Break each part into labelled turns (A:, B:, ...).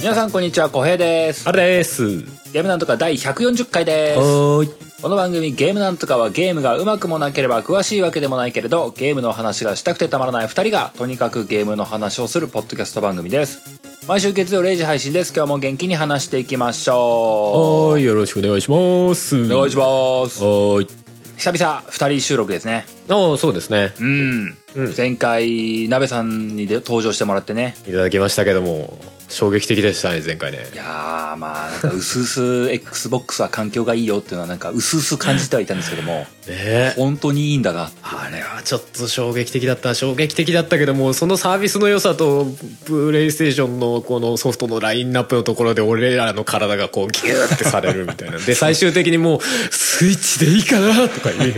A: 皆さんこんにちは、小平です。
B: あれです。
A: ゲームなんとか第140回です。
B: はーい。
A: この番組ゲームなんとかはゲームがうまくもなければ詳しいわけでもないけれど、ゲームの話がしたくてたまらない二人が、とにかくゲームの話をするポッドキャスト番組です。毎週月曜0時配信です。今日も元気に話していきましょ
B: はーい、よろしくお願いします。
A: う。お願いします。
B: はーい。
A: 久々二人収録ですね。
B: ああ、そうですね。
A: うん。
B: うん
A: 前回、鍋さんにで登場してもらってね。
B: いただきましたけども、衝撃的でしたね、前回ね。
A: いやーまあなんかうすうす XBOX は環境がいいよっていうのはなんかうすうす感じてはいたんですけども
B: ねえ。
A: 本当にいいんだな
B: あれはちょっと衝撃的だった。衝撃的だったけども、そのサービスの良さと、プレイステーションのこのソフトのラインナップのところで、俺らの体がこう、ギューってされるみ たいな。で、最終的にもう、スイッチでいいかなとか言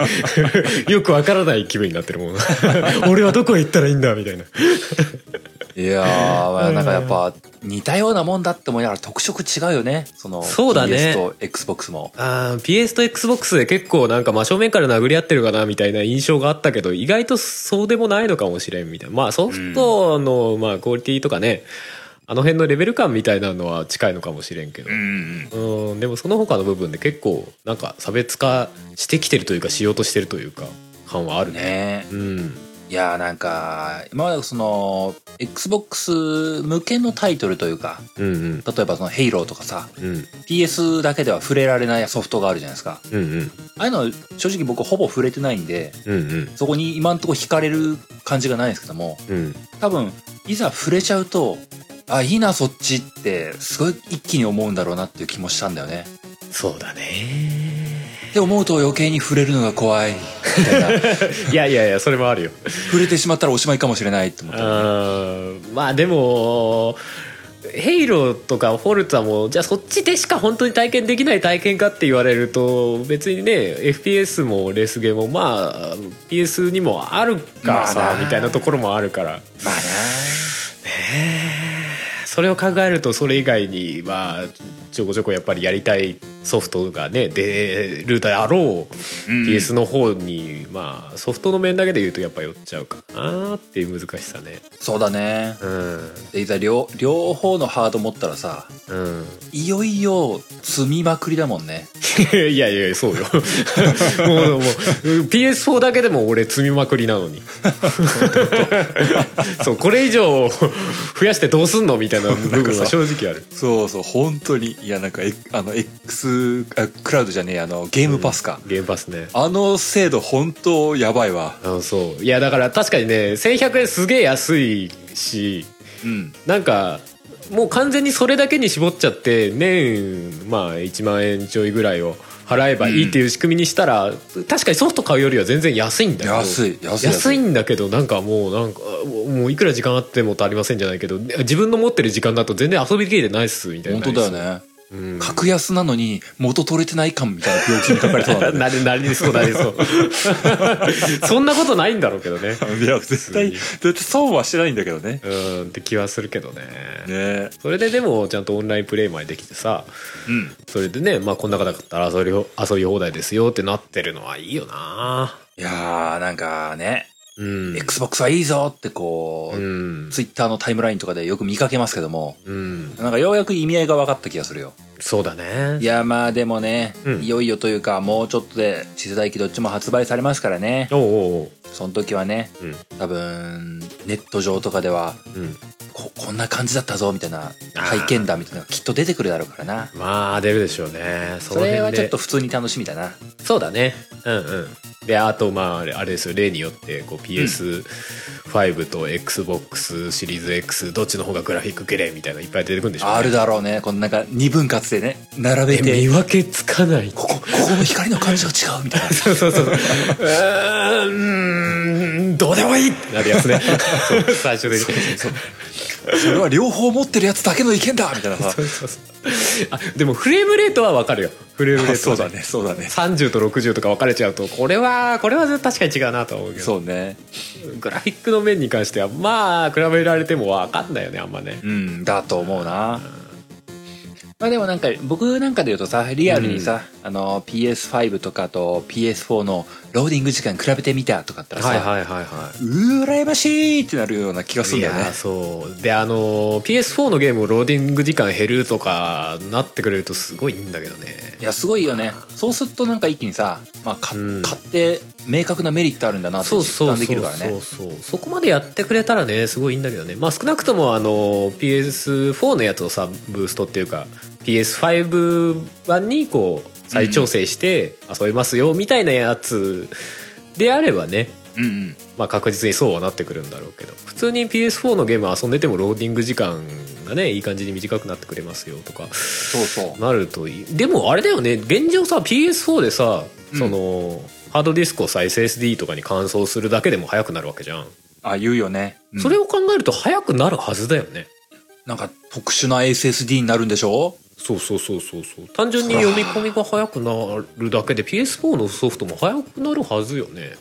B: う。よくわからない気分になってるもん。 俺はどこへ行ったらいいんだみたいな。
A: いやーまあなんかやっぱ似たようなもんだって思いながら特色違うよねその
B: そうだ
A: PS
B: ね
A: と XBOX も
B: あー PS と XBOX で結構なんか真正面から殴り合ってるかなみたいな印象があったけど意外とそうでもないのかもしれんみたいなまあソフトの、まあ、クオリティとかねあの辺のレベル感みたいなのは近いのかもしれんけど
A: うん
B: うんでもその他の部分で結構なんか差別化してきてるというかしようとしてるというか感はあるね
A: ね
B: うん
A: いやーなんか今までその XBOX 向けのタイトルというか
B: うんうん
A: 例えばその「ヘイローとかさ
B: うん
A: PS だけでは触れられないソフトがあるじゃないですか
B: うんうん
A: ああいうの正直僕ほぼ触れてないんで
B: うんうん
A: そこに今んとこ惹かれる感じがないんですけども
B: うん
A: 多分いざ触れちゃうとあいいなそっちってすごい一気に思うんだろうなっていう気もしたんだよね
B: そうだね
A: って思うと余計に触れるのが怖いみたい な
B: いやいやいやそれもあるよ
A: 触れてしまったらおしまいかもしれないって思った
B: あーまあでも「ヘイロー」とか「フォルツァも」じゃあそっちでしか本当に体験できない体験かって言われると別にね FPS もレースゲームもまあ PS にもあるからさ、
A: まあな
B: みたいなところもあるから
A: まあね
B: それを考えるとそれ以外にまあちょこちょこやっぱりやりたいソフトがね出るだろう、
A: うん
B: PS の方にまあソフトの面だけで言うとやっぱ寄っちゃうかなっていう難しさね。
A: そうだね
B: うん、
A: でいざ両両方のハード持ったらさ
B: うん
A: いよいよ積みまくりだもんね
B: いやいやそうよもうもう PS4 だけでも俺積みまくりなのにそうこれ以上増やしてどうすんのみたいな部分は正直ある
A: そうそう本当にいやなんかえあの X あクラウドじゃねえあのゲームパスか、
B: ゲームパスね
A: あの制度本当やばいわ
B: あのそういやだから確かにね1100円すげえ安いし
A: うん
B: なんかもう完全にそれだけに絞っちゃって年まあ1万円ちょいぐらいを払えばいいっていう仕組みにしたら、確かにソフト買うよりは全然安いんだけど
A: 安い安い
B: 安いんだけどなんかもうなんかもうもういくら時間あっても足りませんじゃないけど自分の持ってる時間だと全然遊びきれてないっすみたいな
A: 本当だよね
B: うん
A: 格安なのに元取れてない感みたいな病気にかかりそうなんだよね
B: なりなりそうな りそうそんなことないんだろうけどね
A: いや絶対絶対損はしてないんだけどね
B: うんって気はするけどね
A: ね
B: それででもちゃんとオンラインプレイまでできてさ
A: うん
B: それでねまあこんな方だったら遊びほ遊び放題ですよってなってるのはいいよない
A: やーなんかね、
B: うん
A: XBOX はいいぞってこ
B: う
A: う、
B: ん
A: Twitter のタイムラインとかでよく見かけますけども
B: うん
A: なんかようやく意味合いが分かった気がするよ
B: そうだね
A: いやまあでもね、
B: うん
A: いよいよというかもうちょっとで次世代機どっちも発売されますからね
B: おうおうおう
A: その時はね
B: うん
A: 多分ネット上とかでは
B: うん
A: ここんな感じだったぞみたいな体験談みたいなのがきっと出てくるだろうからな
B: まあ出るでしょうねそ
A: そ
B: の辺で
A: れはちょっと普通に楽しみだな
B: そうだねうんうんであとまああれあれですよ例によってこう PS5 と XBOX シリーズ X どっちの方がグラフィック綺麗みたいないっぱい出てくるんでしょう、ね、
A: あるだろうねこのなんか二分割でね並べ
B: え見
A: て
B: 分けつかない
A: ここここの光の感じが違うみたいな
B: そうそうそううーんどうでもいいってなるやつね最初で
A: それは両方持ってるやつだけの意見だみたいなさ
B: あでもフレームレートは分かるよフレームレートは
A: ねそうだね
B: 30と60とか分かれちゃうとこれはこれは確かに違うなとは思うけど
A: そうね
B: グラフィックの面に関してはまあ比べられても分かんないよねあんまね
A: うんだと思うなまあでもなんか僕なんかで言うとさリアルにさ、あの PS5 とかと PS4 のローディング時間比べてみたとかあったらさ、
B: はいはいはいは
A: うらやましいってなるような気がす
B: い。
A: る
B: い
A: んだよね
B: やそうであの PS4 のゲームをローディング時間減るとかなってくれるとすごいいいんだけどね
A: いやすごいよねそうするとなんか一気にさ、まあ、買
B: うん
A: 買って明確なメリットあるんだなって
B: そう
A: 実
B: そう
A: 感
B: そう
A: できる
B: そう
A: からね
B: そうそこまでやってくれたらねすごいいいんだけどねまあ少なくともあの PS4 のやつをさブーストっていうか PS5 版にこう再調整して遊べますよみたいなやつであればね、
A: うんうん
B: まあ、確実にそうはなってくるんだろうけど普通に PS4 のゲーム遊んでてもローディング時間がねいい感じに短くなってくれますよとか
A: そうそう
B: なるといいでもあれだよね現状さ PS4 でさ、
A: うん
B: そのハードディスクをさ SSD とかに換装するだけでも速くなるわけじゃん、
A: あ言うよね、うん
B: それを考えると速くなるはずだよね
A: なんか特殊な SSD になるんでしょ
B: そうそうそうそうそう単純に読み込みが速くなるだけで PS4 のソフトも速くなるはずよね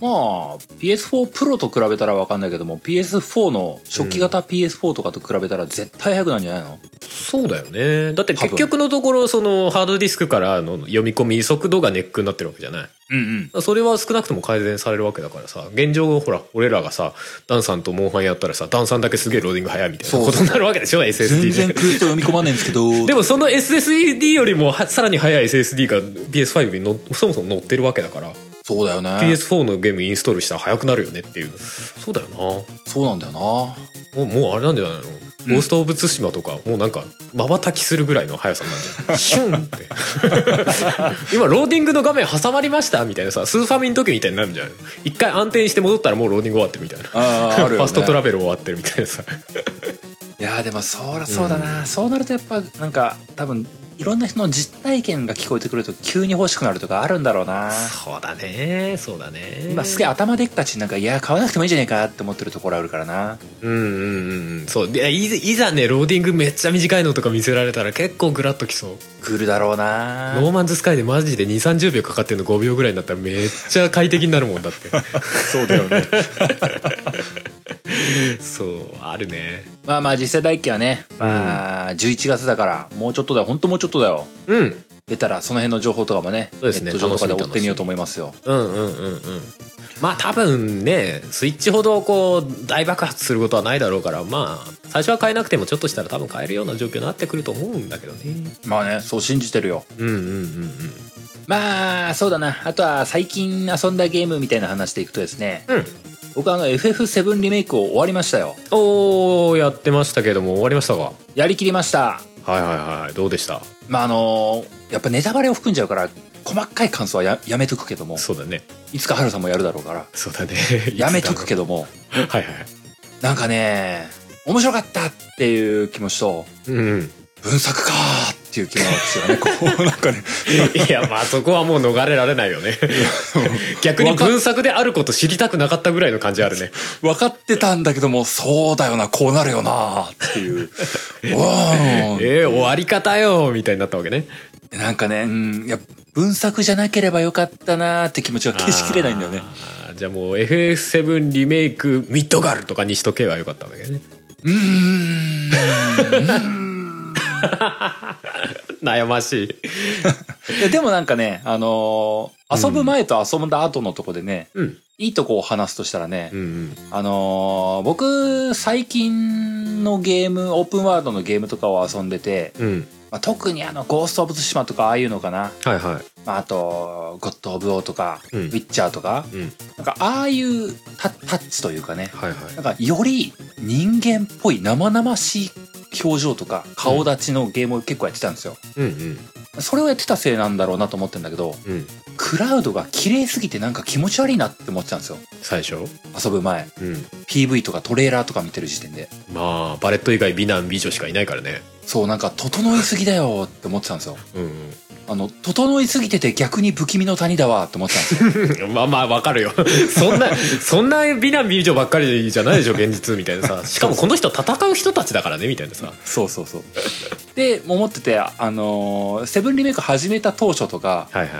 A: まあ PS4 プロと比べたらわかんないけども PS4 の初期型 PS4 とかと比べたら絶対速くなるんじゃないの、
B: そうだよねだって
A: 多分
B: 結局のところそのハードディスクからの読み込み速度がネックになってるわけじゃない
A: うん、うん
B: それは少なくとも改善されるわけだからさ現状ほら俺らがさダンさんとモンハンやったらさダンさんだけすげえローディング早いみたいなことになるわけでしょ SSD
A: 全
B: で
A: 然クースト読み込まねえんですけど
B: でもその SSD よりもはさらに速い SSD が PS5 にのそもそも載ってるわけだから、
A: そうだよね
B: PS4 のゲームインストールしたら速くなるよねっていうそうだよなも
A: そうなんだよな
B: うもうあれなんじゃないの、
A: ん
B: ゴースト・オブ・ツシマとかもうなんかまばたきするぐらいの速さになるじゃんシュンって 今ローディングの画面挟まりましたみたいなさスーファミの時みたいになるんじゃないの一回暗転して戻ったらもうローディング終わってるみたいな、
A: あーあるよね
B: ファストトラベル終わってるみたいなさ
A: いやーでもそらそうだな、そうなるとやっぱなんか多分いろんな人の実体験が聞こえてくると急に欲しくなるとかあるんだろうな
B: そうだねそうだね
A: 今すげえ頭でっかちになんかいや買わなくてもいいじゃねえかって思ってるところあるからな
B: うんうんうんうんそうでいざいざねローディングめっちゃ短いのとか見せられたら結構グラッときそう
A: 来るだろうな
B: ノーマンズスカイでマジで2 3 0秒かかってるの5秒ぐらいになったらめっちゃ快適になるもんだって
A: そうだよね
B: そうあるね
A: まあまあ実際第一期はね、まあ11月だからもうちょっとだよほんともうちょっとだよ
B: うん
A: 出たらその辺の情報とかもね
B: そうですね
A: ネット上とかで追ってみようと思いますよ
B: うんうんうんうんまあ多分ねスイッチほどこう大爆発することはないだろうからまあ最初は買えなくてもちょっとしたら多分買えるような状況になってくると思うんだけどね
A: まあねそう信じてるよ
B: うんうんうん
A: まあそうだなあとは最近遊んだゲームみたいな話でいくとですね
B: うんうん
A: 僕あの FF7 リメイクを終わりましたよ
B: おーやってましたけども終わりましたか
A: やりきりました
B: はいはいはいどうでした
A: まああのやっぱネタバレを含んじゃうから細かい感想はややめとくけども
B: そうだね
A: いつかハルさんもやるだろうから
B: そうだ ね。
A: やめとくけ
B: ど。
A: ども
B: はいはい。
A: なんかね面白かったっていう気持ちと
B: うん。
A: 文作かーっていう気持ちがねこう なんかね
B: いや、まあそこはもう逃れられないよ ね。逆に文作であること知りたくなかったぐらいの感じあるね。
A: 分かってたんだけどもそうだよなこうなるよなーっていううわー
B: えー、終わり方よみたいになったわけね。
A: なんかねうんいや文作じゃなければよかったなーって気持ちは消しきれないんだよね
B: あー。じゃあもう FF7 リメイクミッドガルとかにしとけばよかったわけね。
A: うーん
B: 悩ましい。
A: いやでもなんかね、あのー遊ぶ前と遊んだ後のとこでね、
B: うん。
A: いいとこを話すとしたらね、
B: うんうん。
A: あのー僕、最近のゲーム、オープンワールドのゲームとかを遊んでて、
B: うん。
A: まあ、特にあの、ゴースト・オブ・ツシマとかああいうのかな、
B: はいは
A: まあ、あと、ゴッド・オブ・オーとか、
B: うん
A: ウィッチャーとか、
B: い。うん。
A: なんかああいうタタッチというかね、
B: はいはい。
A: なんかより人間っぽい生々しい表情とか顔立ちのゲームを結構やってたんですよ。
B: うんうん。
A: それをやってたせいなんだろうなと思ってんだけど、
B: うん。
A: クラウドが綺麗すぎてなんか気持ち悪いなって思ってたんですよ
B: 最初うん。
A: 遊ぶ前 PV とかトレーラーとか見てる時点で
B: まあ、バレット以外美男美女しかいないからね。
A: そうなんか整いすぎだよって思ってたんですよ
B: うん
A: あの整いすぎてて逆に不気味の谷だわって思ってたんですよ
B: うん。 まあまあ、わかるよ。そんな、そんな美男美女ばっかりじゃないでしょ、現実、みたい なさ。しかもこの人戦う人たちだからね、みたいなさ。
A: そうそうそうで思っててあのーセブンリメイク始めた当初とか
B: はいはい。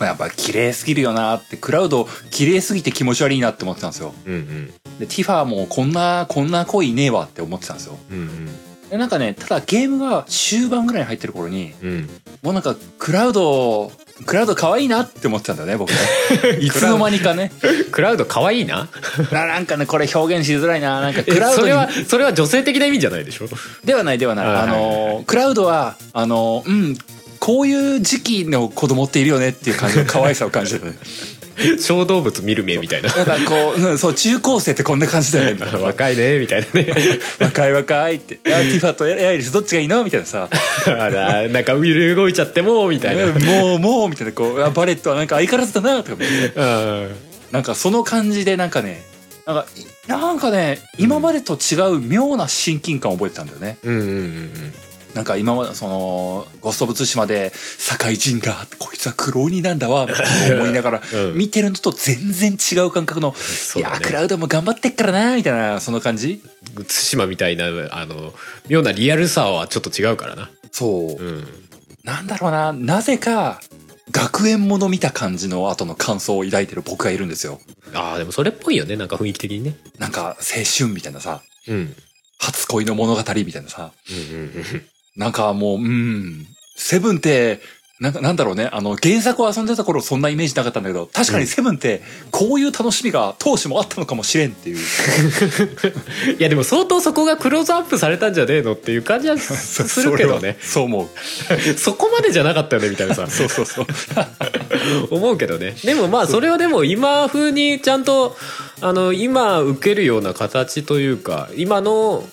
A: まあやっぱ綺麗すぎるよなってクラウド綺麗すぎて気持ち悪いなって思ってたんですよ
B: うんうん。
A: でティファーもこんなこんな恋ねえわって思ってたんですよ
B: うんうん。
A: でなんかねただゲームが終盤ぐらいに入ってる頃に
B: うん。
A: もうなんかクラウドクラウド可愛いなって思ってたんだよね僕 ね いつの間にかね
B: クラウド可愛いな。
A: ななんかねこれ表現しづらいななんかク
B: え
A: ラウ
B: そ
A: ド
B: れ
A: に
B: は、それは女性的な意味じゃないでしょ。
A: ではないではない、
B: はいはい
A: あのークラウドはあのーうんこういう時期の子供っているよねっていう感じの 可愛さを感じてたね
B: 小動物見る目みたいな。
A: なんかこう、うん、そう中高生ってこんな感じだよねみたいな
B: 若いねみたいなね
A: 若い若いって「いやティファとエアリスどっちがいいの?」みたいな さ
B: あらなんか揺れ動いちゃってもみ
A: 「
B: たいな、うん、
A: もうもう」みたいなこうあ「バレットはなんか相変わらずだな」とか思ってなんかその感じでなんかねなんかいなんかね今までと違う妙な親近感を覚えてたんだよね
B: うんうんうん
A: なんか今までその「ゴスト・オブ・ツシマ」で「堺人がこいつは苦労人なんだわ」みたいな思いながら
B: うん
A: 見てるのと全然違う感覚の「
B: そ
A: いう
B: だね
A: やクラウドも頑張ってっからな」みたいなその感じ
B: 対馬みたいなあの妙なリアルさはちょっと違うからな
A: そう
B: う、ん
A: なんだろうな、なぜか、学園もの見た感じの後の感想を抱いてる僕がいるんですよ。
B: ああでもそれっぽいよねなんか雰囲気的にね
A: なんか、青春みたいなさ、
B: うん
A: 初恋の物語みたいなさ、
B: うんうん
A: なんかもう、うん、セブンって、なんかなんだろうね、あの、原作を遊んでた頃そんなイメージなかったんだけど、確かにセブンって、こういう楽しみが当時もあったのかもしれんっていう。
B: うんい やでも相当そこがクローズアップされたんじゃねえのっていう感じはするけどね
A: それはそう思う。
B: そこまでじゃなかったよねみたいなさ
A: そうそうそう。
B: 思うけどねでもまあそれはでも今風にちゃんとあの今受けるような形というか今の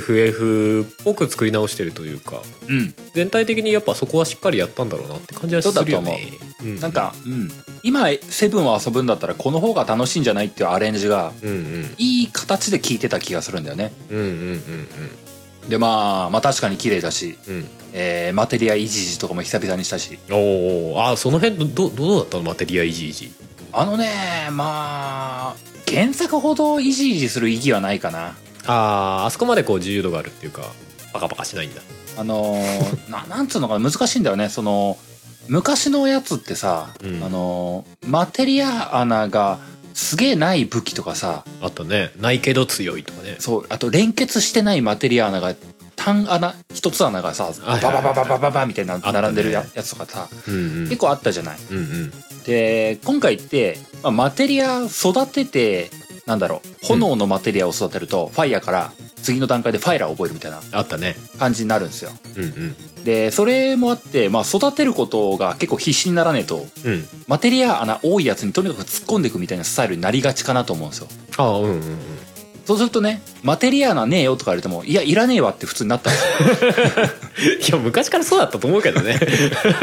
B: FF っぽく作り直してるというか
A: うん。
B: 全体的にやっぱそこはしっかりやったんだろうなって感じはするよねうん
A: なんか、うん。今、セブンを遊ぶんだったら、この方が楽しいんじゃないっていうアレンジが、
B: うんうん
A: いい形で聞いてた気がするんだよね。
B: うんうんうん
A: でまあまあ確かに綺麗だし、
B: うんうん
A: えーマテリアイジージとかも久々にしたし
B: おーあーその辺どどどうだったのマテリアイジイジ
A: あのねまあ原作ほどイジイジする意義はないかな
B: あーあそこまでこう自由度があるっていうかパカパカしないんだ
A: あのーななんつうのかな難しいんだよねその昔のやつってさ、
B: うん
A: あのーマテリア穴がすげえない武器とかさ
B: あったねないけど強いとかね
A: そうあと連結してないマテリア穴が単穴一つ穴がさ
B: はいは
A: バ
B: い
A: バ
B: はい
A: バババババみたいな
B: たね
A: 並んでるややつとかさ、
B: うんうん
A: 結構あったじゃない
B: うんうん
A: で今回って、まあ、マテリア育ててなんだろう炎のマテリアを育てると、ファイヤーから次の段階でファイラーを覚えるみたいな
B: あったね
A: 感じになるんですよ
B: うんうん
A: でそれもあって、まあ、育てることが結構必死にならねえと
B: うん
A: マテリア穴多いやつにとにかく突っ込んでいくみたいなスタイルになりがちかなと思うんですよ
B: ああうんうんうん
A: そうするとねマテリア穴ねえよとか言われてもいやいらねえわって普通にな ったんですよ
B: いや昔からそうだったと思うけどね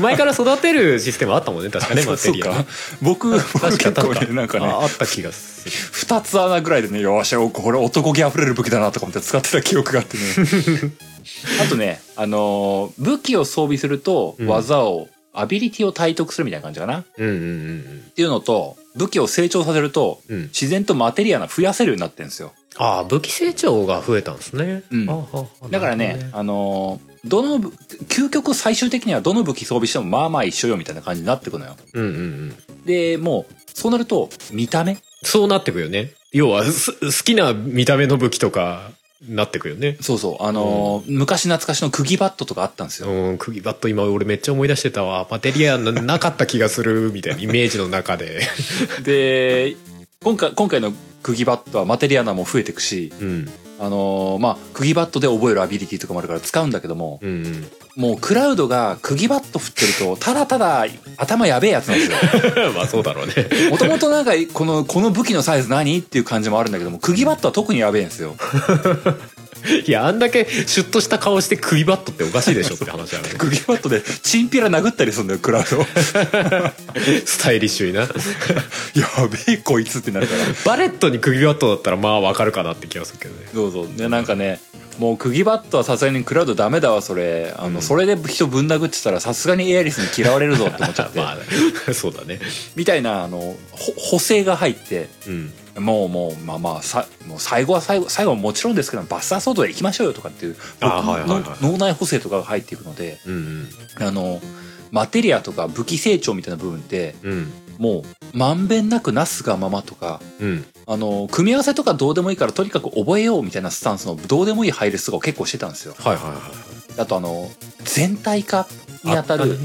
B: 前から育てるシステムあったもんね確かね
A: そう
B: マテリア
A: そうか僕僕
B: 確
A: 結
B: か
A: 構
B: 確
A: ねなんか
B: あ
A: ね
B: あった気がする
A: 2つ穴ぐらいでねよっしゃこれ男気あふれる武器だなとか思って使ってた記憶があってね あとね、あのー武器を装備すると
B: うん
A: 技を、アビリティを体得するみたいな感じかなっ
B: うんうん
A: ていうのと武器を成長させると
B: うんうん
A: 自然とマテリアナ増やせるようになってるんですよ
B: ああ武器成長が増えたんですね、
A: うん
B: ああああ
A: だからね
B: なるほ
A: あのーどの武究極最終的にはどの武器装備してもまあまあ一緒よみたいな感じになってくのよ
B: どねうんうんうん
A: でもうそうなると見た目
B: そうなってくよね要はす好きな見た目の武器とかなってくよね
A: そうそうあのー昔懐かしの釘バットとかあったんですよ
B: うん釘バット今俺めっちゃ思い出してたわマテリアななかった気がするみたいなイメージの中で
A: で今回今回の釘バットはマテリアナも増えていくし
B: うん
A: あのーまあ釘バットで覚えるアビリティとかもあるから使うんだけども
B: うんうん
A: もうクラウドが釘バット振ってるとただただ頭やべえやつなんですよ
B: まあそうだろうね
A: もともとなんかこのこの武器のサイズ何っていう感じもあるんだけども釘バットは特にやべえんですよ
B: いやあんだけシュッとした顔してクイバットっておかしいでしょって話 だよね
A: 釘バットでチンピラ殴ったりするんだよクラウ ドや
B: スタイリッシュにな
A: べえこいつってなるから
B: バレットにクイバットだったらまあわかるかなって気がするけどね
A: そうそうでなんかねもう釘バットはさすがにクラウドダメだわそれあの、
B: うん
A: それで人ぶん殴ってたらさすがにエアリスに嫌われるぞって思っちゃっ て、
B: まあそうだね
A: みたいなあのほ補正が入って
B: うん
A: もうもうまあまあさもう最後は最後最後はもちろんですけどバスターソードで行きましょうよとかっていう
B: あ
A: 僕の
B: はいはいはい
A: 脳内補正とかが入っていくので
B: うん
A: あのマテリアとか武器成長みたいな部分って
B: うんうん
A: もうまんべんなくなすがままとか
B: うん。
A: あの組み合わせとかどうでもいいからとにかく覚えようみたいなスタンスのどうでもいい配列とかを結構してたんですよ
B: はいはいはい。
A: あとあの全体化にあたる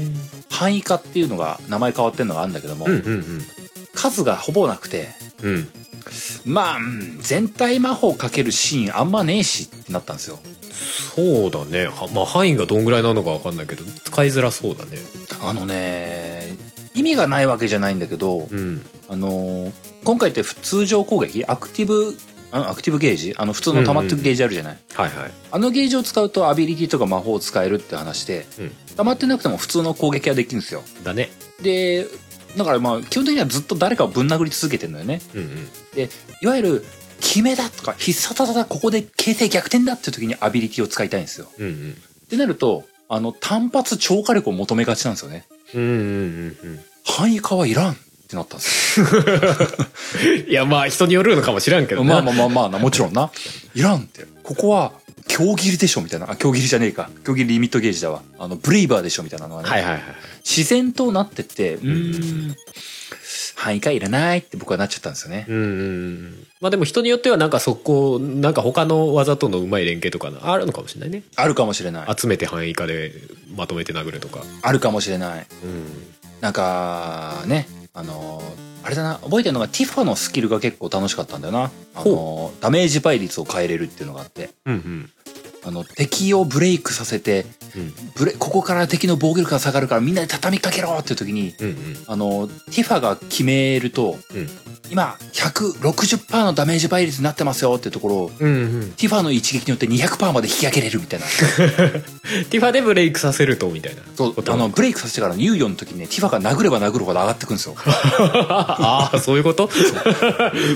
A: 範囲化っていうのが名前変わってるのがあるんだけども、
B: うんうん
A: 数がほぼなくて
B: うん。うん。
A: まあうん全体魔法かけるシーンあんまねえしってなったんですよ
B: そうだね。はまあ範囲がどんぐらいなのかわかんないけど、使いづらそうだね。
A: あのね意味がないわけじゃないんだけど、
B: うん。
A: あのー今回って通常攻撃アクティブあアクティブゲージあの普通の溜まってくゲージあるじゃない、
B: はいはい。
A: あのゲージを使うとアビリティとか魔法を使えるって話で、
B: うん
A: 溜まってなくても普通の攻撃はできるんですよ
B: だね。
A: でだからまあ基本的にはずっと誰かをぶん殴り続けてるのよね
B: うんうん。
A: いわゆる決めだとか必殺技だここで形勢逆転だっていう時にアビリティを使いたいんですよ
B: うんうん。
A: ってなるとあの単発超火力を求めがちなんですよね
B: うんうんうん
A: 範囲化はいらんってなったんです
B: うん。いや、まあ人によるのかもしらんけど
A: よまあまあまあまあなもちろんないらんってここは強切りでしょみたいなあ強切りじゃねえか強切りリミットゲージだわあのブレイバーでしょみたいなのはね、
B: はいはいはい。
A: 自然となってってう
B: ー
A: ん範囲化いらないって僕はなっちゃったんですよね
B: うんうんうん。まあでも人によってはなんかそこ、なんか他の技とのうまい連携とかあるのかもしれないね。
A: あるかもしれない
B: 集めて範囲化でまとめて殴るとか。
A: あるかもしれない
B: うん。
A: なんかねあのーあれだな覚えてるのがティファのスキルが結構楽しかったんだよなあのーダメージ倍率を変えれるっていうのがあって
B: うんうん。
A: あの敵をブレイクさせて
B: うん
A: ブレここから敵の防御力が下がるからみんなで畳みかけろっていう時に
B: うんうん。
A: あのティファが決めると、
B: うん
A: 今160%のダメージ倍率になってますよっていうところを
B: うんうん。
A: ティファの一撃によって200%まで引き上げれるみたいな
B: ティファでブレイクさせると、みたいな。
A: そう
B: こと
A: あのブレイクさせてから猶予の時にねティファが殴れば殴るほど上がってくんです よだ
B: ああ、 そういうこと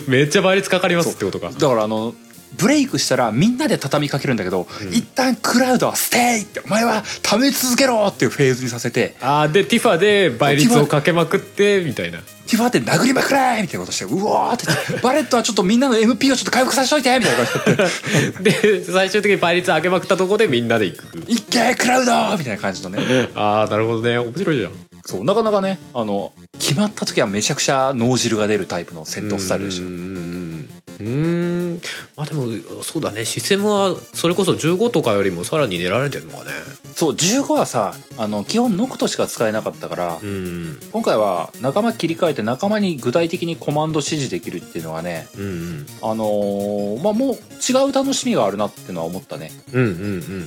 B: めっちゃ倍率かかりますってことか。
A: からあのブレイクしたらみんなで畳みかけるんだけど、一旦クラウドはステイってお前は溜め続けろっていうフェーズにさせて
B: ああ、で、ティファで倍率をかけまくって、みたいな。
A: ティファって殴りまくれみたいなことしてうわーって言ってバレットはちょっとみんなの MP をちょっと回復させといてみたいな感じ になって
B: で、最終的に倍率上げまくったとこでみんなで行く。
A: いっけークラウドみたいな感じのね
B: ああ、なるほどね。面白いじゃん。
A: そうなかなかねあの決まった時はめちゃくちゃ脳汁が出るタイプの戦闘スタイルでしょ
B: うんうんうんうんまあでもそうだねシステムはそれこそ15とかよりもさらに練られてるのかね
A: そう15はさあの基本ノクトしか使えなかったから、
B: うん
A: 今回は仲間切り替えて仲間に具体的にコマンド指示できるっていうのはね
B: うんうん
A: あのーまあもう違う楽しみがあるなっていうのは思ったね、
B: うんうんうんうん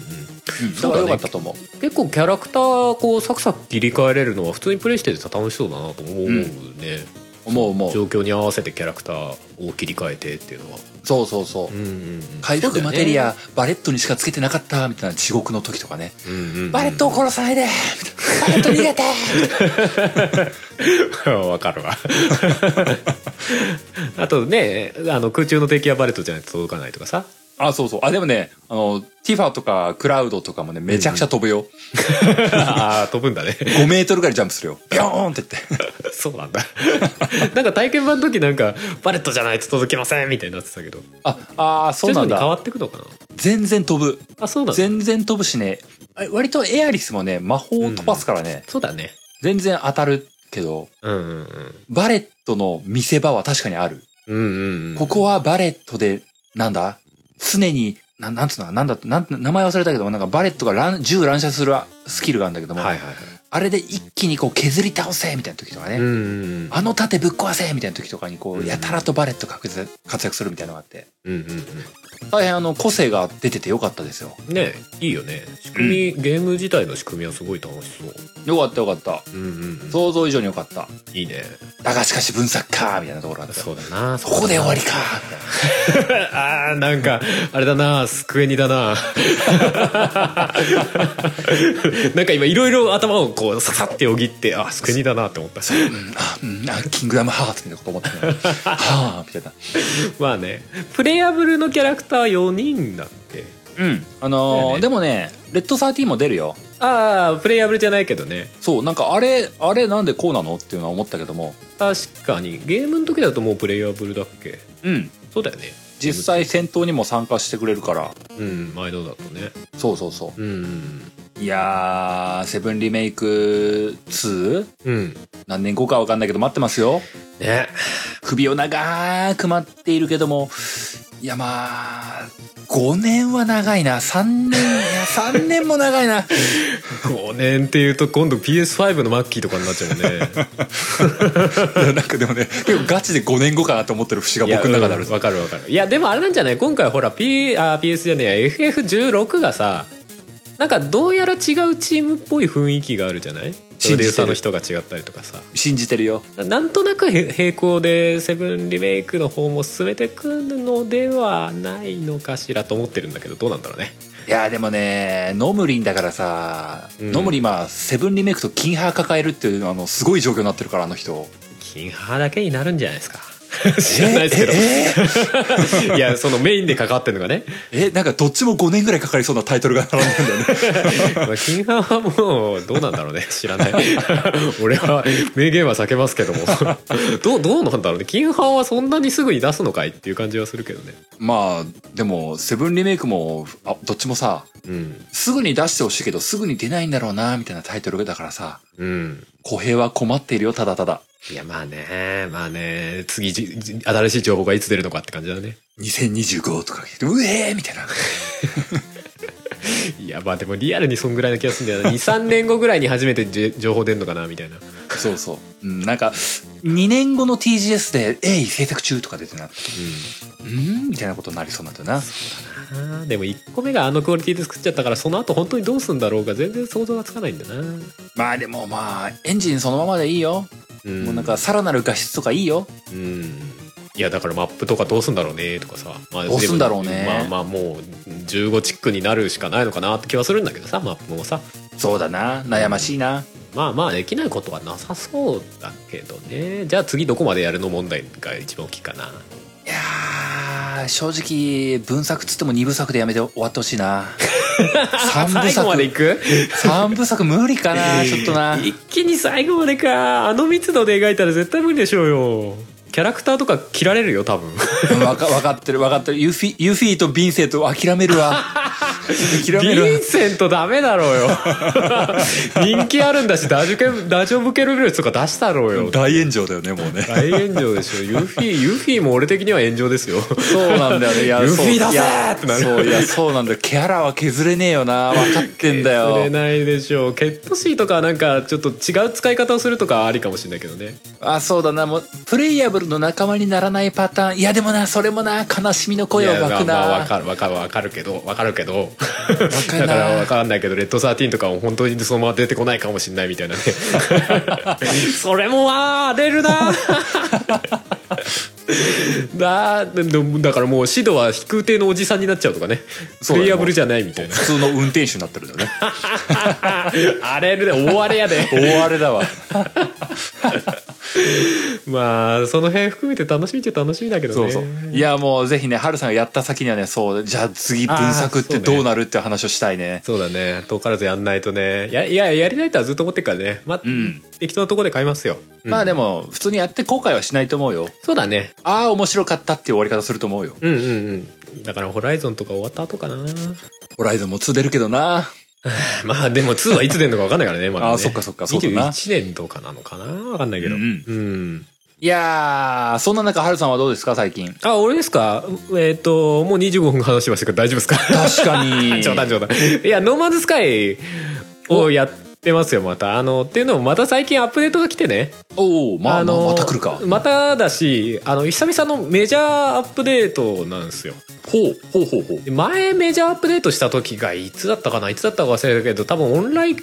A: うん、だからよかったと思う
B: 結構キャラクターこうサクサク切り替えれるのは普通にプレイしてて楽しそうだなと思うね、
A: 思う思う
B: 状況に合わせてキャラクターを切り替えてっていうのは
A: そうそうそう、
B: んうん
A: 回復マテリア、バレットにしかつけてなかったみたいな地獄の時とかね、
B: うんうんうん
A: バレットを殺さないでみたいなバレット逃げて
B: わかるわあとねあの空中の敵はバレットじゃないと届かないとかさ
A: あそうそうあでもねあのティファとかクラウドとかもねめちゃくちゃ飛ぶよ、
B: ああ飛ぶんだね
A: 5メートルぐらいジャンプするよビョーンってって
B: そうなんだなんか体験版の時なんかバレットじゃないと届きませんみたいになってたけど
A: ああーそうなん
B: 徐々に変
A: だ
B: わってくのかな
A: 全然飛ぶ
B: あそうなんだ
A: 全然飛ぶしねあ割とエアリスもね魔法を飛ばすからね、
B: そうだね
A: 全然当たるけど
B: うんうんうん
A: バレットの見せ場は確かにある、
B: うんうんうん
A: ここはバレットでなんだ常にななんつうのなんだなん名前忘れたけどもなんかバレットが乱銃乱射するスキルがあるんだけども、
B: はいはいはい
A: あれで一気にこう削り倒せみたいな時とかね、
B: うんうん
A: あの盾ぶっ壊せみたいな時とかにこ
B: う
A: うんやたらとバレット活躍活躍するみたいなのがあって
B: うんうんうん
A: 大変あの個性が出ててよかったですよ
B: うんねいいよね仕組み、ゲーム自体の仕組みはすごい楽しそう
A: よかったよかった
B: うんうんうん
A: 想像以上によかった
B: いいね
A: だがしかし分作かみたいなところがあってこ
B: そうだ なそ
A: こで終わりか
B: あーなんかあれだな机にだな なんか今いろいろ頭をこうささってよぎってあ机にだなって思った
A: みたいなうんあ、うん、あキングダムハーツみたいなこと思ってねはあみたいな
B: まあねプレイアブルのキャラクター4人だって
A: うんあの
B: だ
A: ー
B: よね
A: でもねレッド13も出るよ
B: ああプレイアブルじゃないけどね
A: そうなんかあれあれなんでこうなのっていうのは思ったけども
B: 確かにゲームの時だともうプレイアブルだっけ
A: うん
B: そうだよね
A: 実際戦闘にも参加してくれるから
B: うん前のだとね
A: そうそうそう
B: うん
A: いやー、セブンリメイク 2?
B: うん。
A: 何年後かわかんないけど待ってますよ。
B: ね。
A: 首を長く待っているけども、いやまあ、5年は長いな。3年、いや3年も長いな。
B: 5年っていうと今度 PS5 のマッキーとかになっちゃうもんね。
A: い やなんかでもね、結構ガチで5年後かなと思ってる 節が
B: いや
A: 僕の中である
B: うん。わかるわかる。いや、でもあれなんじゃない今回ほら、P、あ、PS じゃねえや、FF16 がさ、なんかどうやら違うチームっぽい雰囲気があるじゃないプ
A: 信じてる
B: ロデューサーの人が違ったりとかさ。
A: 信じてるよ。
B: なんとなくへ並行でセブンリメイクの方も進めてくのではないのかしらと思ってるんだけど、どうなんだろうね。
A: いやでもね、ノムリンだからさ、
B: うん
A: ノムリン今、セブンリメイクと金ハ抱えるっていう、あの、すごい状況になってるから、あの人。
B: 金派だけになるんじゃないですか。 知らないですけど。いや、そのメインで関わってるのがね。
A: え、なんかどっちも5年ぐらいかかりそうなタイトルが並んでるんだよね。
B: まあ、金派はもうどうなんだろうね知らない俺は名言は避けますけどもどうどうなんだろうね金派はそんなにすぐに出すのかいっていう感じはするけどね
A: まあ、でも、セブンリメイクも、あ、どっちもさ、
B: うん
A: すぐに出してほしいけど、すぐに出ないんだろうな、みたいなタイトルだからさ、
B: うん
A: 小平は困っているよ、ただただ。
B: いやまあねまあね次じじ新しい情報がいつ出るのかって感じだね
A: 2025とか言って、うえーみたいな。
B: いやまあでもリアルにそんぐらいな気がするん だよな23年後ぐらいに初めてじ情報出るのかなみたいな
A: そうそう。うん、なんか、2年後の TGS で、えい、制作中とか出てな、うんみたいなことになりそうなんだよな。
B: うんあーでも1個目があのクオリティで作っちゃったからその後本当にどうすんだろうか全然想像がつかないんだな、
A: まあでもまあ、エンジンそのままでいいよ。
B: うん
A: もうなんか、さらなる画質とかいいよ。
B: うんいやだからマップとかどうすんだろうねとかさ、まあ、
A: どうすんだろうね
B: でもまあまあもう15チックになるしかないのかなって気はするんだけどさマップもさ
A: そうだな。悩ましいな。
B: まあまあできないことはなさそうだけどねじゃあ次どこまでやるの問題が一番大きいかない
A: やー、正直、分作つっても2部作でやめて終わってほしい な。3部
B: 最後までい
A: 作、
B: く
A: 三部作無理かな、ちょっとな。
B: 一気に最後までかあの密度で描いたら絶対無理でしょうよキャラクターとか切られるよ多分
A: うんわかわかってる、わかってる。ユフィ、ユフィとヴィンセントを諦めるわ。諦
B: ヴ
A: めるわ
B: ィン。セントダメだろうよ 人気あるんだしダジョケダジョブケルベルとか出したろう よ
A: 大炎上だよね、もうね。
B: 大炎上でしょユーフィーユーフィーも俺的には炎上ですよ
A: そうなんだよね。いや、
B: ルフィ
A: そう
B: だぜ
A: いや
B: ーってなる
A: そう、いや、そうなんだよ。キャラは削れねえよな。分かってんだよ。
B: 釣れないでしょうケットシーとかはなんかちょっと違う使い方をするとかありかもしれないけどね
A: あ、そうだな。もう、プレイヤブルの仲間にならないパターン。いや、でもな、それもな、悲しみの声を
B: いや
A: 湧く
B: まあまあ
A: な。
B: わかるわかるわかるけどわかるけど
A: かるな
B: だからわかんないけどレッドサーティーンとかも本当にそのまま出てこないかもしれないみたい なねそれもあー出る なだででもだからもうシドは飛空艇のおじさんになっちゃうとかね
A: そうだ
B: プ
A: よ
B: レイヤブルじゃない みたいな
A: 普通の運転手になってるんだよね。
B: あれで大荒れやで
A: 大荒れだわ。
B: まあその辺含めて楽しみっちゃ楽しみだけどね
A: そうそう。いや、もうぜひね、ハルさんがやった先にはね、そう、じゃあ次文作って
B: あーそうね
A: どうなるって話をしたいね。
B: そうだね遠からずやんないとねやいややりたいとはずっと思ってるからねまあ、
A: ん
B: 適当なとこで買いますよ、うん
A: まあでも、普通にやって後悔はしないと思うよ。
B: そうだね
A: ああ、面白かったっていう終わり方すると思うよ。
B: うんうんうんだからホライゾンとか終わった後かな
A: ホライゾンも2出るけどな。
B: まあでも2はいつ出るのか分かんないからねまだね
A: あーそっかそっかそうだな
B: 21年とかなのかな分かんないけど
A: うん
B: うん
A: いやー、そんな中、ハルさんはどうですか、最近。
B: あ俺ですかえっ、ともう25分話しましたけど大丈夫ですか
A: 確か に
B: 冗談冗談いや「ノーマンズスカイ」をやってますよまたあのっていうのもまた最近アップデートが来てね
A: おおまあ、まあ
B: の
A: また来るか。
B: まただしあの久々のメジャーアップデートなんですよ
A: ほう、ほうほうほう。
B: で前メジャーアップデートした時がいつだったかないつだったか忘れたけど多分オンライン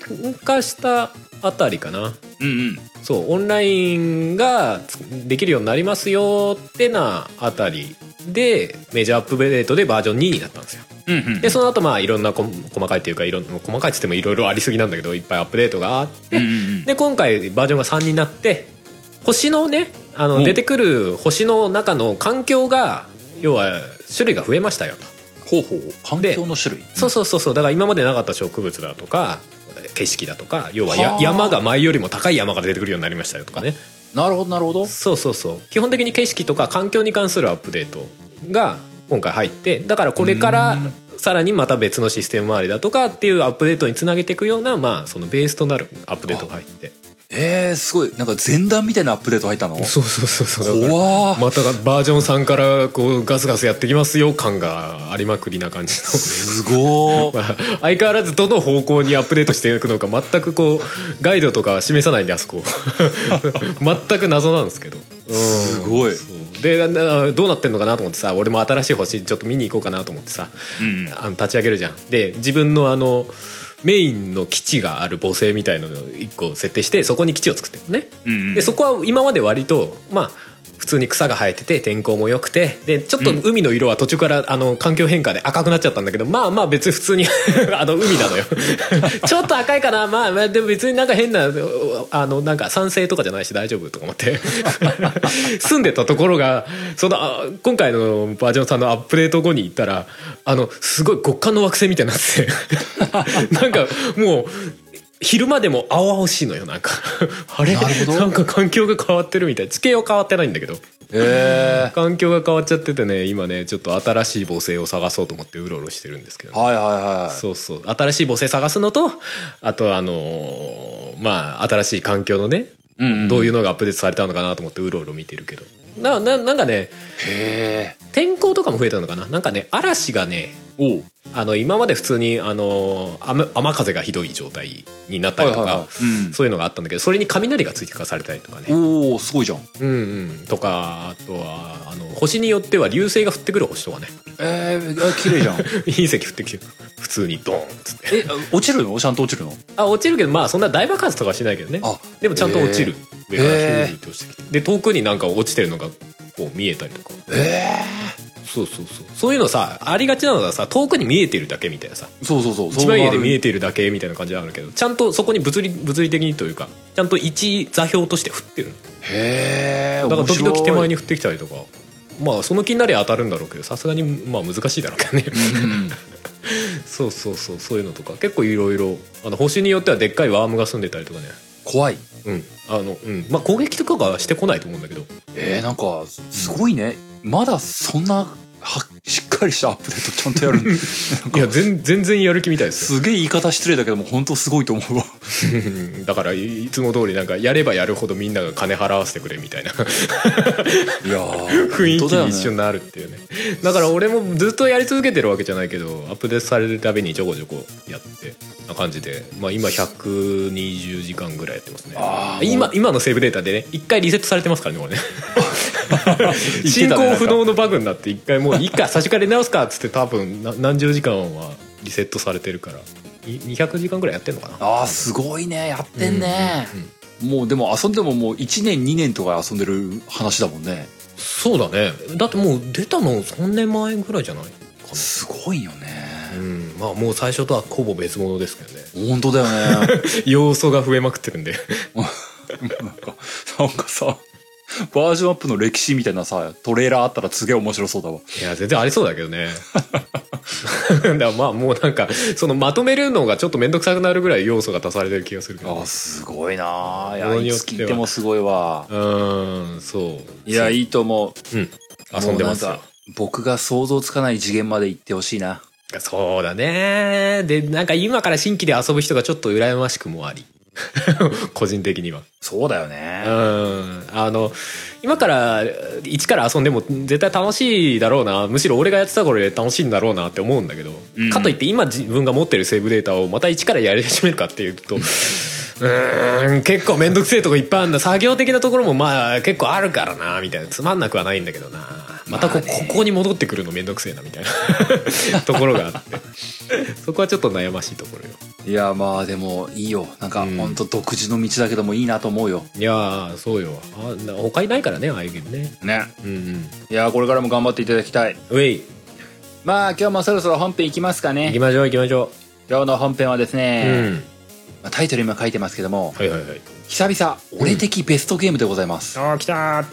B: 化したあたりかな
A: うんうん。
B: そうオンラインがつできるようになりますよってなあたりでメジャーアップデートでバージョン2になったんですよ
A: うんうん
B: でその後まあいろんなこ細かいというかいろん細かいっつってもいろいろありすぎなんだけどいっぱいアップデートがあって、
A: うんうん
B: で今回バージョンが3になって星のねあ
A: うん
B: の出てくる星の中の環境が要は種類が増えましたよと、
A: ほうほうほう環境の種類
B: そうそうそうそうだから今までなかった植物だとか景色だとか要は
A: は
B: や
A: あ
B: 山が前よりも高い山が出てくるようになりましたよとかね
A: なるほどなるほど
B: そうそうそう基本的に景色とか環境に関するアップデートが今回入ってだからこれからさらにまた別のシステム周りだとかっていうアップデートにつなげていくような、まあ、そのベースとなるアップデートが入って。
A: えー、すごいなんか前段みたいなアップデート入ったの
B: そうそうそうそう。だから
A: 怖ー
B: またバージョン3からこうガスガスやってきますよ感がありまくりな感じの
A: すごー
B: まあ相変わらずどの方向にアップデートしていくのか全くこうガイドとかは示さないんであそこ全く謎なんですけど
A: すごい
B: そうでなどうなってんのかなと思ってさ俺も新しい星ちょっと見に行こうかなと思ってさ、
A: うん
B: あの立ち上げるじゃんで自分のあのメインの基地がある母星みたいのを1個設定してそこに基地を作ってるのね、
A: うんうん
B: でそこは今まで割とまあ普通に草が生えてて天候も良くてでちょっと海の色は途中から、あの環境変化で赤くなっちゃったんだけどまあまあ別に普通に あの海 なのよちょっと赤いかなまあまあでも別になんか変なあのなんか酸性とかじゃないし大丈夫とか思って 住んでたところがそのあ今回のバージョンさんのアップデート後に行ったらあのすごい極寒の惑星みたいになってて なんかもう昼間でも青々しいのよなんかあれ
A: なるほど
B: なんか環境が変わってるみたい地形は変わってないんだけど
A: え
B: 環境が変わっちゃっててね今ねちょっと新しい母星を探そうと思ってうろうろしてるんですけど、
A: ー、はいはいはい
B: そうそう新しい母星探すのとあとあのーまあ新しい環境のね、
A: うんうん
B: どういうのがアップデートされたのかなと思ってうろうろ見てるけどなななんかね
A: へえ
B: 天候とかも増えたのかななんかね嵐がね
A: おう
B: あの今まで普通にあの雨雨風がひどい状態になったりとか、
A: はいはいはいうん
B: そういうのがあったんだけどそれに雷が追加されたりとかね、
A: おおすごいじゃん
B: うんうん、とかあとはあの星によっては流星が降ってくる星とかね
A: えー、あ綺麗じゃ ん
B: 隕石降ってきて普通にドーンっつって
A: えあ落ちるのちゃんと落ちるの
B: あ落ちるけどまあそんな大爆発とかはしないけどね
A: あ
B: でもちゃんと落ちる上からヒュ
A: へー
B: ーリーと落ちてきてで遠くになんか落ちてるのがこう見えたりとか
A: え
B: そうそうそうそういうのさありがちなのはさ遠くに見えてるだけみたいなさ
A: ー、そうそうそう
B: 一番家で見え
A: て
B: てるだけみたいな感じはあるけどちゃんとそこに物理物理的にというかちゃんと一座標として降ってる
A: へえ
B: だから時々手前
A: に
B: に降ってきたりとかまあその気になりゃ当たるんだろうけどさすがにまあ難しいだろうけどね そうそうそうそういうのとか結構いろいろあの星によってはでっかいワームが住んでたりとかね
A: 怖い
B: うんあのうんまあ攻撃とかはしてこないと思うんだけど
A: えー、なんかすごいね、まだそんなはしっかりしたアップデートちゃんとやる なんか
B: いや全全然やる気みたいですよ
A: すげえ言い方失礼だけども本当すごいと思うわ
B: うんだからいいつも通りなんかやればやるほどみんなが金払わせてくれみたいない
A: やー
B: 雰囲気
A: 本当だよ
B: に
A: ね
B: 一緒になるっていうねだから俺もずっとやり続けてるわけじゃないけどアップデートされるたびにちょこちょこやってな感じで、まあ、今120時間ぐらいやってますね
A: あー
B: 今今のセーブデータでね一回リセットされてますからねこ れね
A: 言って
B: 進
A: たね
B: 行不能のバグになって一回もういいか差し替え直すかっつって多分な何十時間はリセットされてるからい200時間ぐらいやってんのかな
A: あーすごいねやってんね、もうでも遊んでももう1年2年とか遊んでる話だもんね
B: そうだねだってもう出たの3年前ぐらいじゃないかな
A: すごいよね
B: うん、まあもう最初とはほぼ別物ですけどね
A: 本当だよ ね
B: 要素が増えまくってるんで
A: なんかなんかさバージョンアップの歴史みたいなさトレーラーあったらすげえ面白そうだわ
B: いや全然ありそうだけどね だからまあもうなんかそのまとめるのがちょっと面倒くさくなるぐらい要素が足されてる気がするけ
A: あ
B: ど
A: ーすごいなーいや
B: ものに
A: い
B: よっ
A: つ
B: て
A: 聞
B: はい
A: てもすごいわ
B: うーんそう
A: い
B: い
A: や
B: い
A: いいと思う
B: うん遊んでます
A: もうなか
B: よ
A: 僕が想像つかない次元まで行ってほしいな
B: そうだねでなんか今から新規で遊ぶ人がちょっと羨ましくもあり 個人的には
A: そうだよ
B: う
A: ね
B: んあの今から一から遊んでも絶対楽しいだろうなむしろ俺がやってた頃より楽しいんだろうなって思うんだけど、
A: うん
B: かといって今自分が持ってるセーブデータをまた一からやり始めるかっていうとうーん結構面倒くせえとこいっぱいあるんだ作業的なところもまあ結構あるからなみたいなつまんなくはないんだけどなまたこ,、ここに戻ってくるの面倒くせえなみたい なところがあってそこはちょっと悩ましいところよ
A: いやまあでもいいよなんか
B: うん
A: ほんと独自の道だけどもいいなと思うよ
B: いやーそうよあな他いないからねああいうゲームね
A: ね
B: うんうん
A: いやこれからも頑張っていただきたいう
B: い
A: まあ今日もそろそろ本編いきますか
B: 行き
A: ね
B: ましょう行きましょ
A: 今日の本編はです
B: う、
A: ね、
B: うん
A: まあタイトルにも書いてますけども
B: はいはいはい
A: 久々俺的ベストゲームでございます、
B: ああ来た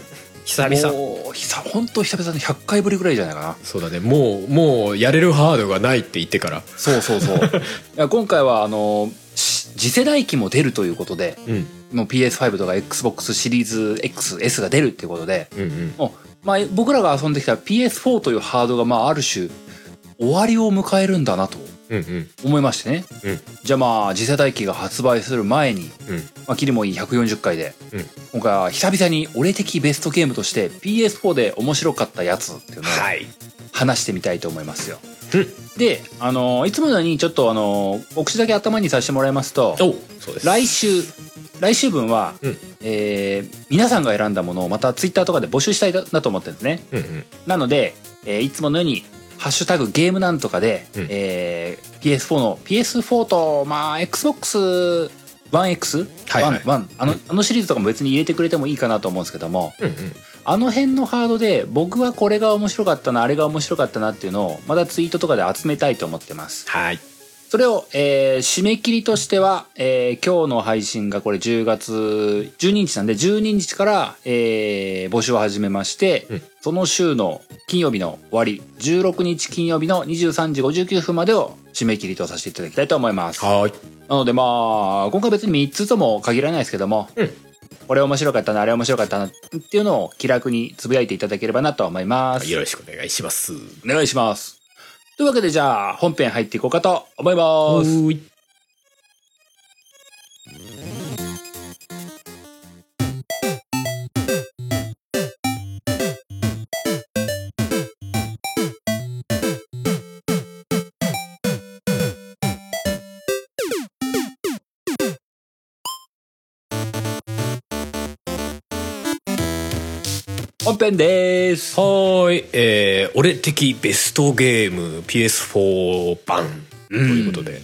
B: 久
A: もう久本当久々の100回ぶりぐらいじゃないかな
B: そうだねもうもうやれるハードがないって言ってから
A: そうそうそう いや今回はあのし次世代機も出るということで
B: うん
A: もう PS5 とか XBOX シリーズ XS が出るっていうことで、
B: うんうん
A: もうまあ、僕らが遊んできた PS4 というハードがまあある種終わりを迎えるんだなと
B: うんうん
A: 思いましてね
B: うん
A: じゃあまあ次世代機が発売する前に、
B: うん
A: まあ、キリもいい140回で、
B: うん
A: 今回は久々に俺的ベストゲームとして PS4 で面白かったやつっていう のを
B: はい
A: 話してみたいと思いますよ。
B: うん
A: で、あのーいつものようにちょっと、あのー告知だけ頭にさせてもらいますと
B: おそうです
A: 来週来週分は、
B: うん
A: えー皆さんが選んだものをまたツイッターとかで募集したいななと思ってるんですね。
B: うんうん
A: なので、えーいつものように「ハッシュタグゲームなんとかで」
B: うん
A: えー PS4 の PS4 と、まあ、XBOX1X?
B: はいはい
A: 1あのあのシリーズとかも別に入れてくれてもいいかなと思うんですけども
B: うんうん
A: あの辺のハードで僕はこれが面白かったなあれが面白かったなっていうのをまだツイートとかで集めたいと思ってます
B: はい
A: それを、えー締め切りとしては、えー今日の配信がこれ10月12日なんで12日から、えー募集を始めまして、
B: うん
A: その週の金曜日の終わり16日金曜日の23時59分までを締め切りとさせていただきたいと思いますな
B: はい
A: のでまあ今回別に3つとも限らないですけども、
B: うん
A: これ面白かったなあれ面白かったなっていうのを気楽につぶやいていただければなと思います
B: よろしくお願いします
A: お願いしますというわけでじゃあ本編入っていこうかと思います
B: ーい
A: 本編です
B: はーい、えー、俺的ベストゲーム PS4 版ということで、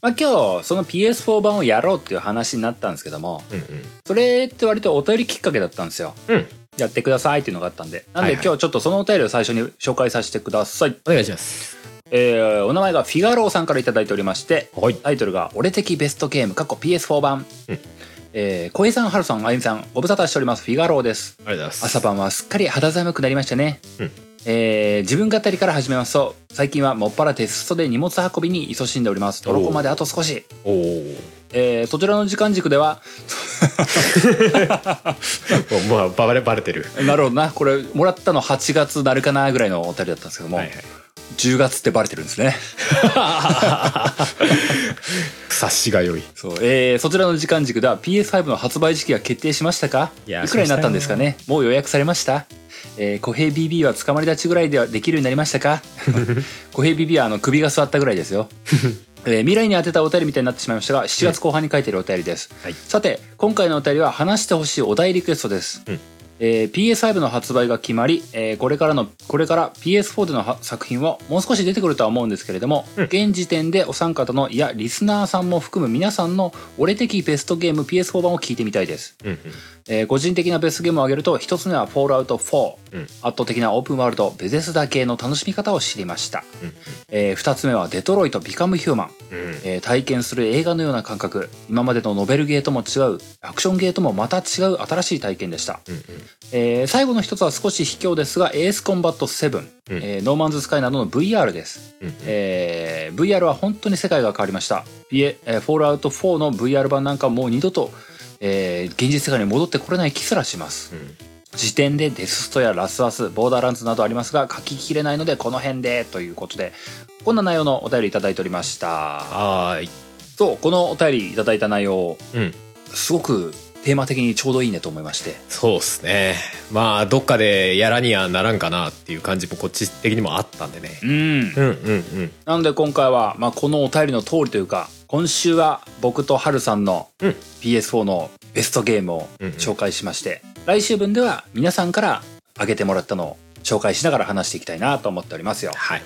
A: まあ、今日その PS4 版をやろうっていう話になったんですけども
B: うん、うん
A: それって割とお便りきっかけだったんですよ
B: うん
A: やってくださいっていうのがあったんでなん
B: はい
A: で
B: は
A: 今
B: い
A: 日ちょっとそのお便りを最初に紹介させてください、
B: お願いします
A: えーお名前がフィガローさんから頂いておりまして
B: はい
A: タイトルが「俺的ベストゲーム」過去 PS4 版、
B: うん
A: えー小平さんはるさんあゆみさんご無沙汰しておりますフィガローです
B: ありがとうございます
A: 朝晩はすっかり肌寒くなりましたね、
B: うん
A: えー自分語りから始めますと最近はもっぱらテストで荷物運びに勤しんでおりますトロコまであと少し
B: お お
A: えーそちらの時間軸では
B: まあバレバレてる
A: なるほどなこれもらったの8月なるかなぐらいのお便りだったんですけども、
B: はいはい
A: 10月ってバレてるんですね
B: 察しが良い
A: そう、えーそちらの時間軸では PS5 の発売時期が決定しましたか
B: い
A: い
B: や
A: くらになったんですかねもう予約されましたえー、小平 BB は捕まり立ちぐらいではできるようになりました か小平 BB はあの首が座ったぐらいですよ、えー未来に当てたお便りみたいになってしまいましたが7月後半に書いているお便りです、
B: はい
A: さて今回のお便りは話してほしいお題リクエストです、
B: うん
A: えー PS5 の発売が決まり、えーこれからのこれから PS4 でのは作品はもう少し出てくるとは思うんですけれども、
B: うん
A: 現時点でお三方のいやリスナーさんも含む皆さんの俺的ベストゲーム PS4 版を聞いてみたいです、
B: うんうん
A: えー個人的なベストゲームを挙げると一つ目は「フォールアウト4」
B: うん
A: 圧倒的なオープンワールドベゼスダ系の楽しみ方を知りました、
B: うん
A: えー二つ目は「デトロイト・ビカム・ヒューマン」
B: うん
A: えー体験する映画のような感覚今までのノベルゲーとも違うアクションゲーともまた違う新しい体験でした、
B: うん
A: えー最後の一つは少し卑怯ですがエースコンバット7、えーノーマンズスカイなどの VR です、
B: うん
A: えー VR は本当に世界が変わりましたいええーフォールアウト4の VR 版なんかもう二度と、えー現実世界に戻ってこれない気すらします
B: うん
A: 時点でデスストやラスアスボーダーランズなどありますが書ききれないのでこの辺でということでこんな内容のお便りいただいておりました
B: はーい
A: そうこのお便りいただいた内容
B: うん
A: すごくテーマ的にちょうどいいねと思いまして
B: そうっすねまあどっかでやらにはならんかなっていう感じもこっち的にもあったんでね
A: うん
B: うんうん
A: なので今回は、まあ、このお便りの通りというか今週は僕とハルさんの
B: うん
A: PS4 のベストゲームを
B: うんうん
A: 紹介しまして、来週分では皆さんから挙げてもらったのを紹介しながら話していきたいなと思っておりますよ
B: はい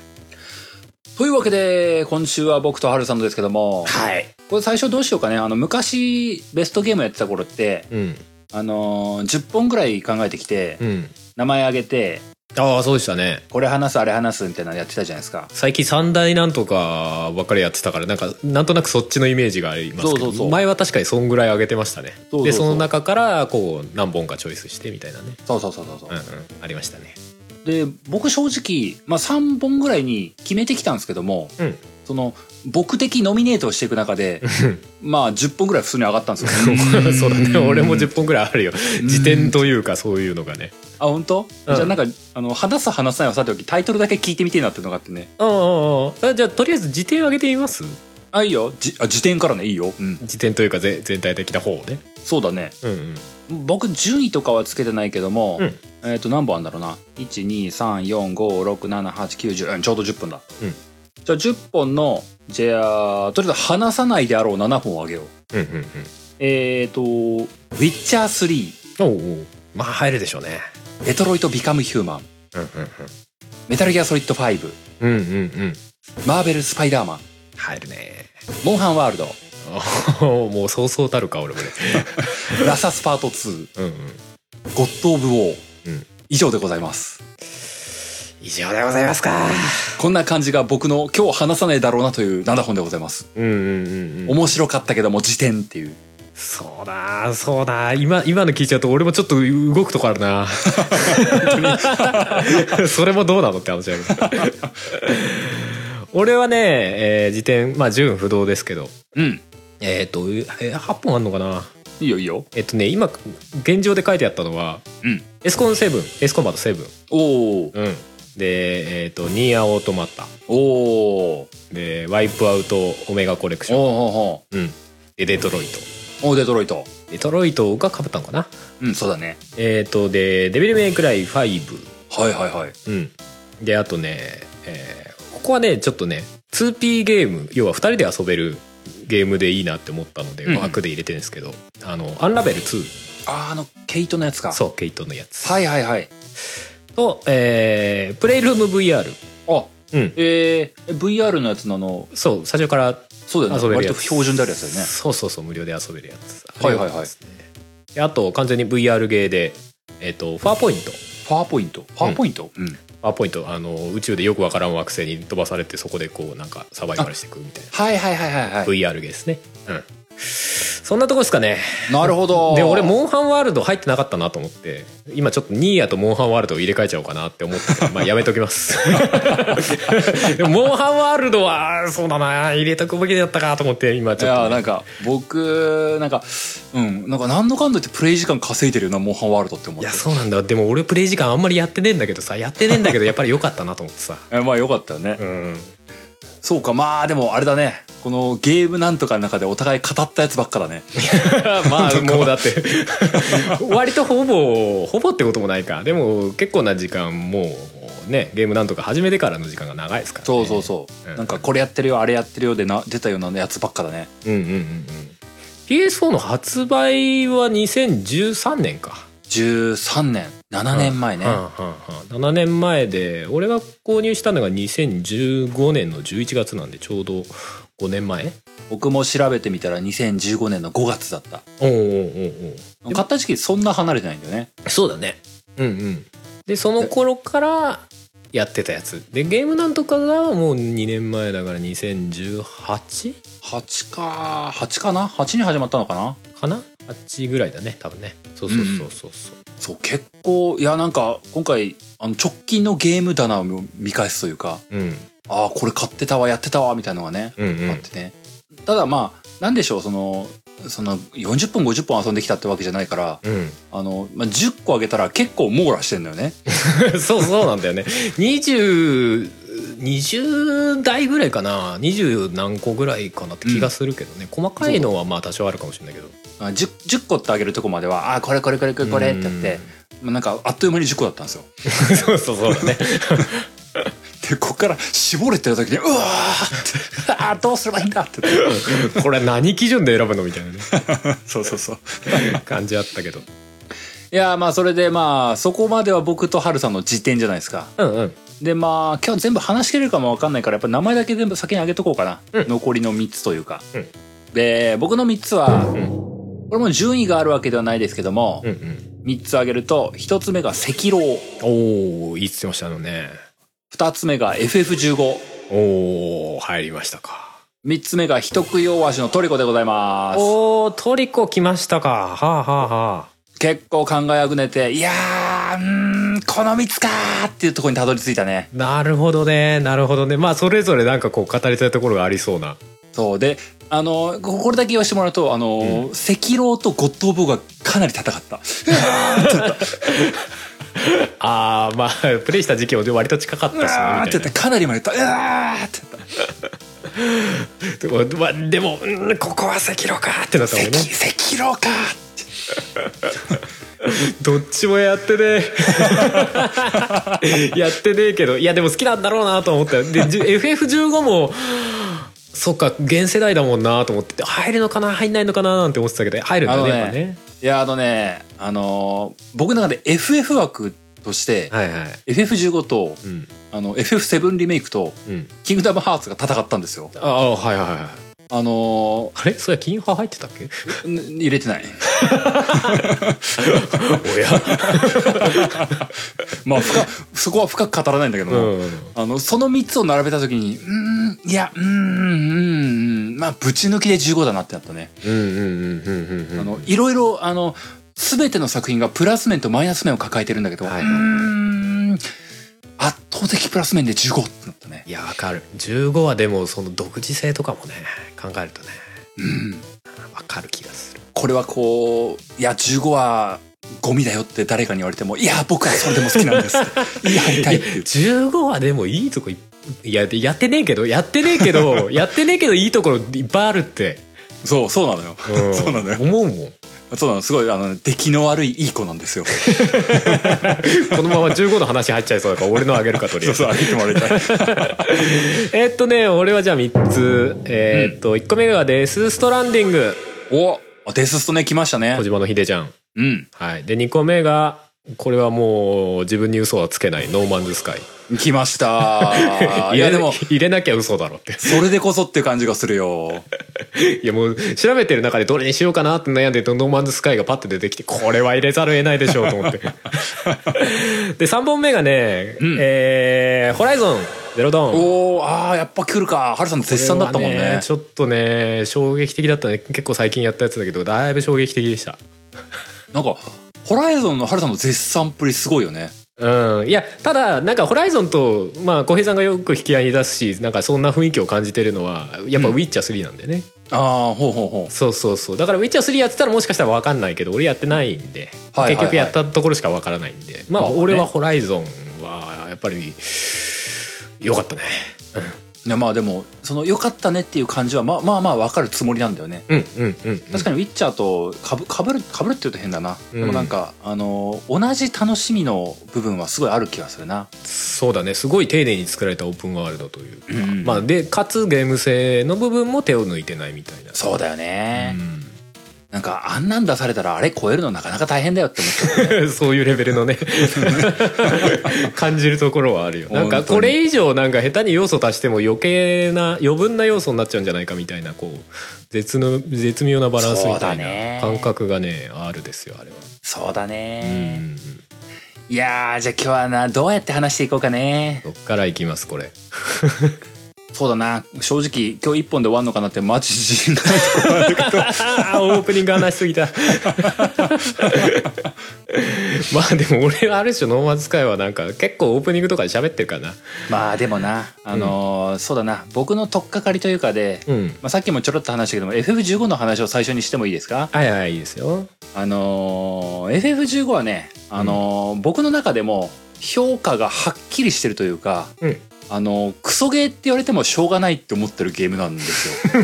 A: というわけで今週は僕とハルさんのですけども
B: はい
A: これ最初どうしようかねあの昔ベストゲームやってた頃って、
B: うん
A: あのー10本ぐらい考えてきて、
B: うん
A: 名前挙げて
B: ああそうでしたね
A: これ話すあれ話すみたいなのやってたじゃないですか
B: 最近三大なんとかばっかりやってたからなんかなんとなくそっちのイメージがありますけど
A: そうそうそう
B: 前は確かにそんぐらい上げてましたね
A: そうそうそう
B: でその中からこう何本かチョイスしてみたいなね
A: そうそうそうそうそう
B: うんうんありましたね
A: で僕正直、まあ、3本ぐらいに決めてきたんですけども
B: うん
A: その僕的ノミネートをしていく中 でまあ10本ぐらい普通に上がったんですよ
B: そうだね俺も10本ぐらいあるよ辞典というかそういうのがね
A: あ本当、
B: うん
A: じゃあなんかあの話す話さないはさておきタイトルだけ聞いてみてえなっていうのがあってね
B: うんうんうんあじゃあとりあえず辞典上げてみます
A: あいいよじあ辞典からねいいよ、うん、
B: 辞典というかぜ全体的な方をね
A: そうだね
B: うんうん
A: 僕順位とかはつけてないけども、
B: うん
A: えっ、と何本あんだろうな12345678910、うん、ちょうど10分だ、
B: うん
A: じゃあ10本のじゃあとりあえず話さないであろう7本をあげよう
B: うんうんうん
A: えっ、と「ウィッチャー3
B: おうおうまあ入るでしょうね」
A: 「デトロイト・ビカム・ヒューマン」
B: うんうん
A: 「メタルギア・ソリッド5」
B: うんうんうんうん
A: 「マーベル・スパイダーマン」
B: 入るね
A: 「モンハン・ワールド」
B: おー もうそうそうたるか俺もね
A: 「ラサスパート2」
B: うんうん
A: 「ゴッド・オブ・ウォー」
B: うん
A: 以上でございます
B: 以上でございますか
A: こんな感じが僕の今日話さないだろうなという7本でございます、
B: うんうんうんうん
A: 面白かったけども辞典っていう
B: そうだそうだ今今の聞いちゃうと俺もちょっと動くとこあるな それもどうなのって話だけど俺はね、えー、辞典まあ順不動ですけど
A: うん
B: えっ、と、えー、8本あんのかない
A: いよいいよ
B: えっ、とね今現状で書いてあったのは
A: うん
B: エスコン7エスコンバート7
A: おお
B: うんでえっ、とニーアオートマッタ
A: おお
B: でワイプアウトオメガコレクシ
A: お
B: ョン、
A: お
B: うん、でデトロイト
A: おデトロイト
B: デトロイトがかぶったのかな
A: うんそうだね
B: えっ、とでデビルメイクライ5、
A: はいはいはい
B: うん、であとね、えーここはねちょっとね 2P ゲーム要は2人で遊べるゲームでいいなって思ったので
A: うん
B: 枠で入れてるんですけど、あのアンラベル2
A: あーあの毛糸のやつか
B: そうケイトのやつ
A: はいはいはい
B: と、えープレイルーム VR
A: あ
B: うん
A: えー、VR のやつのあの
B: そう最初から
A: そうだよ
B: 遊
A: ね
B: べる
A: 割
B: や
A: と
B: つ
A: 標準であるやつだよね
B: そうそうそう無料で遊べるやつ
A: はいはいはい
B: ですねであと完全に VR ゲーでえっ、とファーポイント
A: パワーポイントパワーポイントうん、
B: パワーポイントあの宇宙でよくわからん惑星に飛ばされてそこでこうなんかサバイバルしていくみたいな
A: はいはいはいはいはい
B: VR ゲーですねうんそんなとこですかね
A: なるほど
B: で俺モンハンワールド入ってなかったなと思って今ちょっとニーヤとモンハンワールドを入れ替えちゃおうかなって思ってたまあやめときます でもモンハンワールドはそうだな入れとくべきだったかと思って今
A: い
B: ちょっと
A: やーなんか僕なんかうんなんか何度かんだ言ってプレイ時間稼いでるよなモンハンワールドって思っ
B: い
A: て
B: やそうなんだでも俺プレイ時間あんまりやってねえんだけどさやってねえんだけどやっぱり良かったなと思ってさ
A: えまあよかったよね、
B: うん
A: そうかまあでもあれだねこのゲームなんとかの中でお互い語ったやつばっかだね
B: まあもうだって割とほぼほぼってこともないかでも結構な時間もうねゲームなんとか始めてからの時間が長いですから、ね、
A: そうそうそう、
B: うん
A: なんかこれやってるよあれやってるよでな出たようなやつばっかだね
B: ううんうんうんうん PS4 の発売は2013年か
A: 13年7年前ね、
B: うんうんうん7年前で俺が購入したのが2015年の11月なんでちょうど5年前
A: 僕も調べてみたら2015年の5月だった
B: おうおうおうおう
A: 買った時期そんな離れてないんだよね
B: そうだね。うんうん。で、その頃からやってたやつ。で、ゲームなんとかがもう2年前だから 2018?
A: 8か8かな8に始まったのかな
B: かな ?8 ぐらいだね、多分ね。そうそうそうそうそう。
A: そう結構いやなんか今回あの直近のゲーム棚を見返すというか
B: うん。
A: ああこれ買ってたわやってたわみたいなのがね
B: うんうん
A: あってね、ただまあなんでしょうそのその40分50分遊んできたってわけじゃないから
B: う
A: あの、まあ、10個あげたら結構網羅してんだよね
B: ん、 そうそうなんだよね2020代ぐらいかな20何個ぐらいかなって気がするけどね、細かいのはまあ多少あるかもしれないけど
A: あ 10, 10個ってあげるとこまではああこれこれこれこれこれってやってまあなんかあっという間に10個だったんですよ
B: うんそうそうそうだ ね
A: でこっから絞れてる時にうわーって あーどうすればいいんだって
B: これ何基準で選ぶのみたいなね
A: そうそうそう
B: 感じあったけど
A: いやーまあそれでまあそこまでは僕とハルさんの時点じゃないですか
B: うんうん
A: でまあ今日全部話し切れるかもわかんないからやっぱ名前だけ全部先に上げとこうかな、
B: うん
A: 残りの3つというか、
B: うん
A: で僕の3つは、
B: ん
A: これも順位があるわけではないですけども、
B: うんうん
A: 3つ挙げると1つ目が赤狼
B: おおいいっつってましたのね
A: 2つ目が FF153
B: おお入りましたか
A: つ目が人食い大足のトリコでございます
B: おおトリコ来ましたかはあはあは
A: 結構考えあぐねていやーうーんこの3つかーっていうところにたどり着いたね
B: あなるほどねなるほどねまあそれぞれなんかこう語りたいところがありそうな
A: そうであのここれだけ言わせてもらうとあの、赤狼とゴッド・オブ・ウォーがかなり戦った
B: ああまあプレイした時期は割と近かったし
A: うわ
B: な
A: ーっ
B: み
A: て
B: た
A: 言
B: い
A: ってかなりまで言ったうわーって言った
B: なでもまあでも、うんここは赤色かってなったもんね
A: 赤老か
B: どっちもやって ねえやってねえけどいやでも好きなんだろうなと思ったよでじゅ FF15 もそっか現世代だもんなと思ってて入るのかな入んないのかななんて思ってたけど入るん
A: あ
B: だ
A: の
B: ね
A: ね
B: やっぱね
A: いやあのねあのー僕の中で FF 枠として、
B: はいはい
A: FF15 と
B: うん
A: あの FF7 リメイクと
B: うん
A: キングダムハーツが戦ったんですよ
B: ああはいはいはい
A: あの
B: あれそれ金派入ってたっけ
A: ー ん入れてない
B: おや
A: まあ深くそこは深く語らないんだけど
B: う
A: も、
B: ん
A: あのその3つを並べた時にうーんいやうーんうーんまあぶち抜きで15だなってなったね、
B: うんうんうんうんうんうん
A: あのいろいろあの全ての作品がプラス面とマイナス面を抱えてるんだけど、
B: はいう
A: ーん圧倒的プラス面で15ってなったね
B: いやわかる15はでもその独自性とかもね考えるとね
A: うん
B: わかる気がする
A: これはこういや15はゴミだよって誰かに言われてもいや僕はそれでも好きなんですって いやりたいっていう
B: 15はでもいいとこいいややってねえけどやってねえ けどやってねえけどいいところいっぱいあるって、
A: そうそうなのよ、
B: ん
A: そうなのよ
B: 思うもん
A: そうなのすごいあの出来の悪いいい子なんですよ
B: このまま15の話入っちゃいそうだから俺のあげるかとりあ
A: そ
B: え
A: うそう
B: ず
A: 歩いてもらいたい
B: えーっとね俺はじゃあ3つえーっと1個目がデス・ストランディング
A: おあデスストね来ましたね
B: 小島の秀ちゃん
A: うん
B: はいで2個目がこれはもう自分に嘘はつけないノーマンズスカイ
A: 来ました いやでも
B: 入れなきゃ嘘だろって
A: それでこそっていう感じがするよ
B: いやもう調べてる中でどれにしようかなって悩んでるとノーマンズスカイがパッて出てきてこれは入れざるを得ないでしょうと思ってで3本目がね、
A: うん
B: えーホライゾンゼロドーン
A: おーあーやっぱ来るかハルさん絶賛だったもんね
B: これはちょっとね衝撃的だったね結構最近やったやつだけどだいぶ衝撃的でした
A: なんかホライゾンのハルさんの絶賛っぷりすごいよね
B: うん、いやただなんか「ホライゾンとまあ、浩平さんがよく引き合いに出すしなんかそんな雰囲気を感じてるのはやっぱ「ウィッチャー3」なんだよね、
A: ああほうほうほ
B: そうそうそうだから「ウィッチャー3」やってたらもしかしたら分かんないけど俺やってないんで、
A: はいはいはい
B: 結局やったところしか分からないんでまあ
A: まあね
B: 俺は「ホライゾンはやっぱりよかったね
A: ういやまあでもその良かったねっていう感じはまあまあまあわかるつもりなんだよね
B: うんうんうん
A: 確かにウィッチャーとかぶかぶるかぶるって言うと変だな、
B: うん
A: でもなんかあの同じ楽しみの部分はすごいある気がするな
B: そうだねすごい丁寧に作られたオープンワールドというか、
A: うん
B: まあ、でかつゲーム性の部分も手を抜いてないみたいな
A: そうだよ
B: う
A: ね、
B: ん
A: なんかあんなん出されたらあれ超えるのなかなか大変だよって思っちゃう
B: そういうレベルのね感じるところはあるよなんか
A: 本当に
B: これ以上なんか下手に要素足しても余計な余分な要素になっちゃうんじゃないかみたいなこう絶の絶妙なバランスみた
A: そうだ
B: い
A: ね
B: な感覚がねあるですよあれは、
A: そうだ
B: う
A: ね、
B: ん
A: いやーじゃあ今日はなどうやって話していこうかね
B: どっからいきますこれ
A: そうだな正直今日一本で終わんのかなってマジ自信が ない
B: あー オープニング話しすぎた まあでも俺はある種ノーマンズスカイはなんか結構オープニングとかで喋ってるからな
A: まあでもなあのーそうだな僕の取っかかりというかで、
B: うん
A: まあ、さっきもちょろっと話したけども FF15 の話を最初にしてもいいですか
B: はいはいいいですよ
A: あのー FF15 はね、あのー僕の中でも評価がはっきりしてるというか、
B: うん
A: あのークソゲーって言われてもしょうがないって思ってるゲームなん ですよ。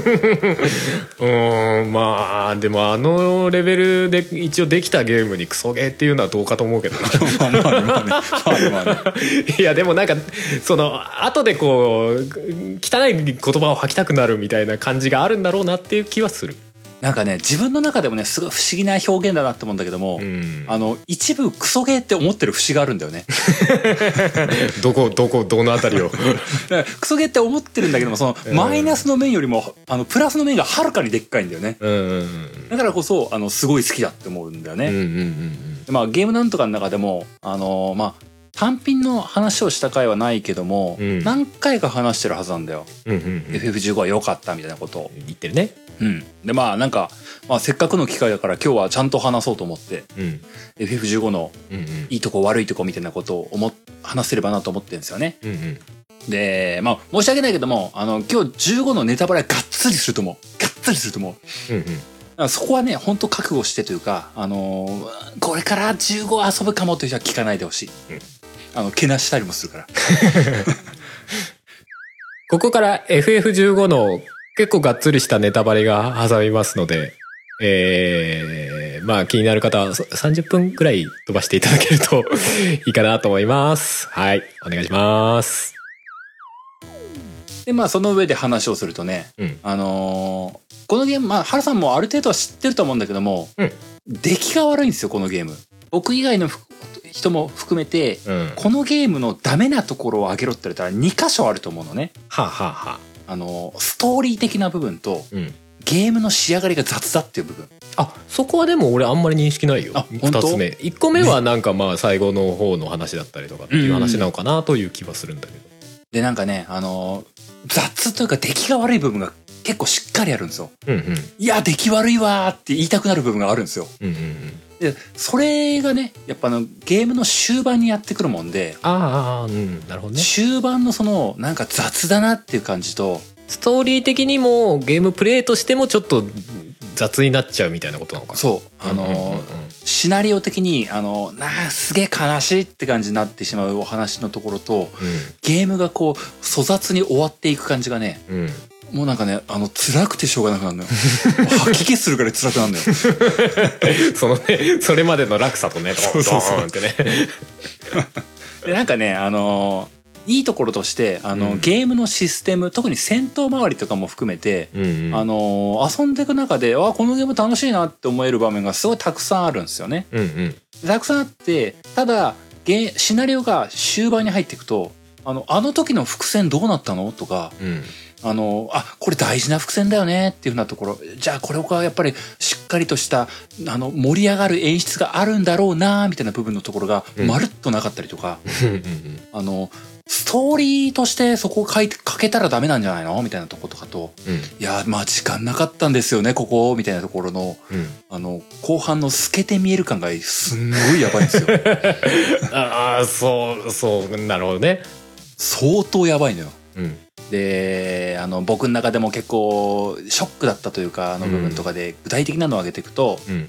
B: うーんまあでもあのレベルで一応できたゲームにクソゲーっていうのはどうかと思うけど
A: まあまあ
B: な
A: ねまあねまあねまあね
B: いやでもなんかその後でこう汚い言葉を吐きたくなるみたいな感じがあるんだろうなっていう気はする
A: なんかね自分の中でもねすごい不思議な表現だなって思うんだけども、
B: うん
A: あの一部クソゲーって思ってる節があるんだよ ね。
B: どこどこどのあたりを
A: だからクソゲーって思ってるんだけどもその
B: うん
A: マイナスの面よりもあのプラスの面がはるかにでっかいんだよね。
B: うんうん
A: だからこそあのすごい好きだって思うんだよね。
B: うんうんうんうん
A: でまあ、ゲームなんとかの中でも、あのーまあ、単品の話をした回はないけども、
B: うん
A: 何回か話してるはずなんだよ、
B: うんうんうん
A: FF15 は良かったみたいなことを、
B: 言ってるね
A: うん、でまあなんか、まあ、せっかくの機会だから今日はちゃんと話そうと思って
B: うん
A: FF15 の
B: うんうん
A: いいとこ悪いとこみたいなことを思っ話せればなと思ってるんですよね
B: うんうん
A: でまあ申し訳ないけどもあの今日15のネタバレはがっつりすると思うがっつりすると思う
B: うんうん
A: あそこはね本当覚悟してというか、あのーこれから15遊ぶかもという人は聞かないでほしい、あのけなしたりもするから
B: ここから FF15 の結構がっつりしたネタバレが挟みますので、えー、まあ気になる方はそ30分くらい飛ばしていただけると いいかなと思います。はい、お願いします。
A: でまあその上で話をするとね、
B: うん
A: あのーこのゲームまあハルさんもある程度は知ってると思うんだけども、
B: うん
A: 出来が悪いんですよこのゲーム僕以外のふ人も含めて
B: うん。は
A: このゲームのダメなところを挙げろって言われたら2箇所あると思うのね
B: あ、はあはあ、
A: あのーストーリー的な部分と
B: うん。
A: ゲームの仕上がりが雑だっていう部分
B: あ、そこはでも俺あんまり認識ないよ。
A: あ本当
B: 二つ目。一個目はなんかまあ最後の方の話だったりとかっていう話なのかなという気はするんだけど。
A: でなんかねあのー雑というか出来が悪い部分が結構しっかりあるんですよ
B: うんうん。
A: いや出来悪いわーって言いたくなる部分があるんですよ
B: うんうんうん。
A: でそれがねやっぱあのゲームの終盤にやってくるもんで、
B: あーあー、うん。なるほどね。
A: 終盤のそのなんか雑だなっていう感じと
B: ストーリー的にもゲームプレイとしてもちょっと雑になっちゃうみたいなことなのかな
A: そうあのー、シナリオ的にあのーなあすげえ悲しいって感じになってしまうお話のところとゲームがこう粗雑に終わっていく感じがね
B: うんうんうん
A: もうなんかねあの辛くてしょうがなくなるのよ 吐き気するからい辛くなるのよ
B: そのねそれまでの落差とねド
A: うそうそう
B: ーンってね
A: でなんかねあのーいいところとしてあの、
B: うん
A: ゲームのシステム特に戦闘周りとかも含めて、
B: うん
A: あのー遊んでいく中であこのゲーム楽しいなって思える場面がすごいたくさんあるんですよね。
B: うんうん
A: たくさんあってただゲーシナリオが終盤に入っていくとあのあの時の伏線どうなったのとか
B: うん
A: あのあこれ大事な伏線だよねっていうふうなところじゃあこれがやっぱりしっかりとしたあの盛り上がる演出があるんだろうなみたいな部分のところが
B: うん
A: まるっとなかったりとか、
B: うんうん
A: あのストーリーとしてそこを書いて書けたらダメなんじゃないのみたいなとことかと
B: うん
A: いやまあ時間なかったんですよねここみたいなところの
B: うん
A: あの後半の透けて見える感がすんごいやばいんです よ。
B: ああそうそうなるほどね
A: 相当やばいのよ
B: うん
A: であの僕の中でも結構ショックだったというかあの部分とかで具体的なのを挙げていくと、
B: うん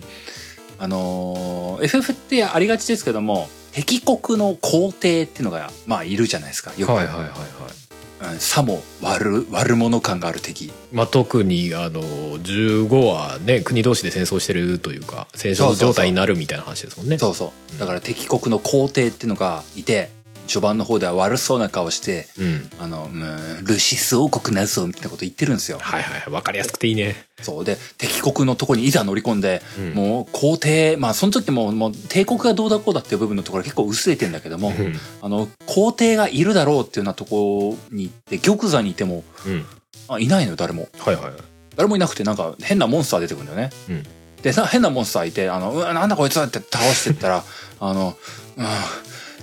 A: あのー FF ってありがちですけども敵国の皇帝っていうのがまあいるじゃないですかよく、
B: はいはいはいはい
A: うんさも悪悪者感がある敵
B: まあ特にあの15はね国同士で戦争してるというか戦争状態になるみたいな話ですもんね
A: そうそうだから敵国の皇帝っていうのがいて序盤の方では悪そうな顔して
B: うん
A: あのうんルシス王国なぞみたいなこと言ってるんですよ
B: はいはいはいわかりやすくていいね
A: そうで敵国のとこにいざ乗り込んで、
B: うん
A: もう皇帝まあその時ももう帝国がどうだこうだっていう部分のところは結構薄れてんだけども、
B: うん
A: あの皇帝がいるだろうっていうようなところに行って玉座にいても
B: うん
A: あいないのよ誰も
B: はいはい
A: 誰もいなくてなんか変なモンスター出てくるんだよね。
B: うん
A: でな変なモンスターいて「あのうわなんだこいつ」って倒してったら 「あのうん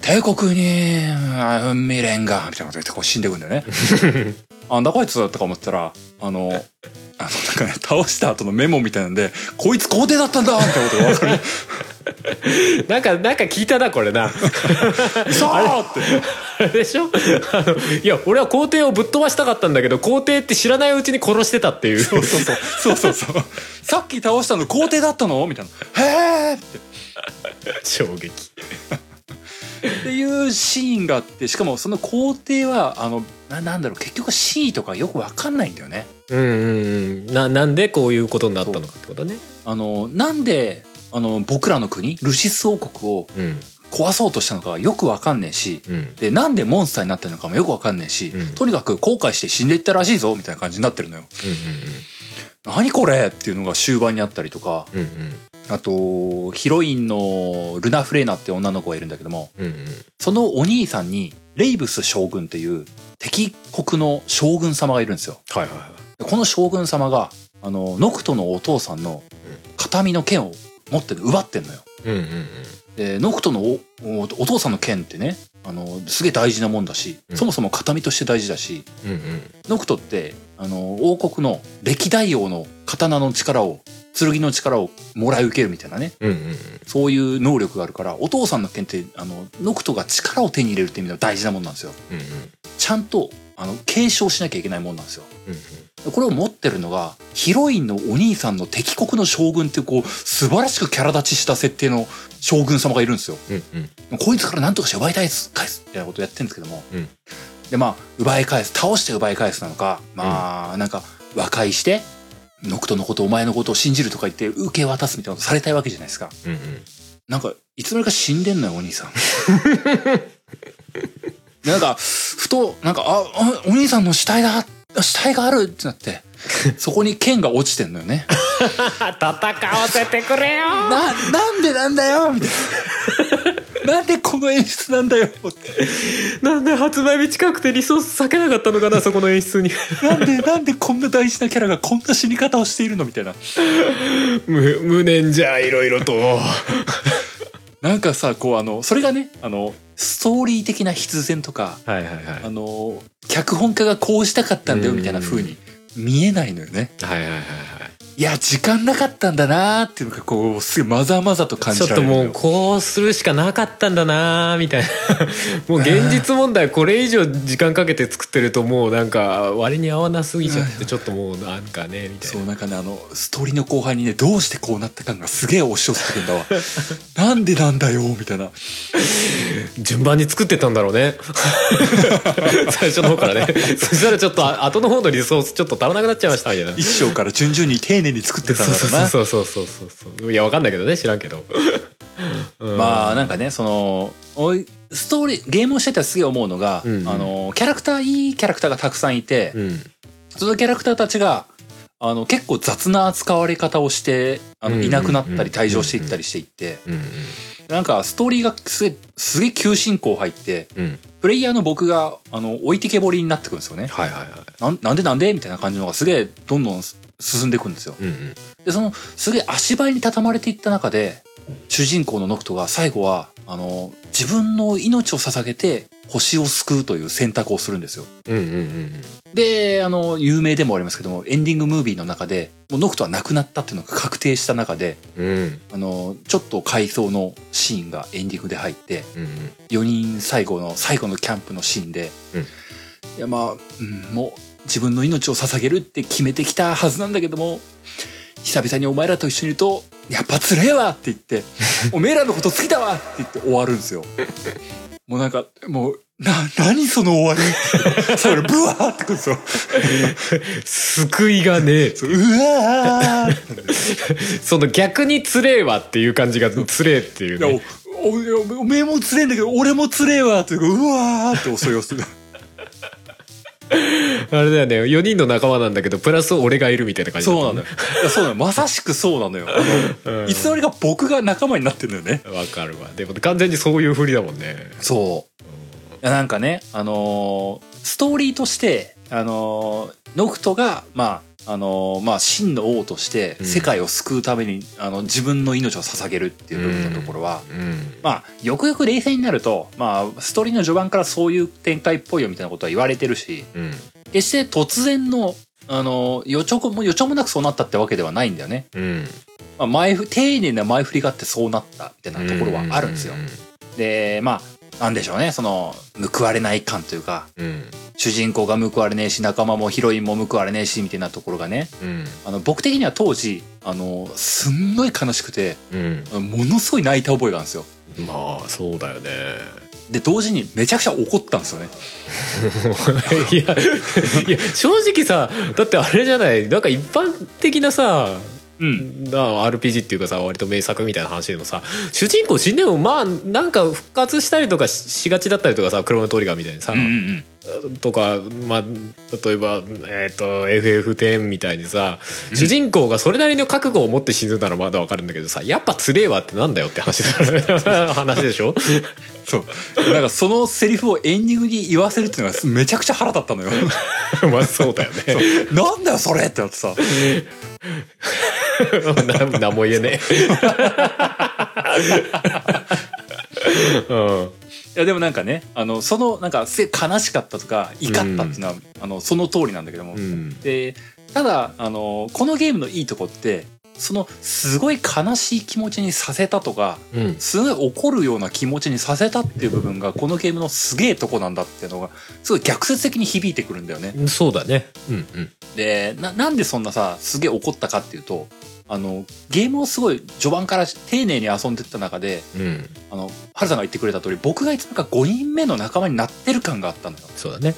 A: 帝国にうん未練が」みたいなこと言ってこう死んでくんだ よね。あんだこいつとか思ったらあの。あのなんかね、倒した後のメモみたいなんで「こいつ皇帝だったんだ!」みたいなことが分かる
B: なんか、なんか聞いたな、これ
A: 「
B: な。
A: そう!」って
B: あれでしょあの、いや、俺は皇帝をぶっ飛ばしたかったんだけど、皇帝って知らないうちに殺してたっていう。
A: そうそうそうそうそうそうさっき倒したの皇帝だったのみたいな「へえ!」
B: 衝撃。
A: っていうシーンがあってしかもその皇帝はあのななんだろう結局真意とかよく分かんないんだよね。
B: うんうんうん。な、なんでこういうことになったのかってことね。
A: あのなんであの僕らの国ルシス王国を
B: うん。
A: 壊そうとしたのかよく分かんねえし
B: うん。
A: でなんでモンスターになってるのかもよく分かんねえし、
B: うん
A: とにかく後悔して死んでいったらしいぞみたいな感じになってるのよ。何これっていうのが終盤にあったりとか
B: うんうん。
A: あとヒロインのルナ・フレーナって女の子がいるんだけども
B: うんうん。うん
A: そのお兄さんにレイブス将軍という敵国の将軍様がいるんですよ。
B: はいはいは
A: この将軍様があのノクトのお父さんの形見の剣を持ってる奪ってんのよ。
B: い。うんうんうん。
A: でノクトのおおお父さんの剣ってねあのすげえ大事なもんだし、
B: うん
A: そもそも形見として大事だし
B: うんうん。
A: ノクトってあの王国の歴代王の刀の力を剣の力をもらい受けるみたいなね
B: うんうんうん。
A: そういう能力があるからお父さんの剣ってあのノクトが力を手に入れるって意味では大事なもんなんですよ。
B: うん
A: ちゃんとああの継承しなきゃいけないもんなんですよ
B: うん
A: これを持ってるのがヒロインのお兄さんの敵国の将軍っていうこう素晴らしくキャラ立ちした設定の将軍様がいるんですよ
B: うんうん
A: こいつから何とかして奪い返す返すみたいなことをやってるんですけども、
B: うん
A: でまあ奪い返す倒して奪い返すなのかまあ、なんか和解してノクトのことお前のことを信じるとか言って受け渡すみたいなことされたいわけじゃないですか
B: うん
A: なんかいつの間にか死んでんのよお兄さん でなんかふとなんかああお兄さんの死体だあ死体があるってなってそこに剣が落ちてんのよね
B: 戦わせてくれよ
A: ななんでなんだよみたいななんでこの演出なんだよって
B: なんで発売日近くてリソース避けなかったのかなそこの演出に
A: なんで、なんでこんな大事なキャラがこんな死に方をしているのみたいな。
B: 無無念じゃいろいろとは
A: なんかさ、こうあの、それがね、あの、ストーリー的な必然とか、
B: いはいはいは
A: あの、脚本家がこうしたかったんだよみたいな風に見えないのよね。
B: いはいはい
A: いや、時間なかったんだなーっていうのがこう、すごいまざまざと感じ
B: ちょ
A: ら
B: っ
A: れ
B: と
A: るのよ。
B: もうこうするしかなかったんだなーみ たいなもう現実問題これ以上時間かけて作ってるともうなんか割に合わなすぎちゃってちょっともうなんかねみたい
A: そ
B: な
A: うなんかねあのストーリーの後半にねどうしてこうなった感がすげえ押し寄せてくるんだ わなんでなんだよみたいな
B: 順番に作ってたんだろう ね最初の方からねそしたらちょっとあ後の方のリソースちょっと足らなくなっちゃいましたみたいな
A: 一章から順々に丁寧に作ってたんだろうな
B: そうそうそうそうそうそういやわかんないけどね知らんけ ど、うん
A: まあなんかねそのおいストーリーゲームをしてたらすげえ思うのが、
B: うんうん
A: あのキャラクターいいキャラクターがたくさんいて、
B: うん
A: そのキャラクターたちがあの結構雑な扱われ方をしてあ
B: うん
A: の
B: うんうん
A: いなくなったり退場していったりしていって、
B: うん
A: なんかストーリーがすげえすげえ急進行入って
B: うん
A: プレイヤーの僕があの置いてけぼりになってくるんですよね。
B: はいはいはい
A: なんなんでなんでみたいな感じのがすげえどんどん進んでいくんですよ。
B: うんうん
A: でそのすげえ足早に畳まれていった中で主人公のノクトが最後はあの自分の命を捧げて星を救うという選択をするんですよ。
B: うんうんうん
A: であの有名でもありますけどもエンディングムービーの中でもうノクトは亡くなったっていうのが確定した中で
B: うんうん
A: あのちょっと回想のシーンがエンディングで入って
B: うん
A: 4人最後の最後のキャンプのシーンで、
B: うん
A: いやまあ、うん、もう自分の命を捧げるって決めてきたはずなんだけども久々にお前らと一緒にいるとやっぱつれえわって言って おめえらのこと好きだわって言って終わるんですよもうなんかもうな何その終わ り最後にブワーってくるんですよ
B: 救いがねえ
A: そううわーって
B: その逆につれえわっていう感じがつれえっていう
A: いや
B: ね
A: おおおおめえもつれえんだけど俺もつれえわっていうかうわーって恐れをす る
B: あれだよね4人の仲間なんだけどプラス俺がいるみたいな感じだっ
A: そ
B: た
A: うな
B: も
A: んの
B: ね
A: よいやそうなのまさしくそうなのよあの
B: うん
A: いつの間にか僕が仲間になってんだよね。
B: わかるわでも完全にそういうふりだもんね
A: そう。なんかね、あのーストーリーとして、あのーノクトが、まあ、あのーまあ、真の王として、
B: うん
A: 世界を救うために、あの、自分の命を捧げるっていう部分のところは、
B: うん
A: まあ、よくよく冷静になると、まあ、ストーリーの序盤からそういう展開っぽいよみたいなことは言われてるし、
B: うん
A: 決して突然の、あのー予兆も、予兆もなくそうなったってわけではないんだよね。
B: うん
A: まあ、前ふ、丁寧な前振りがあってそうなったみたいなところはあるんですよ。でまあなんでしょうねその報われない感というか
B: うん
A: 主人公が報われねえし仲間もヒロインも報われねえしみたいなところがね
B: うん
A: あの僕的には当時あのすんごい悲しくて
B: うん
A: あのものすごい泣いた覚えがあるんですよ
B: まあそうだよね
A: で同時にめちゃくちゃ怒ったんですよね
B: いやいや正直さだってあれじゃないなんか一般的なさ
A: うん
B: な RPG っていうかさ割と名作みたいな話でもさ主人公死んでもまあなんか復活したりとかししがちだったりとかさ車のトリガーみたいにさ、
A: うんうん
B: とか、まあ、例えば、えっと FF10 みたいにさ主人公がそれなりの覚悟を持って死ぬならまだわかるんだけどさやっぱつれえわってなんだよって話だから話でし ょ
A: そうなんかそのセリフをエンディングに言わせるっていうのがめちゃくちゃ腹立ったのよ
B: まあそうだよね
A: なんだよそれってなってさ
B: な何も言えねえ。 うん
A: いやでもなんかねあのそのなんかすげえ悲しかったとか怒ったっていうのは、あのその通りなんだけども、
B: うん
A: でただあのこのゲームのいいとこってそのすごい悲しい気持ちにさせたとか
B: うん
A: すごい怒るような気持ちにさせたっていう部分がこのゲームのすげえとこなんだっていうのがすごい逆説的に響いてくるんだよね。
B: うんそうだねうんうん
A: でななんでそんなさすげえ怒ったかっていうとあのゲームをすごい序盤から丁寧に遊んでった中で
B: うん
A: あのハルさんが言ってくれた通り僕がいつもか5人目の仲間になってる感があったのよ。
B: そうだね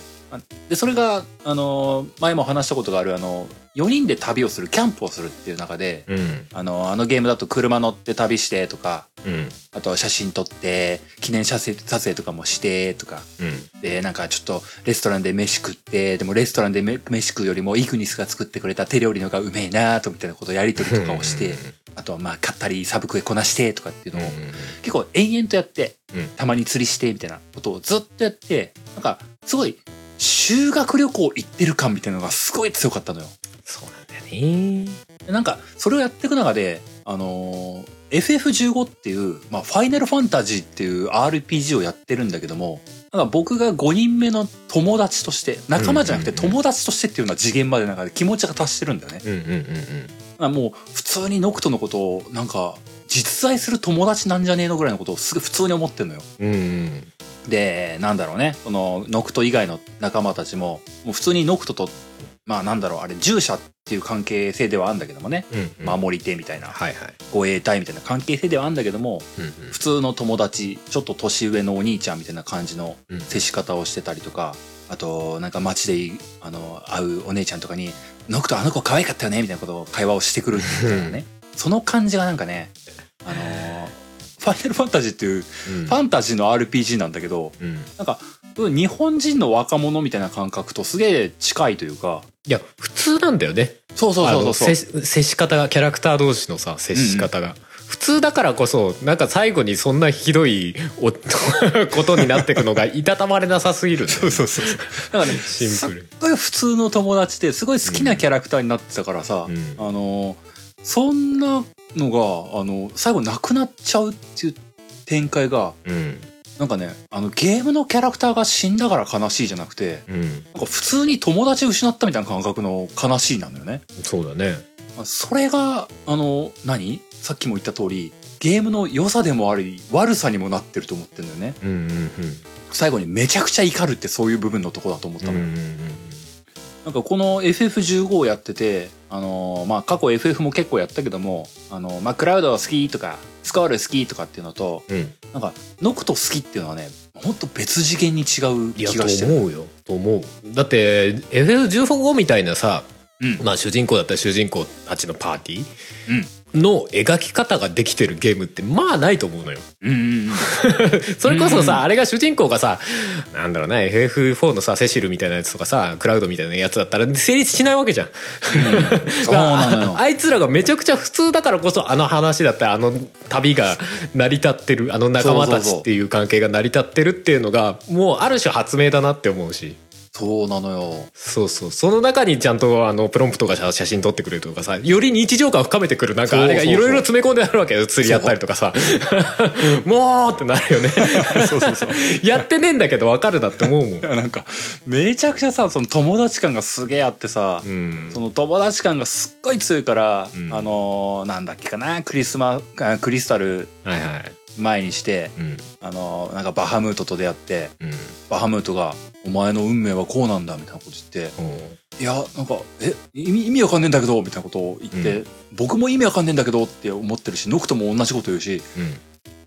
A: でそれがあの前も話したことがあるあの4人で旅をするキャンプをするっていう中で
B: うん
A: あのあのゲームだと車乗って旅してとか
B: うん
A: あとは写真撮って記念写真撮影とかもしてとか
B: うん
A: でなんかちょっとレストランで飯食ってでもレストランでめ飯食うよりもイグニスが作ってくれた手料理の方がうめえなとみたいなことをやり取りとかをしてあとはまあ買ったりサブクエこなしてとかっていう
B: うん
A: のを結構延々とやって、
B: うん
A: たまに釣りしてみたいなことをずっとやってなんかすごい修学旅行行ってる感みたいなのがすごい強かったのよ。
B: そうなんだよね
A: でなんかそれをやっていく中で、あのー FF15 っていう、まあ、ファイナルファンタジーっていう RPG をやってるんだけどもなんか僕が5人目の友達として仲間じゃなくて
B: うんうんうん
A: 友達としてっていうのは次元までなんか気持ちが達してるんだよね。
B: うんうんうんうん
A: まあもう普通にノクトのことをなんか実在する友達なんじゃねえのぐらいのことをすぐ普通に思ってんのよ。
B: うんうん
A: で、なんだろうね、そのノクト以外の仲間たちも、もう普通にノクトと、まあなんだろう、あれ、従者っていう関係性ではあるんだけどもね、
B: うん
A: 守り手みたいな、
B: はいはい
A: 護衛隊みたいな関係性ではあるんだけども、
B: うんうん
A: 普通の友達、ちょっと年上のお兄ちゃんみたいな感じの
B: うん
A: 接し方をしてたりとか、あと、なんか街でい、あの、会うお姉ちゃんとかに、ノクトあの子可愛かったよねみたいなことを会話をしてくるみたいな ね。その感じがなんかね、あのーファイナルファンタジーっていうフ
B: うん
A: ァンタジーの RPG なんだけど、
B: うん
A: なんか、うん日本人の若者みたいな感覚とすげえ近いというか、
B: いや普通なんだよね
A: そうそうそうそう
B: あの接接し方がキャラクター同士のさ接し方が、普通だからこそなんか最後にそんなひどいお ことになってくのがいたたまれなさすぎるそうそうそう
A: だからね、
B: シンプル
A: すっごい普通の友達ですごい好きなキャラクターになってたからさ、
B: うん
A: あのそんなのがあの最後なくなっちゃうっていう展開が
B: うん
A: なんかねあのゲームのキャラクターが死んだから悲しいじゃなくて
B: うん
A: なんか普通に友達失ったみたいな感覚の悲しいなんだよね。
B: そうだね
A: まあそれがあの何さっきも言った通りゲームの良さでもあり悪さにもなってると思ってんだよね。
B: うんうん
A: 最後にめちゃくちゃ怒るってそういう部分のとこだと思っ
B: う
A: た
B: ん
A: の
B: う
A: よ。
B: ん
A: なんかこの FF15 をやってて、あのーまあ、過去 FF も結構やったけども、あのーまあ、クラウド好きとか、スカール好きとかっていうのと、
B: うんうん
A: なんか、ノクト好きっていうのはね、ほんと別次元に違う
B: いや
A: 気がして
B: と
A: る。
B: 思うよと思うだって FF15 みたいなさ、
A: うん。
B: まあ、主人公だったら主人公たちのパーティ
A: うん
B: ーの描き方ができてるゲームってまあないと思うのよ
A: うんうん うん。
B: それこそさ、
A: うん
B: あれが主人公がさなんだろうな FF4 のさセシルみたいなやつとかさクラウドみたいなやつだったら成立しないわけじゃん。
A: そうなのよ
B: あ。あいつらが めちゃくちゃ普通だからこそあの話だったりあの旅が成り立ってるあの仲間たちっていう関係が成り立ってるっていうのがもうある種発明だなって思うし。
A: そうなのよ。
B: そうそうその中にちゃんとあのプロンプトが写写真撮ってくれるとかさより日常感を深めてくるなん
A: そう
B: か
A: そ
B: あ
A: うそう
B: れがいろいろ詰め込んであるわけよ釣りやったりと かさもうってなるよね
A: そうそうそう。
B: やってねえんだけどわかるなって思うもん
A: なんか、めちゃくちゃさ、その友達感がすげえあってさ、
B: うん
A: その友達感がすっごい強いから、
B: うん
A: あのーなんだっけかな、クリスマ、あクリスタル
B: はいはい
A: 前にして、
B: うん
A: あのなんかバハムートと出会って
B: うん
A: バハムートが「お前の運命はこうなんだ」みたいなこと言って「いやなんかえ意味意味わかんねえんだけど」みたいなことを言って、
B: う
A: 僕も意味わかんねえんだけどって思ってるしノクトも同じこと言うし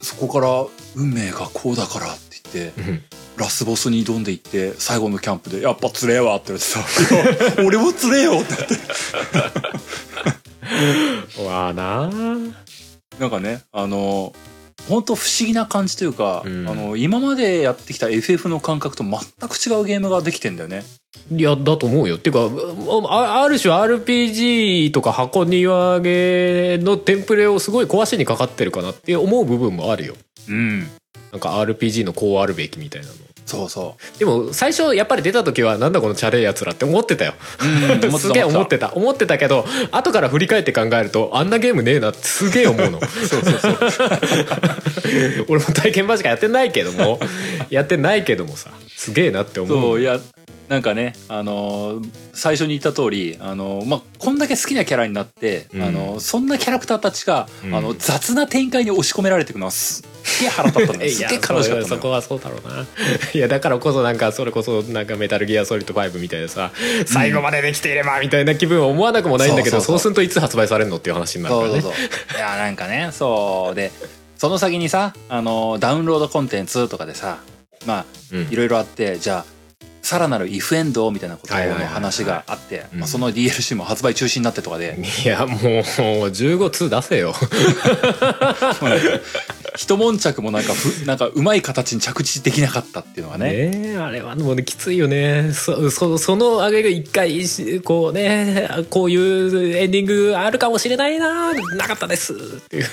A: そこから「運命がこうだから」って言って
B: うん
A: ラスボスに挑んでいって最後のキャンプで「やっぱつれえわ」って言われてさ 「いや俺もつれえよ」ってなって
B: うんわあなあ
A: なんかねあの本当不思議な感じというか、
B: うん
A: あの今までやってきた FF の感覚と全く違うゲームができてんだよね。
B: いやだと思うよっていうかうんあある種 RPG とか箱庭芸のテンプレをすごい壊しにかかってるかなって思う部分もあるよ
A: うん
B: なんか RPG のこうあるべきみたいなの
A: そうそ
B: でも最初やっぱり出た時はなんだこのチャレいやつらって思ってたよ
A: う。うん
B: すげえ思ってた思ってたけど後から振り返って考えるとあんなゲームねえなってすげえ思うの 俺も体験版しかやってないけどもやってないけどもさすげえなって思う
A: そういやなんかね、あのー最初に言った通り、あのーまあ、こんだけ好きなキャラになって、
B: うん
A: あのーそんなキャラクターたちが、
B: うん
A: あの雑な展開に押し込められていくのはすっげえ腹立ったん だよすっげえ悲しかったん
B: そ
A: だ
B: こ
A: よ
B: はそうだろうないやだからこそなんかそれこそなんかメタルギアソリッド5みたいなさ最後までできていればみたいな気分は思わなくもないんだけど、
A: そう
B: そ
A: そううそう
B: するといつ発売されるのっていう話になるか
A: そ
B: ら
A: うそう
B: ね
A: そういやなんかねそうでその先にさ、あのーダウンロードコンテンツとかでさまあ
B: うん
A: いろいろあってじゃあさらなるイフエンドみたいなこと
B: はいはい
A: の
B: はいはい
A: 話があって
B: うん
A: まあその DLC も発売中止になってとかで、
B: いやもう15通出せよ
A: もうなんか 一悶着もなんかふなんかうまい形に着地できなかったっていうのがね
B: ねえあれはもうねきついよねそそそのあれが一回しこうねこういうエンディングあるかもしれないななかったですっていう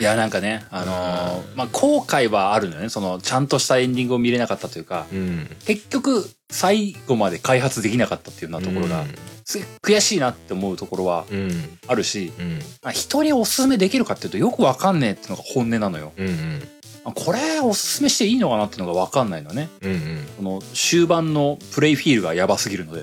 A: いやなんかねあのーまあ後悔はあるのよねそのちゃんとしたエンディングを見れなかったというか
B: うん
A: 結局最後まで開発できなかったっていうようなところが、す悔しいなって思うところは
B: うん
A: あるし、
B: うん
A: まあ、人におすすめできるかっていうとよくわかんねえっていうのが本音なのよ
B: うんうん
A: まあこれおすすめしていいのかなっていうのがわかんないのね
B: うんうん
A: この終盤のプレイフィールがやばすぎるので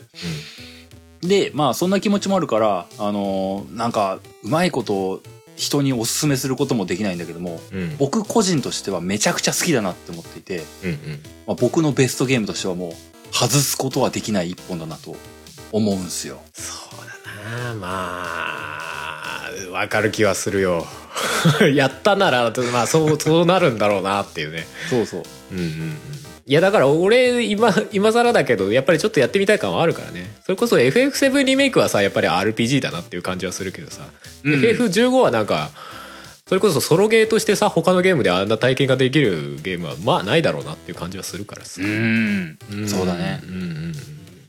A: でまあそんな気持ちもあるからあのーなんかうまいことを人におすすめすることもできないんだけども
B: うんうん
A: 僕個人としてはめちゃくちゃ好きだなって思っていて、
B: うんうん
A: まあ、僕のベストゲームとしてはもう外すことはできない一本だなと思うんすよ。
B: そうだなまあわかる気はするよやったならまあそうそうなるんだろうなっていうね
A: そうそう。
B: うんうんうんいやだから俺今今更だけどやっぱりちょっとやってみたい感はあるからねそれこそ FF7 リメイクはさやっぱり RPG だなっていう感じはするけどさ、
A: うん
B: FF15 はなんかそれこそソロゲーとしてさ他のゲームであんな体験ができるゲームはまあないだろうなっていう感じはするからさ、
A: ん。
B: ん
A: そうだね
B: うんうんうん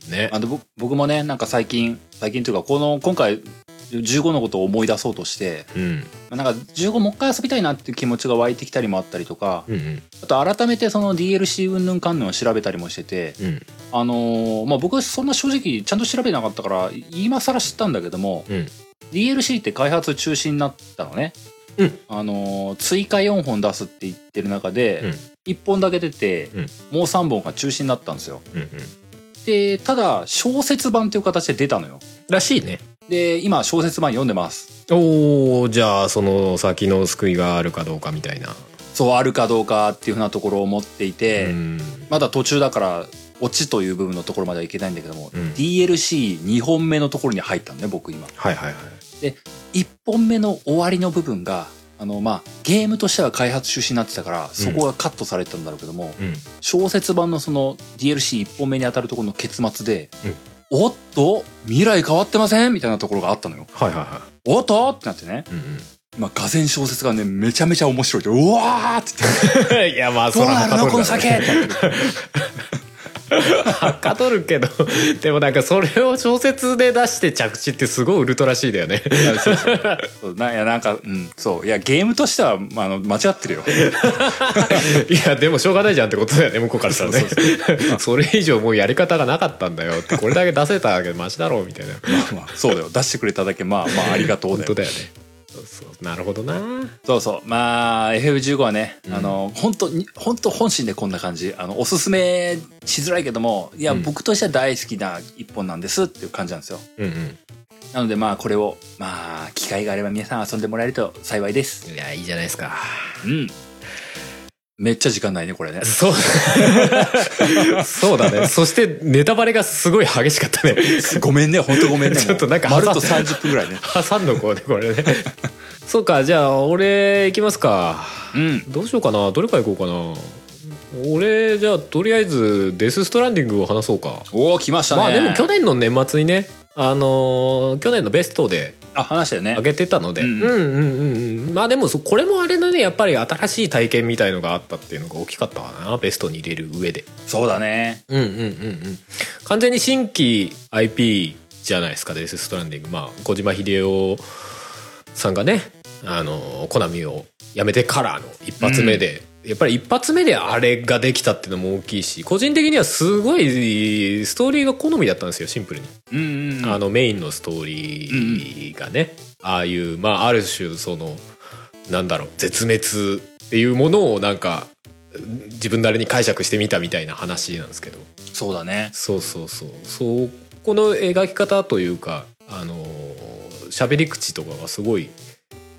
B: ね
A: あでぼ僕もねなんか最近最近というかこの今回15のことを思い出そうとして
B: うん
A: なんか15もう一回遊びたいなっていう気持ちが湧いてきたりもあったりとか
B: うんうん
A: あと改めてその DLC 云々観念を調べたりもしてて
B: うん
A: あのーまあ僕はそんな正直ちゃんと調べてなかったから今更知ったんだけども、
B: うん
A: DLC って開発中止になったのね、
B: うん
A: あのー追加4本出すって言ってる中で、
B: うん
A: 1本だけ出て、
B: うん
A: もう3本が中止になったんですよ
B: うんうん
A: でただ小説版という形で出たのよ
B: らしいね
A: で今小説版読んでます
B: おおじゃあその先の救いがあるかどうかみたいな、
A: そうあるかどうかっていうふうなところを持っていて、
B: うん
A: まだ途中だからオチという部分のところまではいけないんだけども、
B: うん
A: DLC2 本目のところに入ったのね僕今
B: はいはいはい
A: 1本目の終わりの部分があのまあゲームとしては開発中止になってたからそこがカットされてたんだろうけども、
B: うん
A: 小説版のその DLC1 本目に当たるところの結末で、
B: うん
A: おっと未来変わってませんみたいなところがあったのよ。
B: はいはいは
A: おっとってなってね。
B: い、うんうん
A: まあ、画前小説がね、めちゃめちゃ面白いって、うわーって言って、
B: いやまあ
A: どうなるのこの
B: は
A: 先ってなってる
B: はかどるけど でもなんかそれを小説で出して着地ってすごいウルトラしいだよ ね
A: いやそうそうそうないや、なんか、うん、そう。いや、ゲームとしては、まあ、あの、間違ってるよ。
B: いやでもしょうがないじゃんってことだよね向こうからしたらね
A: そう
B: それ以上もうやり方がなかったんだよってこれだけ出せたわけでマシだろうみたいな
A: まあそうだよ。出してくれただけ、まあ、まあ、ありがとう
B: 本
A: だ
B: 当
A: よ。
B: だよねそうそうなるほどな
A: そうそう。まあ、FF15 はね、
B: うん
A: あの、本当に、本当本心でこんな感じ。あの、おすすめしづらいけども、いや、
B: うん
A: 僕としては大好きな一本なんですっていう感じなんですよ。
B: うんうん
A: なので、まあ、これを、まあ、機会があれば皆さん遊んでもらえると幸いです。
B: いやいいじゃないですか
A: うん。めっちゃ時間ないね、これね。
B: そう。 そうだね。そして、ネタバレがすごい激しかったね。
A: ごめんね、本当ごめんね。もう
B: ちょっとなんか
A: まるっと30分ぐらいね。
B: 挟んどこうね、これね。 そうか、じゃあ、俺、行きますか。
A: うん。
B: どうしようかな。どれから行こうかな。俺、じゃあ、とりあえず、デス・ストランディングを話そうか。
A: おお、来ましたね。
B: まあ、でも、去年の年末にね、あのー去年のベストで
A: あ、話したよね
B: 上。げてたので、
A: う
B: うんんうんうんうん。まあ、でもそ、これもあれだね、やっぱり新しい体験みたいのがあったっていうのが大きかったかな、ベストに入れる上で。
A: そうだね。
B: うんうんうんうん完全に新規 IP じゃないですか「デス・ストランディング」まあ小島秀夫さんがねあのコナミを辞めてからの一発目で、やっぱり一発目であれができたっていうのも大きいし個人的にはすごいストーリーが好みだったんですよシンプルに。
A: うんうんうん。
B: あのメインのストーリーがね、ああいうまあある種そのなんだろう絶滅っていうものをなんか自分なりに解釈してみたみたいな話なんですけど
A: そうだね
B: そうそうそうそうこの描き方というかあの喋り口とかがすごい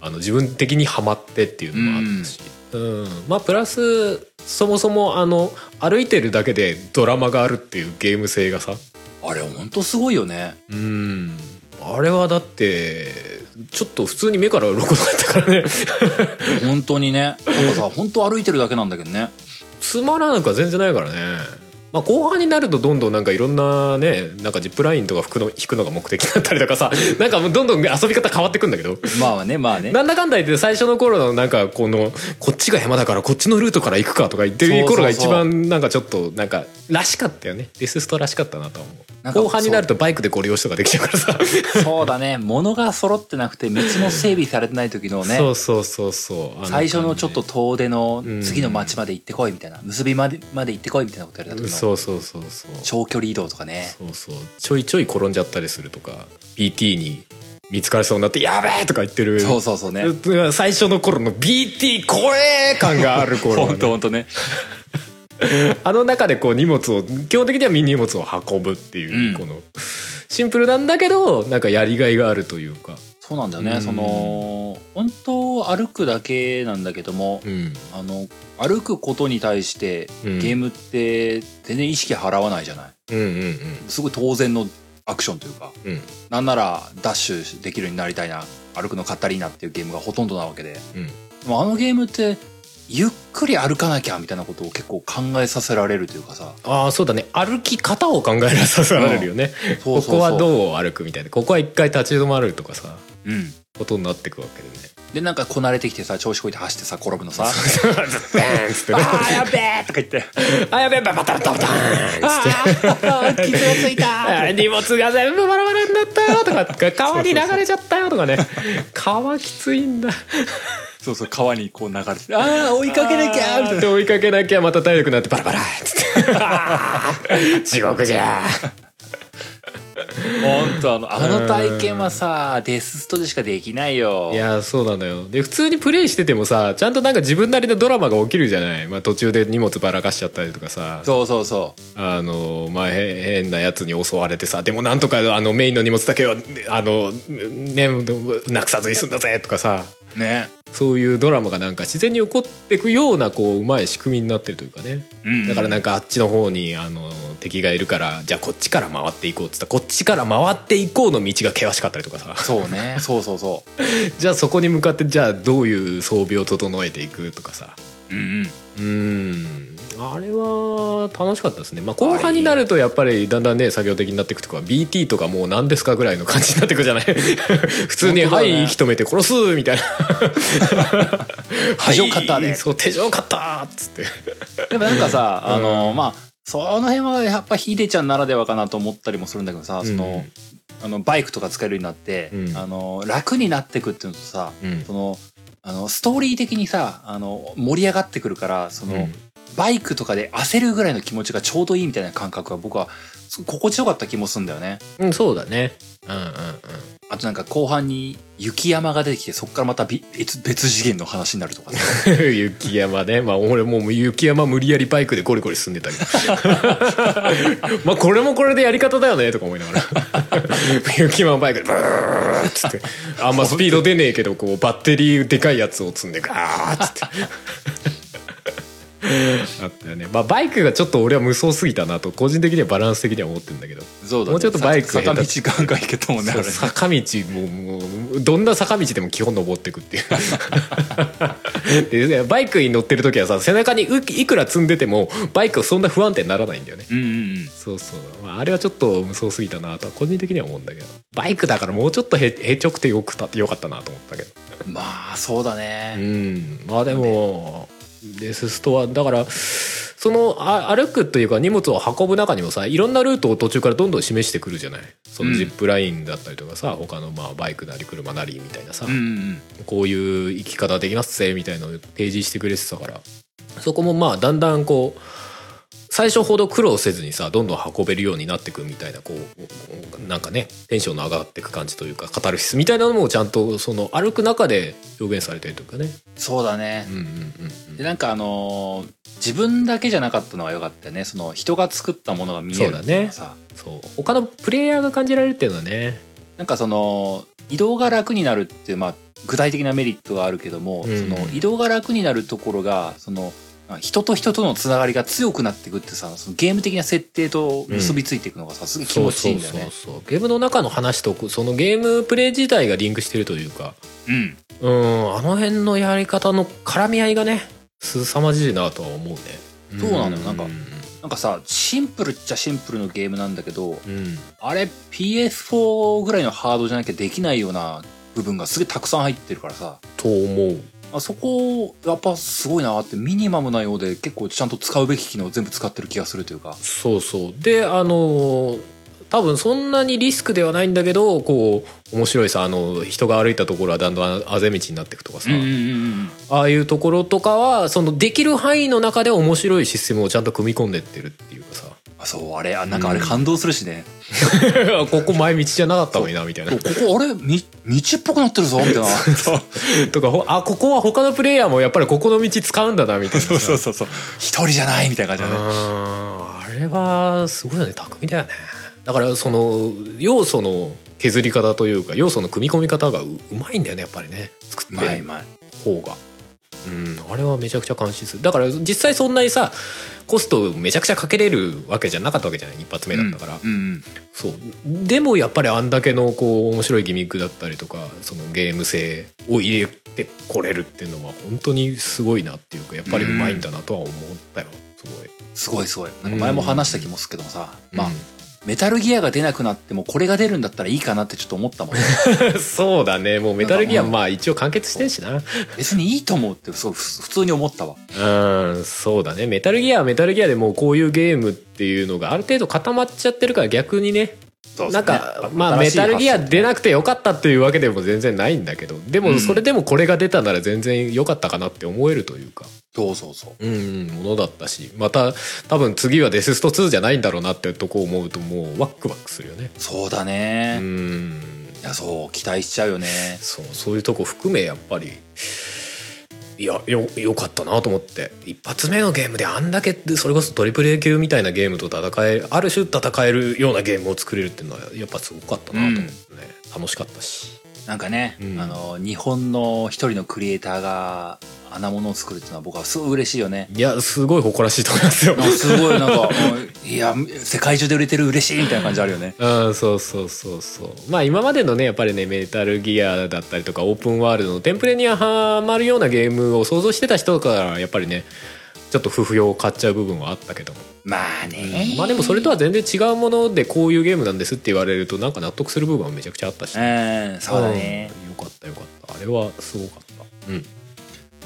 B: あの自分的にはまってっていうのもあるし、うんまあプラスそもそもあの歩いてるだけでドラマがあるっていうゲーム性がさ
A: あれほんとすごいよね
B: うんあれはだってちょっと普通に目から鱗だったからね
A: 本当にねなんかさ本当歩いてるだけなんだけどね
B: つまらなんか全然ないからね、まあ、後半になるとどんどんなんかいろんなねなんかジップラインとか服の引くのが目的だったりとかさ なんかもうどんどん遊び方変わってくんだけど
A: まあねまあ ね
B: なんだかんだ言って最初の頃のなんかこのこっちが山だからこっちのルートから行くかとか言ってる頃が
A: そうそう
B: 一
A: そう
B: 番なんかちょっとなんからしかったよねデスストらしかったなとは思
A: なん
B: う
A: か
B: 後半になるとバイクでご利用しとかできちゃうからさ
A: そうだね物が揃ってなくて道も整備されてない時のね
B: そうそうそうそうあ感じ
A: 最初のちょっと遠出の
B: うん
A: 次の町まで行ってこいみたいな結びまでまで行ってこいみたいなことやるときの
B: そうそうそうそう
A: 長距離移動とかね
B: そうそうちょいちょい転んじゃったりするとか BT に見つかりそうになって「やべえ!」とか言ってる
A: そうそうそうね
B: 最初の頃の BT 怖え感がある 頃、
A: 本当
B: ね、
A: 本当ね
B: あの中でこう荷物を基本的には荷物を運ぶっていう、
A: うん
B: このシンプルなんだけどなんかやりがいがあるというか、
A: そうなんだよ
B: う
A: ね
B: ん
A: その本当歩くだけなんだけども
B: うん、
A: あの歩くことに対して
B: うん
A: ゲームって全然意識払わないじゃない
B: うんうん
A: すごい当然のアクションというか
B: うんうん
A: なんならダッシュできるようになりたいな歩くのカッタリーナっていうゲームがほとんどなわけで
B: うん
A: でもあのゲームってゆっくり歩かなきゃみたいなことを結構考えさせられるというかさ
B: ああそうだね歩き方を考えらさせられるよね、
A: そう
B: ここは
A: う、
B: どう歩くみたいなここは一回立ち止まるとかさ
A: うん、
B: ことになってくわけでね
A: でなんかこなれてきてさ調子こいて走ってさ転ぶの さ
B: バーンっつってね
A: あーやべえとか言って
B: あやべえバタバタバターン っつって
A: あー傷がつい
B: あ
A: た
B: ー荷物が全部バラバラになったよとか川に流れちゃったよとかね川きついんだ
A: そうそう川にこう流れて ああ追いかけなきゃみたい
B: っ
A: な
B: て追いかけなきゃまた体力になってバラバラっつってあ ー地獄じゃ
A: 本当あのあの体験はさデスストでしかできないよ
B: いやーそうなのよで普通にプレイしててもさちゃんとなんか自分なりのドラマが起きるじゃない、まあ、途中で荷物ばらかしちゃったりとかさ
A: そうそうそう
B: あのまあへ変なやつに襲われてさでもなんとかあのメインの荷物だけはあのねなくさずに済んだぜとかさ
A: ね
B: そういうドラマがなんか自然に起こっていくようなこううまい仕組みになってるというかね
A: うん
B: だからなんかあっちの方にあの敵がいるからじゃあこっちから回っていこうっつったらこっちから回っていこうの道が険しかったりとかさ
A: そうね そうそうそ
B: じゃあそこに向かってじゃあどういう装備を整えていくとかさ
A: ううんうん
B: うーんあれは楽しかったですね、まあ、後半になるとやっぱりだんだんね作業的になっていくとか BT とかもう何ですかぐらいの感じになっていくじゃない 普通に「
A: 本当
B: は
A: だよね
B: い息止めて殺す」みたいな「
A: 手錠カッターで
B: そう手錠カッター」っつって
A: でもなんかさ、あの、まあ、その辺はやっぱヒデちゃんならではかなと思ったりもするんだけどさ、その、あの、バイクとか使えるようになって、
B: うん
A: あの、楽になってくっていうのとさ、
B: うん
A: その、あの、ストーリー的にさ、あの、盛り上がってくるから、その、
B: うん
A: バイクとかで焦るぐらいの気持ちがちょうどいいみたいな感覚が僕は、すごい心地よかった気もするんだよね。
B: うんそうだねうんうんうん
A: あとなんか後半に雪山が出てきて、そっからまたび別別次元の話になるとかさ。
B: 雪山ね、まあ、俺もう雪山無理やりバイクでゴリゴリ進んでたけど まあこれもこれでやり方だよねとか思いながら 雪山バイクでブーッつってあんまスピード出ねえけどこうバッテリーでかいやつを積んでガーッつってあったよねまあバイクがちょっと俺は無双すぎたなと個人的にはバランス的には思ってるんだけど
A: そうだね。
B: もうちょっとバイク
A: 坂
B: 下
A: 道
B: 手
A: ガンガン行けたもんね、あ
B: そ
A: れ
B: う
A: ね。
B: 坂道ももうどんな坂道でも基本登ってくっていうでねバイクに乗ってる時はさ背中にういくら積んでてもバイクはそんな不安定にならないんだよね
A: うんうんうん。
B: そうそう、まあ、あれはちょっと無双すぎたなとは個人的には思うんだけどバイクだからもうちょっとへへちょくてよくたよかったなと思ったけど
A: まあそうだ
B: う
A: ね、
B: んまあでもデスストアだからそのあ歩くというか荷物を運ぶ中にもさいろんなルートを途中からどんどん示してくるじゃないそのジップラインだったりとかさ、他のまあバイクなり車なりみたいなさ、
A: うんうん
B: こういう生き方できますぜみたいなのを提示してくれてたからそこもまあだんだんこう最初ほど苦労せずにさどんどん運べるようになってくみたいなこうなんかねテンションの上がってく感じというかカタルシスみたいなのもちゃんとその歩く中で表現されてるというかね
A: そうだね
B: うんうんうん
A: でなんかあのー自分だけじゃなかったのは良かったよねその人が作ったものが見えるっていうのがさ、
B: そう他のプレイヤーが感じられるっていうのはね
A: なんかその移動が楽になるっていう、まあ、具体的なメリットはあるけども、
B: うん
A: その移動が楽になるところがそのまあ人と人とのつながりが強くなっていくってさそのゲーム的な設定と結びついていくのがさ、すごい気持ちいいんだよ
B: そう
A: ね。
B: そうそうそうゲームの中の話とそのゲームプレイ自体がリンクしてるというか
A: うん
B: うんあの辺のやり方の絡み合いがね凄まじいなとは思うね
A: そうなのよなんかなんかさシンプルっちゃシンプルのゲームなんだけど
B: うん
A: あれ PS4 ぐらいのハードじゃなきゃできないような部分がすげえたくさん入ってるからさ
B: と思う
A: あそこやっぱすごいなってミニマムなようで結構ちゃんと使うべき機能を全部使ってる気がするというか
B: そうそうであのー多分そんなにリスクではないんだけどこう面白いさあの人が歩いたところはだんだんあぜ道になっていくとかさ、
A: うん
B: ああいうところとかはそのできる範囲の中で面白いシステムをちゃんと組み込んでってるっていう かさ
A: あそうあれあなんかあれ感動するしね、
B: ここ前道じゃなかったのになみたいな
A: お。ここあれみ道っぽくなってるぞみたいな
B: そうとかほあここは他のプレイヤーもやっぱりここの道使うんだなみたいなさ
A: う そうそう一人じゃないみたいな感じだね
B: あーあれはすごいよね巧みだよねだからその要素の削り方というか要素の組み込み方がううまいんだよねやっぱりね作
A: う
B: っ
A: ま
B: て
A: いう
B: る
A: まい
B: 方がうんあれはめちゃくちゃ感心するだから実際そんなにさコストめちゃくちゃかけれるわけじゃなかったわけじゃない一発目だったから、
A: うんうん
B: そうでもやっぱりあんだけのこう面白いギミックだったりとかそのゲーム性を入れてこれるっていうのは本当にすごいなっていうかやっぱりうまいんだなとは思ったよすごい。
A: すごいすごいなんか前も話した気もするけどもさ、まあ
B: うん
A: メタルギアが出なくなってもこれが出るんだったらいいかなってちょっと思ったもんね
B: そうだねもうメタルギア
A: なんか
B: まあ一応完結してんしな
A: 別にいいと思うってそうふ普通に思ったわ
B: うんそうだねメタルギアはメタルギアでもうこういうゲームっていうのがある程度固まっちゃってるから逆にねなんかまあメタルギア出なくてよかったっていうわけでも全然ないんだけどで
A: う
B: も
A: ん
B: それでもこれが出たなら全然良かったかなって思えるというか
A: そうそうそう
B: うんうんものだったしまた多分次はデススト2じゃないんだろうなってとこ思うともうワックワクするよね
A: そうだ
B: う
A: ね、
B: ん
A: いやそう期待しちゃうよね
B: そうそういうとこ含めやっぱりいやよよかったなと思って一発目のゲームであんだけそれこそトリプル A 級みたいなゲームと戦えある種戦えるようなゲームを作れるっていうのはやっぱすごかったなと思ってね、楽しかったし
A: なんかね、
B: うん
A: あの日本の一人のクリエイターがあんなものを作るっていうのは僕はすごい嬉しいよね
B: いやすごい誇らしいと思いますよ
A: なんかすごい なんかうんいや世界中で売れてる嬉しいみたいな感じあるよね
B: うん、そうそうそうそうまあ今までのねやっぱりねメタルギアだったりとかオープンワールドのテンプレにはまるようなゲームを想像してた人からやっぱりねちょっと不評を買っちゃう部分はあったけども、
A: まあね
B: まあでもそれとは全然違うものでこういうゲームなんですって言われるとなんか納得する部分はめちゃくちゃあったし、
A: うんそうだね、
B: うんよかったよかったあれはすごかったうん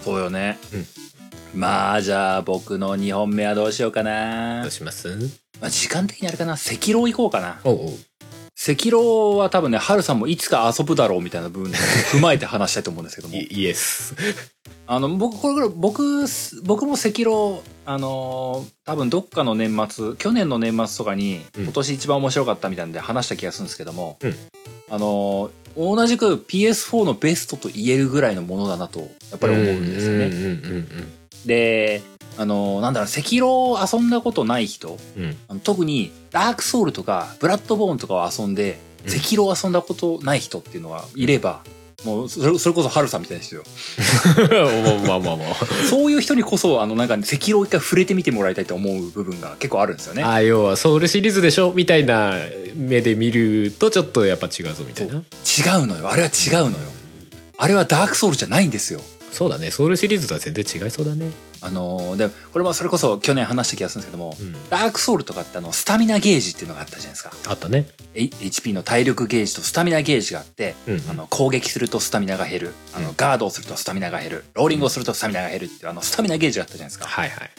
A: そうよね、まあじゃあ僕の2本目はどうしようかな
B: どう、します
A: まあ、時間的にあれかな赤狼行こうかな
B: おうおう
A: 赤狼は多分ねハルさんもいつか遊ぶだろうみたいな部分を踏まえて話したいと思うんですけども
B: イイエス
A: あの、僕、これから、僕す、僕も赤狼、あのー多分どっかの年末、去年の年末とかに、
B: うん
A: 今年一番面白かったみたいなんで話した気がするんですけども、
B: うん
A: あのー同じく PS4 のベストと言えるぐらいのものだなと、やっぱり思うんですよね。
B: うんうんうん
A: で、あのーなんだろう、赤狼を遊んだことない人、
B: うんうん
A: あの特にダークソウルとかブラッドボーンとかを遊んで、
B: うん
A: 赤狼を遊んだことない人っていうのがいれば、もうそれ、それこそハルさんみたいな人よ。
B: まあまあまあ
A: そういう人にこそ、あの、なんか、赤狼を一回触れてみてもらいたいと思う部分が結構あるんですよね。
B: ああ要はソウルシリーズでしょみたいな目で見るとちょっとやっぱ違うぞみたいな
A: 違うのよ。あれは違うのよ。あれはダークソウルじゃないんですよ。
B: そうだねソウルシリーズとは全然違いそうだね
A: あのーで、これもそれこそ去年話した気がするんですけども、
B: うん
A: ダークソウルとかってあの、スタミナゲージっていうのがあったじゃないですか。
B: あったね
A: H- HP の体力ゲージとスタミナゲージがあって、
B: うん
A: あの、攻撃するとスタミナが減る。あの、ガードをするとスタミナが減る。ローリングをするとスタミナが減るっていう、あの、スタミナゲージがあったじゃないですか。
B: はいはい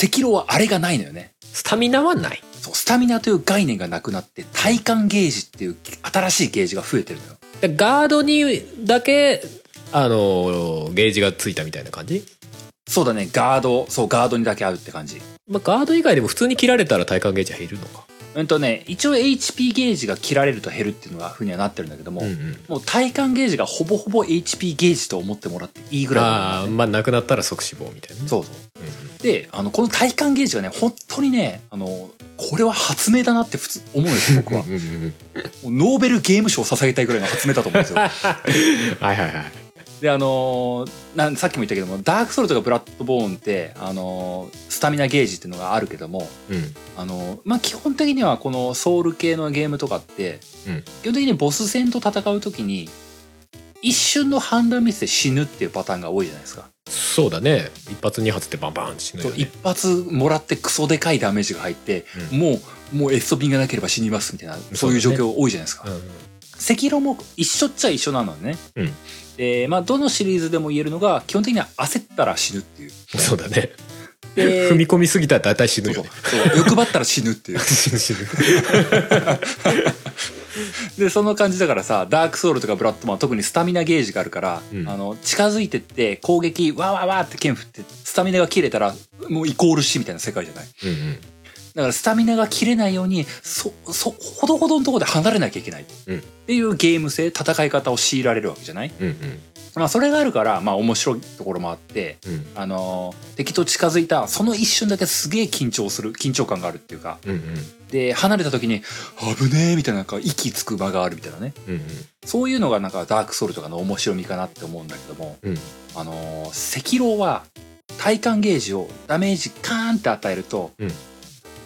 A: 赤狼はあれがないのよね。
B: スタミナはない
A: そう、スタミナという概念がなくなって、体感ゲージっていう新しいゲージが増えてるのよ。
B: だガードにだけあのゲージがついたみたいな感じ
A: そうだね、ガード、そう、ガードにだけ合うって感じ。
B: まあ、ガード以外でも普通に切られたら体感ゲージは減るのか。
A: うんとね一応 HP ゲージが切られると減るっていうのがふうにはなってるんだけども、もう体感ゲージがほぼほぼ HP ゲージと思ってもらっていいぐらい
B: あ
A: な
B: あ、
A: んですね
B: まあ、なくなったら即死亡みたいなね。
A: そうそう、であのこの体感ゲージがね本当にねあのこれは発明だなって普通思うんですよ僕 はも
B: うんうんうん。
A: うノーベルゲーム賞を捧げたいぐらいの発明だと思うんです よ
B: はいはいはい。
A: であのーなんさっきも言ったけどもダークソウルとかブラッドボーンって、あのースタミナゲージっていうのがあるけども、
B: うん。
A: あのまあ、基本的にはこのソウル系のゲームとかって、
B: うん
A: 基本的にボス戦と戦う時に一瞬の判断ミスで死ぬっていうパターンが多いじゃないですか、
B: そうだね。一発二発ってバンバンしない
A: そ
B: よ
A: う
B: ね。
A: 一発もらってクソでかいダメージが入って、
B: う
A: もうもうエストビンがなければ死にますみたいなそういう
B: そ
A: 状
B: うだね
A: 況多いじゃないですか
B: うんうん
A: 赤色も一緒っちゃ一緒なのね、
B: うん
A: でまあ、どのシリーズでも言えるのが基本的には焦ったら死ぬっていう
B: そうだね。
A: で
B: 踏み込みすぎたら大体死
A: そ
B: ぬ
A: うそ
B: よ
A: う
B: ね。
A: そう欲張ったら死ぬっていう
B: 死ぬ死ぬ。
A: でその感じだからさダークソウルとかブラッドマンは特にスタミナゲージがあるから、
B: うん
A: あの近づいてって攻撃わーわーわーって剣振ってスタミナが切れたらもうイコール死みたいな世界じゃない
B: うんうん。
A: だからスタミナが切れないようにそそほどほどのところで離れなきゃいけない、
B: うん
A: っていうゲーム性戦い方を強いられるわけじゃない、
B: うんうん。
A: まあ、それがあるから、まあ、面白いところもあって、
B: うん
A: あのー敵と近づいたその一瞬だけすげえ緊張する緊張感があるっていうか
B: うんうん。
A: で離れた時に危ねえみたいななんか息つく間があるみたいなね
B: うんうん。
A: そういうのがなんかダークソウルとかの面白みかなって思うんだけども、
B: うん
A: あのー赤狼は体感ゲージをダメージカーンって与えると、
B: うん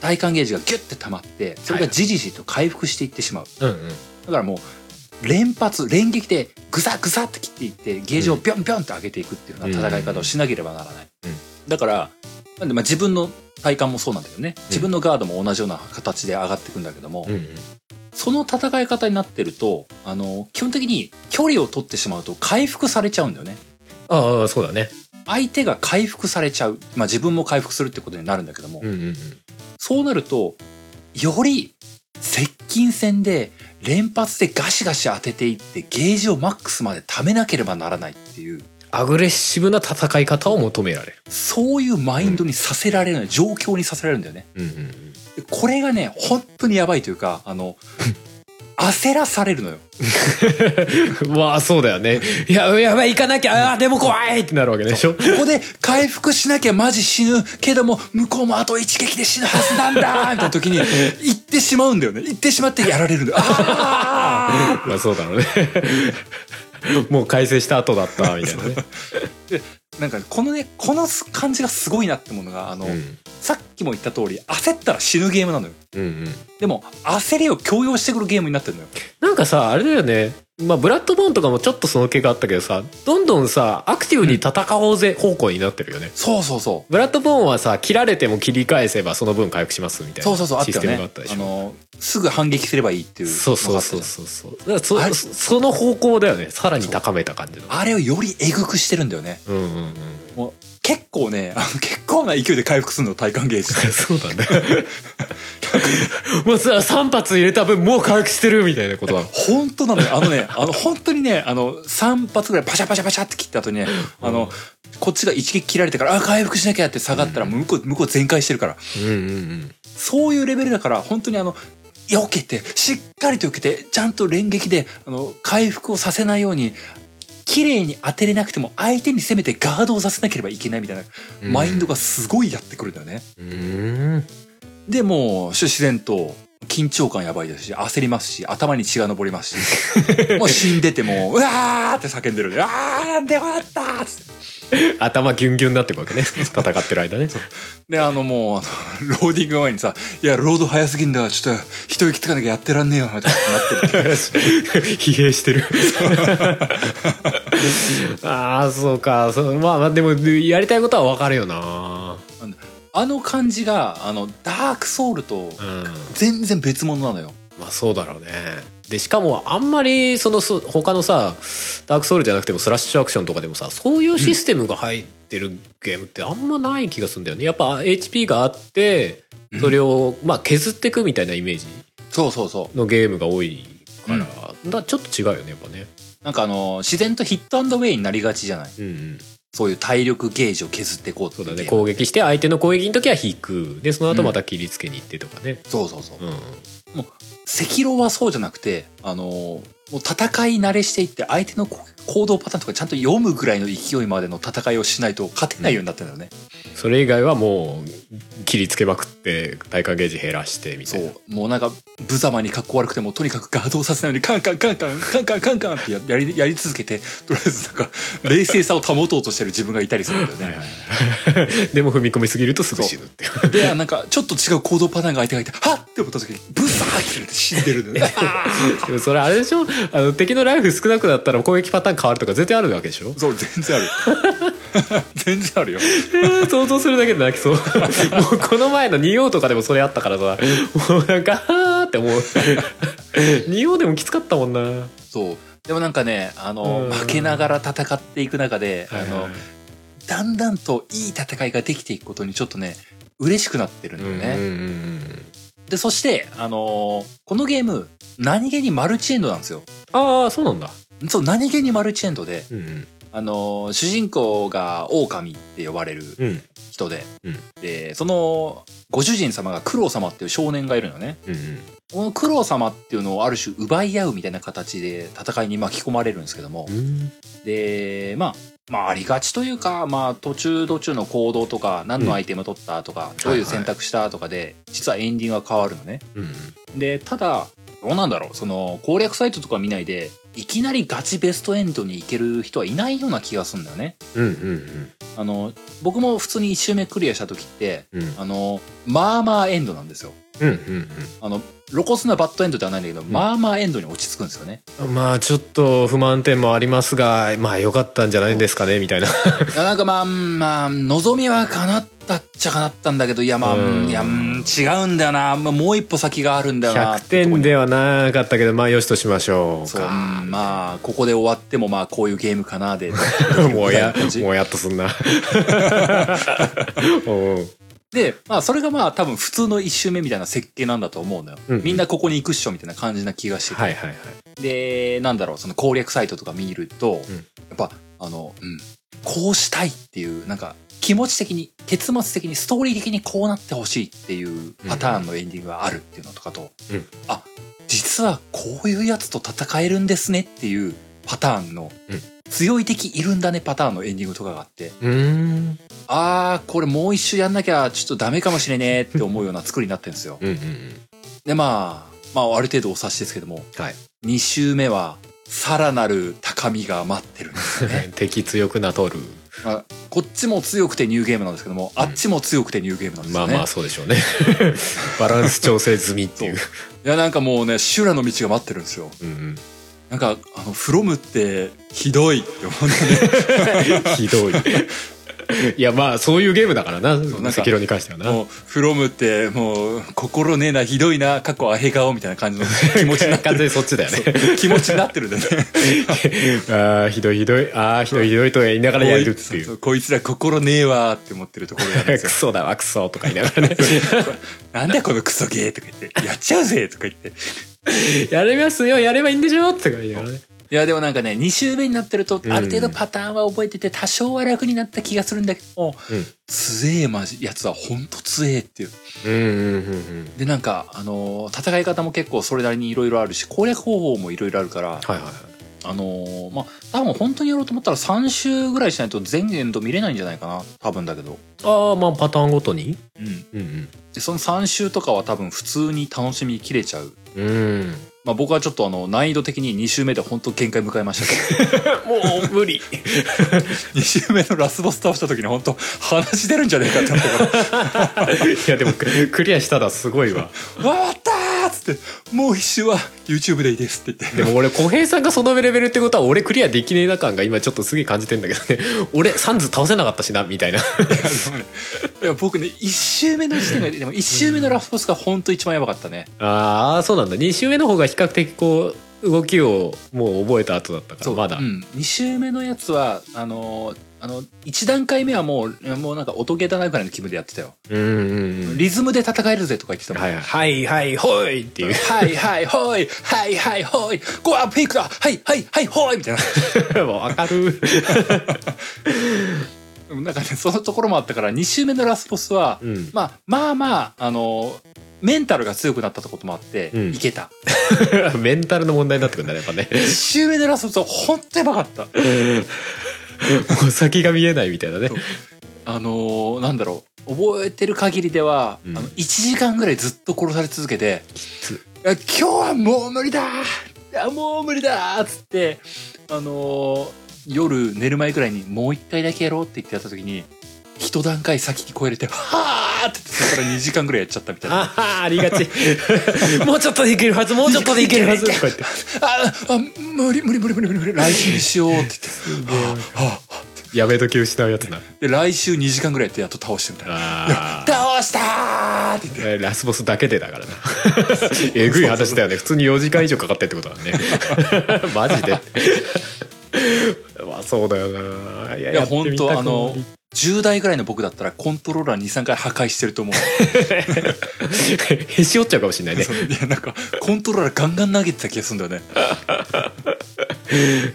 A: 体感ゲージがギュッて溜まってそれがじりじりと回復していってしまう、
B: うんうん。
A: だからもう連発連撃でグザグザって切っていってゲージをビョンビョンって上げていくっていうような戦い方をしなければならない、
B: うん
A: だからなんでまあ自分の体感もそうなんだけどね自分のガードも同じような形で上がっていくんだけども、
B: うんうん。
A: その戦い方になってると、あの、基本的に距離を取ってしまうと回復されちゃうんだよね。
B: ああ、そうだね。
A: 相手が回復されちゃう。まあ自分も回復するってことになるんだけども、
B: うんうんうん。
A: そうなると、より接近戦で連発でガシガシ当てていってゲージをマックスまで貯めなければならないっていう、
B: アグレッシブな戦い方を求められる。
A: そういうマインドにさせられる、状況にさせられるんだよね。
B: うんうんうん。
A: でこれがね、本当にやばいというか、あ の、焦らされるのよ。
B: まあそうだよね。いや、やばい、行かなきゃ、ああ、でも怖いってなるわけでしょ。
A: ここで回復しなきゃマジ死ぬけども向こうもあと一撃で死ぬはずなんだみたいな時 に行ってしまうんだよね行ってしまってやられるんだよあ
B: まあそうだろうね。もう改正した後だった、みたいなね。
A: ーなんかこのねこの感じがすごいなってものがあの、
B: うん
A: さっきも言った通り焦ったら死ぬゲームなのよ
B: うんうん。
A: でも焦りを強要してくるゲームになってるのよ
B: なんかさ、あれだよね。まあ、ブラッドボーンとかもちょっとその気があったけどさ、どんどんさ、アクティブに戦おうぜ方向になってるよね。
A: そうそうそう
B: ブラッドボーンはさ、切られても切り返せばその分回復しますみたいな。
A: そうそうそうあっ
B: シ
A: た
B: ス
A: よ
B: テ
A: ね
B: ムがあったでし
A: あ
B: ょ。
A: のすぐ反撃すればいいっていう
B: そうそ
A: のがあ
B: う
A: ったじ
B: そ
A: ゃ
B: うんそうそう。だからそ
A: あれ
B: そその方向だよね。さらに高めた感じの。
A: あれをよりえぐくしてるんだよね
B: うんうんうん。
A: 結構ねあの結構な勢いで回復するの体感ゲージって
B: そうだね。もうさ、3発入れた分もう回復してるみたいなことは。
A: 本当なのよ。あのね、あの、本当にね、あの、3発ぐらいパシャパシャパシャって切った後にね、あの、こっちが一撃切られてから、あ、回復しなきゃって下がったら、向こう、向こう全開してるから。
B: うんうんうん。
A: そういうレベルだから、本当にあの、避けて、しっかりと避けて、ちゃんと連撃で、あの、回復をさせないように、綺麗に当てれなくても、相手にせめてガードをさせなければいけないみたいな、
B: うん
A: マインドがすごいやってくるんだよね。
B: うん。
A: で、もう、自然と、緊張感やばいですし、焦りますし、頭に血が上ります し、もう死んでてもう、うわーって叫んでるね。あーなんでよかったーっつって
B: 頭ギュンギュンになってくわけね。戦ってる間ね。
A: で、あのもう、あのローディング前にさ、いや、ロード早すぎんだ、ちょっと、一息つかなきゃやってらんねえよ、みたいになってる。
B: 疲弊してるああそうかそうまあまあでもやりたいことはわかるよな
A: あの感じが、あの、ダークソウルと
B: う、ん
A: 全然別物なのよ。
B: まあそうだろうねでしかもあんまりそのそ他のさダークソウルじゃなくてもスラッシュアクションとかでもさそういうシステムが入ってるゲームってあんまない気がするんだよねやっぱ HP があってそれをまあ削ってくみたいなイメージ
A: そうそうそう。
B: のゲームが多いから、だちょっと違うよねやっぱね
A: なんかあの、自然とヒットアンドウェイになりがちじゃない。
B: うん
A: そういう体力ゲージを削っていこうって
B: そ
A: いう
B: だね
A: ゲーム
B: 攻撃して相手の攻撃の時は引くでその後また切りつけに行ってとかね
A: そうそうそう
B: うん、
A: 赤狼はそうじゃなくてあのーもう戦い慣れしていって相手のこ行動パターンとかちゃんと読むぐらいの勢いまでの戦いをしないと勝てないようになってんだよね、
B: それ以外はもう切りつけまくって体感ゲージ減らしてみた
A: そ
B: いな
A: うもうなんか無様に格好悪くてもとにかくガードをさせないようにカンカンカンカンカンカンカンカンってややりやり続けてとりあえずなんか冷静さを保とうとしてる自分がいたりするんだよね、
B: でも踏み込みすぎるとすぐ死ぬっていう
A: で、なんか、ちょっと違う行動パターンが相手がいて、はっって思った時に、ブサーって死んでるのね。
B: でもそれあれでしょあの敵のライフ少なくなったら攻撃パターン変わるとか絶対あるわけで しょ
A: そう、全然ある。 全然あるよ。
B: 想像するだけで泣きそう もうこの前の仁王とかでもそれあったからさもうなんかあーってもう仁王でもきつかったもんな
A: そう。でもなんかね、あ
B: う
A: の、
B: ん
A: 負けながら戦っていく中で、あの、だんだんといい戦いができていくことにちょっとね、嬉しくなってるんだよ
B: うん
A: ね。
B: うんうん
A: で、そして、あのーこのゲーム、何気にマルチエンドなんですよ。
B: ああそうなんだ、
A: そう、何気にマルチエンドで、
B: うんうん
A: あのー主人公が狼って呼ばれる
B: うん
A: 人で、
B: うん
A: でそのご主人様が九郎様っていう少年がいるのね
B: うんうん
A: この九郎様っていうのをある種奪い合うみたいな形で戦いに巻き込まれるんですけども、
B: うん
A: でまあまあありがちというか、まあ途中途中の行動とか、何のアイテム取ったとか、どういう選択したとかで、実はエンディングが変わるのね。
B: うん
A: で、ただ、どうなんだろう、その攻略サイトとか見ないで、いきなりガチベストエンドに行ける人はいないような気がするんだよね。
B: うんうん
A: あの、僕も普通に一周目クリアした時って、
B: うんうん
A: あの、まあまあエンドなんですよ。
B: うんうん
A: あの、露骨なバッドエンドではないんだけど、まあまあエンドに落ち着くんですよね。
B: うんまあちょっと不満点もありますがまあ良かったんじゃないんですかねみたいな
A: なんかまあ、うんまあ、望みは叶ったっちゃ叶ったんだけど、いやまあ、
B: うん
A: いや、うん違うんだよな。まあもう一歩先があるんだよな。
B: 100点ではなかったけどまあよしとしましょう
A: そう、う
B: か
A: んまあ、ここで終わっても、まあ、こういうゲームかな で。
B: も
A: み
B: うや
A: たいな感、じ
B: もうやっとすんな。 おう
A: で、まあ、それがまあ、多分普通の一周目みたいな設計なんだと思うのよ。
B: うんうん
A: みんなここに行くっしょみたいな感じな気がしてて。
B: はいはいはい。
A: で、なんだろう、その攻略サイトとか見ると、
B: うん
A: やっぱ、あの、うん、こうしたいっていう、なんか、気持ち的に、結末的に、ストーリー的にこうなってほしいっていうパターンのエンディングがあるっていうのとかと、
B: うん
A: あ、実はこういうやつと戦えるんですねっていうパターンの、
B: うん
A: 強い敵いるんだねパターンのエンディングとかがあって、
B: うーん。
A: あー、これもう一周やんなきゃちょっとダメかもしれねえって思うような作りになってるんです よ。
B: うんうん
A: で、まあ、まあ、ある程度お察しですけども、
B: はい。
A: 2周目はさらなる高みが待ってるんですよね
B: 敵強くなとる。
A: まあこっちも強くてニューゲームなんですけども、あっちも強くてニューゲームなんです
B: ま
A: よ
B: あ
A: ね、
B: まあそうでしょうね。 バランス調整済みっていう。
A: いやなんかもうね修羅の道が待ってるんですよ
B: うん
A: なんかあのフロムってひどいって思ってね
B: うん。ひ どい。いやまあそういうゲームだからな、
A: うなんか
B: 赤色に関 してはな。
A: もうフロムってもう心ねえなひどいな過去アヘ顔みたいな感じの気持ちになって
B: 完
A: る
B: 全にそっちだよね。
A: 気持ちになってるんだよね
B: ああ、ひどいひどい。ああ、ひどいひどいと言いながらやるってい。
A: そううこいつら心ねえわーって思ってるところなんで
B: ク
A: すよ
B: ソだわ、クソとか言いなが らね。
A: なんだよこのクソゲーとか言 ってやっちゃうぜとか言って
B: やれますよ、やればいいんでしょとか言いながらね。
A: いやでもなんかね2周目になってると
B: うん
A: ある程度パターンは覚えてて多少は楽になった気がするんだけども、
B: うん
A: 強えマジやつはほんと強えっていう
B: うんうんうんうん。
A: でなんかあのー戦い方も結構それなりにいろいろあるし攻略方法もいろいろあるから
B: はいはいはい。
A: あのーまあ多分本当にやろうと思ったら3周ぐらいしないと全エンド見れないんじゃないかな多分だけど
B: ああまあパターンごとに
A: うん
B: うん
A: でその3周とかは多分普通に楽しみきれちゃう
B: うんうん
A: まあ僕はちょっとあの難易度的に2周目で本当限界迎えましたけど
B: もう無 理
A: 2周目のラスボス倒した時に本当 話出るんじゃねえかって思 ったから
B: いやでもククリアしたらすごいわ
A: 「終わった!」っつって「もう一周は YouTube でいいです」って言って
B: でも俺小平さんがそのレベルってことは俺クリアできねえな感が今ちょっとすげえ感じてんだけどね俺サンズ倒せなかったしなみたいな
A: あのね いや僕ね1周目の時点ででも1周目のラスボスが本当一番やばかったね
B: ああそうなんだ2周目の方が比較的こう動きをもう覚えた後だったからまだ、
A: うん、2周目のやつはあのーあの1段階目はもういやもうなんか音ゲーだなぐらいの気分でやってたよ、
B: うんうん
A: リズムで戦えるぜとか言ってた
B: うん
A: もん
B: はいはいはいほいって いう
A: はいはいほいはいはいほいゴアピークだはいはいはいほいみたいな
B: もうわかる
A: でもなんかね、そのところもあったから、2周目のラスボスは、
B: うん
A: まあ、まあまあ、あの、メンタルが強くなったってこともあって、
B: うん
A: いけた。
B: メンタルの問題になってくるんだね、やっぱね。
A: 1周目のラスボスは本当やばかった。
B: もう先が見えないみたいなね
A: そう。あのーなんだろう、覚えてる限りでは、
B: うん
A: あの1時間ぐらいずっと殺され続けて、
B: つ
A: いや今日はもう無理だいやもう無理だっつって、あのー夜寝る前ぐらいにもう一回だけやろうって言ってやった時に、一段階先に超えれて、はーって言ってそれから2時間ぐらいやっちゃったみたいな。あ
B: ああ、ありがち。もうちょっとでいけるはず、もうちょっとでいけるはず。こうやって
A: あ、無理無理無理無理無理無理、来週にしようって言って、はぁはぁは
B: やめとき失うやつな。
A: ぁで、来週2時間ぐらいやってやっと倒してみたいな。
B: ああ。
A: 倒したーって言って。
B: ラスボスだけでだ からな。えぐい話だよね。普通に4時間以上かかってってことだね。 マジで。まあそうだよな。いや
A: いや
B: ってみ
A: 本
B: た
A: 当
B: くも
A: あの10代ぐらいの僕だったらコントローラー23回破壊してると 思う
B: へし折っちゃうかもしれないね
A: そ。のいやなんかコントローラーガンガン投げてた気がするんだよね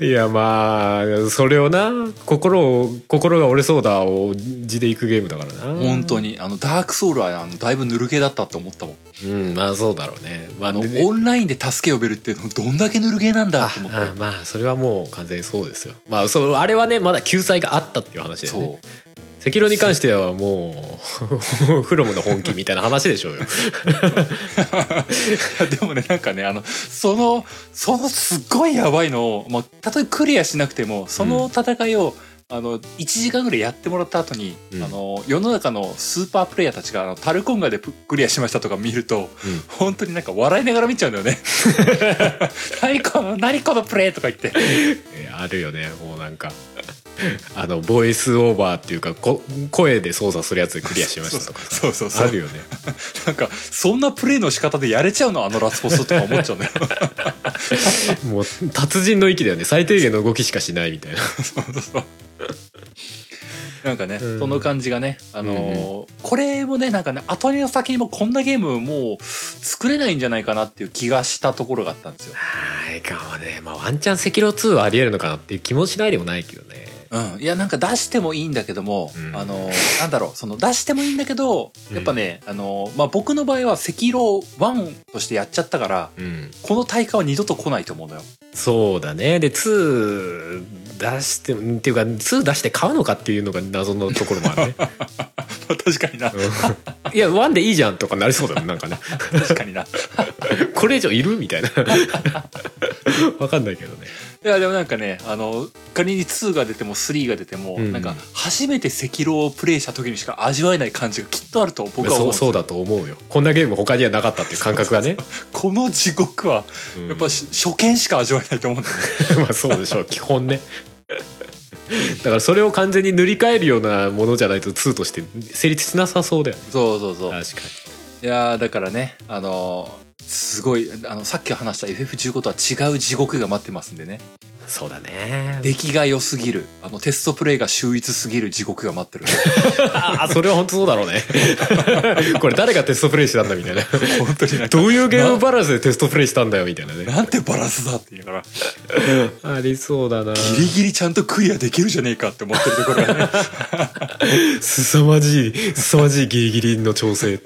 B: いやまあそれをな心を心が折れそうだを字でいくゲームだからな
A: 本当にあのダークソウルはあのだいぶぬる系だったって思ったもん
B: うんまあそうだろうねまあ
A: あの
B: でね
A: オンラインで助け呼べるっていうのどんだけぬる系なんだと思って
B: あまあそれはもう完全にそうですよまあそうあれはねまだ救済があったっていう話で、ね、
A: そう
B: 赤色に関してはもう フロムの本気みたいな話でしょ うよ
A: いやでもねなんかねあのそのそのすっごいやばいのを、まあ、たとえクリアしなくてもその戦いを、あの1時間ぐらいやってもらった後に、
B: うん
A: あの世の中のスーパープレイヤーたちがあのタルコンガでプクリアしましたとか見ると、
B: うん
A: 本当になんか笑いながら見ちゃうんだよ ね。何この何このプレイとか言って
B: えあるよねもうなんか あのボイスオーバーっていうかこ声で操作するやつでクリアしましたとかさ
A: そうそうそうそう
B: あるよね
A: なんかそんなプレイの仕方でやれちゃうのあのラスボスとか思っちゃうんだよ。
B: もう達人の域だよね最低限の動きしかしないみたいな
A: なんかね、
B: うん
A: その感じがね、あのーこれもね、なんかね、後にの先にもこんなゲームもう作れないんじゃないかなっていう気がしたところがあったんですよ。
B: はいかもね、まあ、ワンチャン赤狼2はありえるのかなっていう気もしないでもないけどね
A: うん。いや、なんか出してもいいんだけども、
B: うん
A: あのーなんだろう、その出してもいいんだけど、やっぱね、あのーまあ、僕の場合は赤狼1としてやっちゃったから、
B: うん
A: この大会は二度と来ないと思うのよ。
B: そうだねで2出してうんっていうか2出して買うのかっていうのが謎のところもあるね
A: 確かにな。
B: うんいや1でいいじゃんとかなりそうだもんなんかね
A: 確かにな。
B: これ以上いるみたいなわかんないけどね
A: いやでもなんかねあの仮に2が出ても3が出ても、
B: うん
A: なんか初めて赤狼をプレイした時にしか味わえない感じがきっとあると僕は思う
B: そ
A: ん
B: う
A: です
B: そうだと思うよこんなゲーム他にはなかったっていう感覚がね
A: この地獄は
B: うん
A: やっぱし、初見しか味わえないと思うんだよね
B: まあそうでしょう基本ねだからそれを完全に塗り替えるようなものじゃないと2として成立しなさそうだよね
A: そうそうそう
B: 確か
A: いやーだからねあのーすごいあのさっき話した FF15 とは違う地獄が待ってますんでね
B: にそうだね
A: 出来が良すぎるあのテストプレイが秀逸すぎる地獄が待ってる
B: ああそれは本当そうだろ うねこれ誰がテストプレイしたんだみたいな
A: 本当になんか
B: どういうゲームバランスでテストプレイしたんだよみたいなね
A: なんてバランスだって言うから
B: ありそうだな
A: ギリギリちゃんとクリアできるじゃねえかって思ってるところがね
B: 凄まじい凄まじいギリギリの調整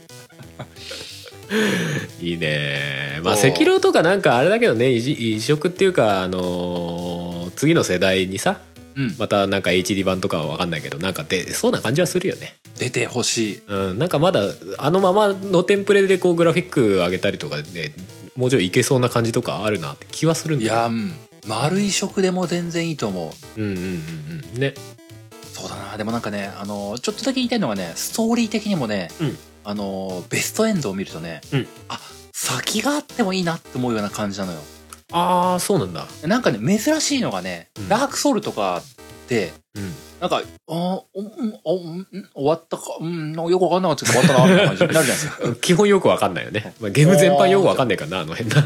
B: いいねまあ
A: そう
B: 赤狼とかなんかあれだけどね移植移植っていうかあのー次の世代にさ
A: うん
B: またなんか HD 版とかは分かんないけどなんか出そうな感じはするよね
A: 出てほしい
B: うんなんかまだあのままのテンプレでこうグラフィック上げたりとかでもうちょいいけそうな感じとかあるなって気はするんだ
A: い
B: よ
A: やうん丸い食でも全然いいと思う
B: うんうんうんうんね
A: そうだなでもなんかねあのちょっとだけ言いたいのがねストーリー的にもね、
B: うん
A: あのベストエンドを見るとね、
B: うん
A: あ先があってもいいなって思うような感じなのよ
B: ああそうなんだ
A: なんかね珍しいのがね、
B: うん
A: ダークソウルとかって
B: うん
A: なんか、あーおんおん終わったか、うん、なんかよくわかんなかったけど終わったな、みたいな感じになるじゃないです か。
B: 基本よくわかんないよね、まあ、ゲーム全般よくわかんないからなあの辺な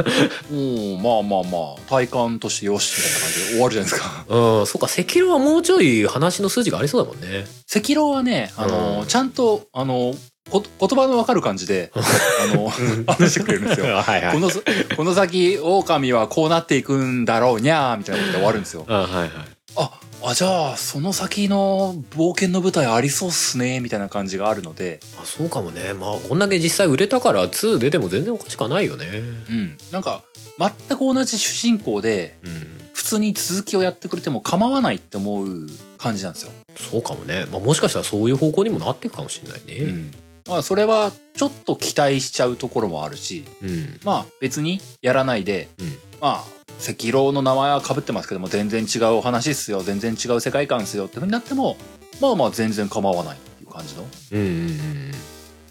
A: うん、まあまあまあ、体感としてよし、みたいな感じで終わるじゃないですか。
B: うんそうか赤狼はもうちょい話の数字がありそうだもんね
A: 赤狼はね、あの、
B: うん
A: ちゃんと、あの、こ言葉のわかる感じで、あの、話してくれるんですよ。
B: はいは
A: この、この先、狼はこうなっていくんだろうにゃーみたいなことで終わるんですよ。
B: あはいはい
A: あ、ああじゃあその先の冒険の舞台ありそうっすねみたいな感じがあるので、
B: あそうかもねまあこんだけ実際売れたから2出ても全然おかしくはないよね
A: うん、なんか全く同じ主人公で
B: うん
A: 普通に続きをやってくれても構わないって思う感じなんですよ。
B: そうかもね、まあ、もしかしたらそういう方向にもなっていくかもしれない
A: うん
B: ね
A: まあ、それはちょっと期待しちゃうところもあるし
B: うん、うん
A: まあ別にやらないで、まあ赤狼の名前は被ってますけども全然違うお話っすよ全然違う世界観っすよってふうになってもまあまあ全然構わないっていう感じの
B: うんうんうん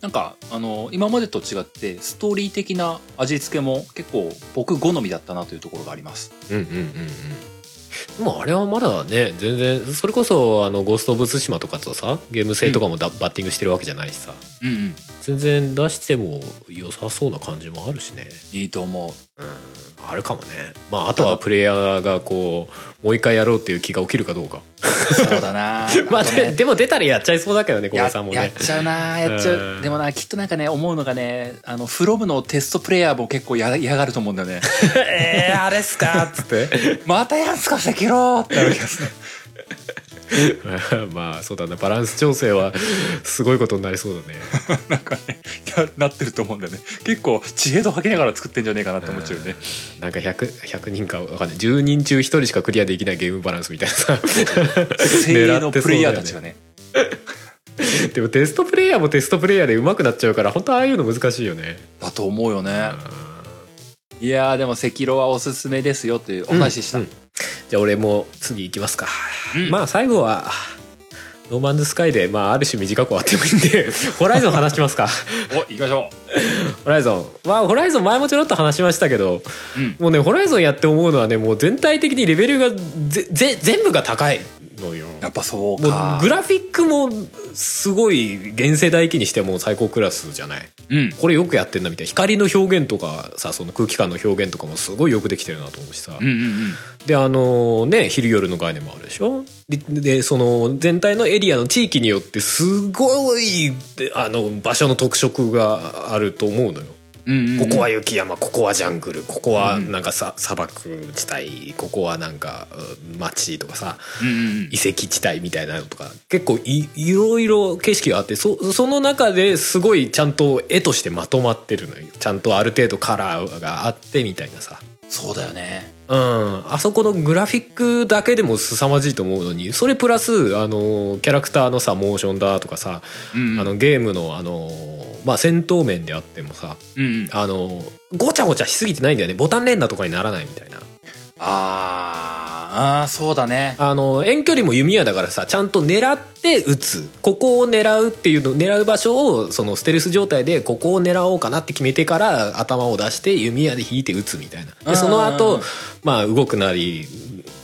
A: なんかあの今までと違ってストーリー的な味付けも結構僕好みだったなというところがあります
B: うんうんうんうんでもあれはまだね全然それこそあのゴースト・オブ・ツシマとかとさゲーム性とかもだ、バッティングしてるわけじゃないしさ
A: うんうん
B: 全然出しても良さそうな感じもあるしね
A: いいと思う
B: うんあるかもねまああとはプレイヤーがこうもう一回やろうっていう気が起きるかどうか
A: そうだな
B: まあ
A: なんか
B: で
A: ね
B: でも出たらやっちゃいそうだけどね小
A: や
B: 林さんも
A: やっ
B: ね
A: ちゃうなやっちゃう、
B: うん
A: でもなきっとなんかね思うのがねあのフロムのテストプレイヤーも結構や嫌がると思うんだよね
B: えー、あれっすかっつって
A: またやんすか赤狼ってなる気がする
B: まあそうだねバランス調整はすごいことになりそうだね
A: なんかねななってると思うんだよね結構知恵度吐きながら作ってんじゃねえかなって思っちゃうよね
B: なんか 100, 100人かわかんない10人中1人しかクリアできないゲームバランスみたいな さ
A: 精鋭のプレイヤーたちがね
B: でもテストプレイヤーもテストプレイヤーで上手くなっちゃうから本当ああいうの難しいよね
A: だと思うよね
B: うん
A: いやーでも赤狼はおすすめですよというお話でした、
B: うんじゃあ俺も次行きますか、
A: うん
B: まあ最後はノーマンズスカイで、まあ、ある種短く終わってもいいん でホライゾン話しますか
A: お行きましょ
B: ホライゾンまあホライゾン前もちょろっと話しましたけど
A: う、うん、
B: もうねホライゾンやって思うのはねもう全体的にレベルがぜぜ全部が高いのよ
A: やっぱそう
B: もう
A: か
B: グラフィックもすごい原世代機にしても最高クラスじゃない
A: うん
B: これよくやってんなみたいな光の表現とかさその空気感の表現とかもすごいよくできてるなと思うしさ、
A: うんうん
B: であのね昼夜の概念もあるでしょででその全体のエリアの地域によってすごいであの場所の特色があると思うのよ
A: うんうんうん
B: ここは雪山ここはジャングルここは
A: うん
B: なんかさ砂漠地帯ここはなんかうん街とかさ
A: うんうん
B: 遺跡地帯みたいなのとか結構いいろいろ景色があってそその中ですごいちゃんと絵としてまとまってるのよちゃんとある程度カラーがあってみたいなさ
A: そうだよね
B: うんあそこのグラフィックだけでも凄まじいと思うのにそれプラスあのキャラクターのさモーションだとかさ、
A: うんうん
B: あのゲームのあのまあ戦闘面であってもさ
A: うんうん
B: あのごちゃごちゃしすぎてないんだよねボタン連打とかにならないみたいな
A: あーあーそうだね
B: あの遠距離も弓矢だからさちゃんと狙って撃つここを狙うっていうの狙う場所をそのステルス状態でここを狙おうかなって決めてから頭を出して弓矢で引いて撃つみたいな
A: うん
B: でその後まあ動くなり、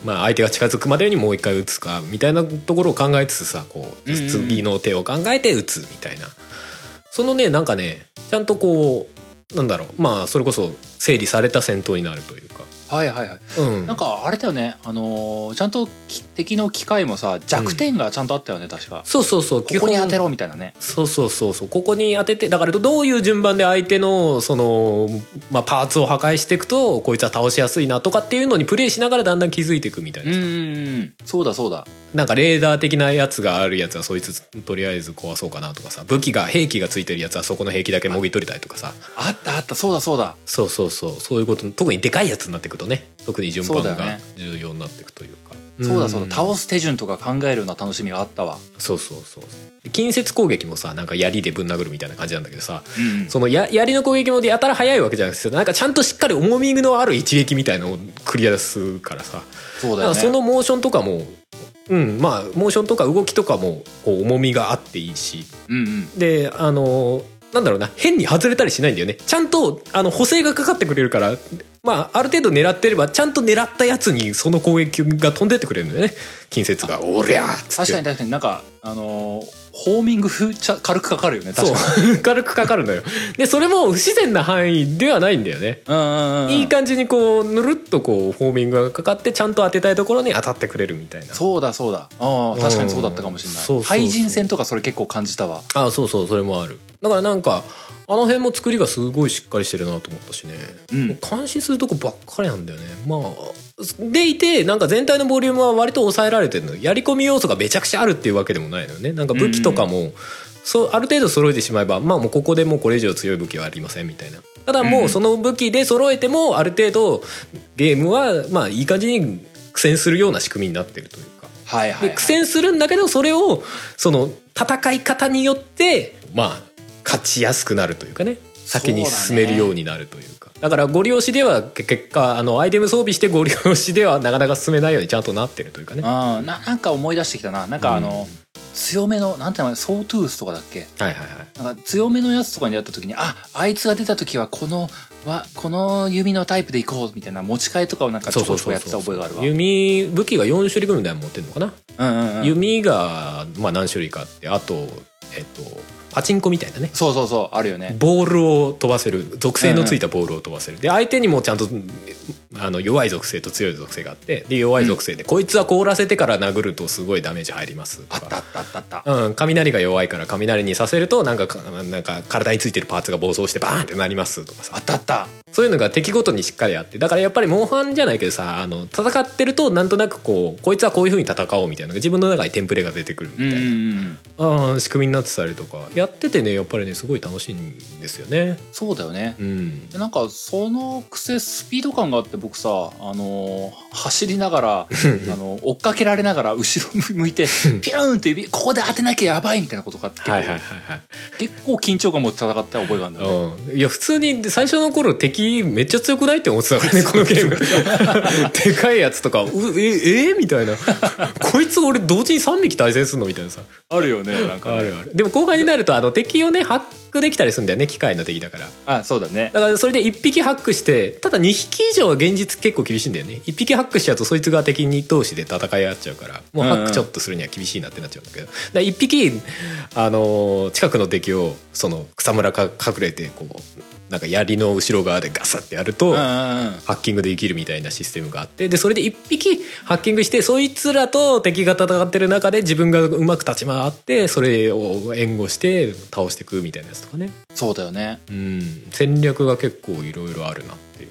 B: まあ、相手が近づくまでにもう一回撃つかみたいなところを考えつつさこう
A: うんうんうん
B: 次の手を考えて撃つみたいなそのねなんかねちゃんとこうなんだろうまあそれこそ整理された戦闘になるというか。
A: はいはいはい
B: うん
A: なんかあれだよねあのーちゃんとき敵の機械もさ弱点がちゃんとあったよね確か、
B: そうそうそう
A: ここに当
B: 基
A: て
B: 本
A: ろみたいなね
B: そうそうそうそうここに当ててだからどういう順番で相手のその、まあ、パーツを破壊していくとこいつは倒しやすいなとかっていうのにプレイしながらだんだん気づいていくみたい
A: うん
B: な、
A: うんそうだそうだ
B: なんかレーダー的なやつがあるやつはそいつとりあえず壊そうかなとかさ武器が兵器がついてるやつはそこの兵器だけもぎ取りたいとかさ
A: あったあったそうだそうだ
B: そうそうそうそういうこと特にでかいやつになっていくとね特に順番
A: そうだよ
B: が
A: ね
B: 重要になっていくというか
A: そうだそうだ、
B: ん
A: 倒す手順とか考えるような楽しみがあったわ
B: そうそうそうで近接攻撃もさなんか槍でぶん殴るみたいな感じなんだけどさ
A: うん
B: そのや槍の攻撃もやたら速いわけじゃなくてなんかちゃんとしっかり重みのある一撃みたいのをクリアするからさ
A: そう
B: だ
A: だよ
B: から
A: ね
B: そのモーションとかもうんまあモーションとか動きとかもこう重みがあっていいし
A: うんうん
B: であのなんだろうな変に外れたりしないんだよねちゃんとあの補正がかかってくれるからまあある程度狙ってればちゃんと狙ったやつにその攻撃が飛んでってくれるんだよね近接が「おりゃ!」っつっ
A: 確か
B: て
A: に確かになんかあのーホーミング風ちゃ軽くかかるよね確
B: そ
A: かに
B: う 軽くかかるのよでそれも不自然な範囲ではないんだよね
A: うんうんうん
B: いい感じにこうぬるっとこうフォーミングがかかってちゃんと当てたいところに当たってくれるみたいな
A: そうだそうだああ確かにそうだったかもしれ
B: うんそう
A: ない
B: そ
A: う対
B: そう
A: 人戦とかそれ結構感じたわ
B: あそうそうそれもあるだからなんかあの辺も作りがすごいしっかりしてるなと思ったしね、
A: うん
B: 監視するとこばっかりなんだよねまあでいてなんか全体のボリュームは割と抑えられてるのやり込み要素がめちゃくちゃあるっていうわけでもないのよねなんか武器とかもそうある程度揃えてしまえばまあもうここでもうこれ以上強い武器はありませんみたいなただもうその武器で揃えてもある程度ゲームはまあいい感じに苦戦するような仕組みになってるというか
A: はいはい、
B: で
A: はい
B: 苦戦するんだけどそれをその戦い方によってまあ勝ちやすくなるというかね先に進めるようになるというかだ,、からゴリ押しではけ結果あのアイテム装備してゴリ押しではなかなか進めないようにちゃんとなってるというかね
A: う
B: は
A: んななんか思い出してきたななんかあの、強めのなんていうのソートゥースとかだっけ
B: いはいはい
A: なんか強めのやつとかに出会った時にああいつが出た時はこのわこの弓のタイプでいこうみたいな持ち替えとかをなんかちょこちょこやってた覚えがあるわ
B: 弓武器が4種類ぐらい持ってるのかな、
A: うんうんうん
B: 弓がまあ何種類かあってあとえっとパチンコみたいなね
A: そうそうそうあるよね
B: ボールを飛ばせる属性のついたボールを飛ばせる、で相手にもちゃんとうんあの弱い属性と強い属性があってで弱い属性で、こいつは凍らせてから殴るとすごいダメージ入ります
A: あ
B: と
A: ったあ
B: か。
A: ったあったあった
B: うん、雷が弱いから雷にさせるとなんかかなんか体についてるパーツが暴走してバーンってなりますとかさ
A: あったあった
B: そういうのが敵ごとにしっかりあってだからやっぱりモンハンじゃないけどさあの戦ってるとなんとなくこうこいつはこういうふうに戦おうみたいなのが自分の中にテンプレが出てくるみ
A: う
B: たい
A: んうん
B: な、
A: うん
B: あー仕組みになってたりとかやっててねやっぱりねすごい楽しいんですよね。
A: そうだよね
B: うん
A: でなんかそのくせスピード感があって僕さあのー走りながらあの追っかけられながら後ろ向いてピューンって指ここで当てなきゃやばいみたいなことがあって、
B: はいはいはい
A: 結構緊張感持って戦った覚えがあるんだよね
B: はい、うん、いや普通に最初の頃敵めっちゃ強くないって思ってた からねこのゲームでかいやつとか「うええみたい な「こいつ俺同時に3匹対戦すんの?」みたいなさ
A: あるよねなんかね
B: あるあるでも後半になるとあの敵をねハックできたりするんだよね機械の敵だから
A: あそうだね
B: だからそれで1匹ハックしてただ2匹以上は現実結構厳しいんだよね1匹ハックしちゃうとそいつが敵に同士で戦い合っちゃうからもうハックちょっとするには厳しいなってなっちゃうんだけど、だから1匹、あのー近くの敵をその草むらか隠れてこうなんか槍の後ろ側でガサッてやる
A: う
B: と、
A: んうん
B: ハ
A: うん
B: ッキングできるみたいなシステムがあってでそれで1匹ハッキングしてそいつらと敵が戦ってる中で自分がうまく立ち回ってそれを援護して倒していくみたいなやつとかね
A: そうだよね
B: うん、戦略が結構いろいろあるなってい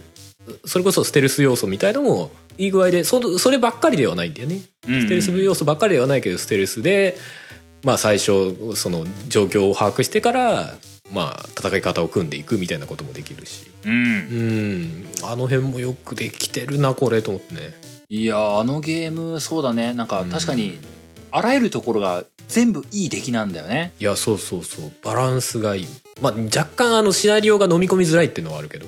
B: うそれこそステルス要素みたいのもいい具合でそそればっかりではないんだよね、
A: うん
B: ステルス要素ばっかりではないけどステルスで、まあ、最初その状況を把握してから、まあ、戦い方を組んでいくみたいなこともできるし
A: うん
B: うんあの辺もよくできてるなこれと思ってね
A: いやーあのゲームそうだねなんか確かにあらゆるところが全部いい出来なんだよね
B: いやそうそうそうバランスがいい、まあ、若干あのシナリオが飲み込みづらいっていうのはあるけど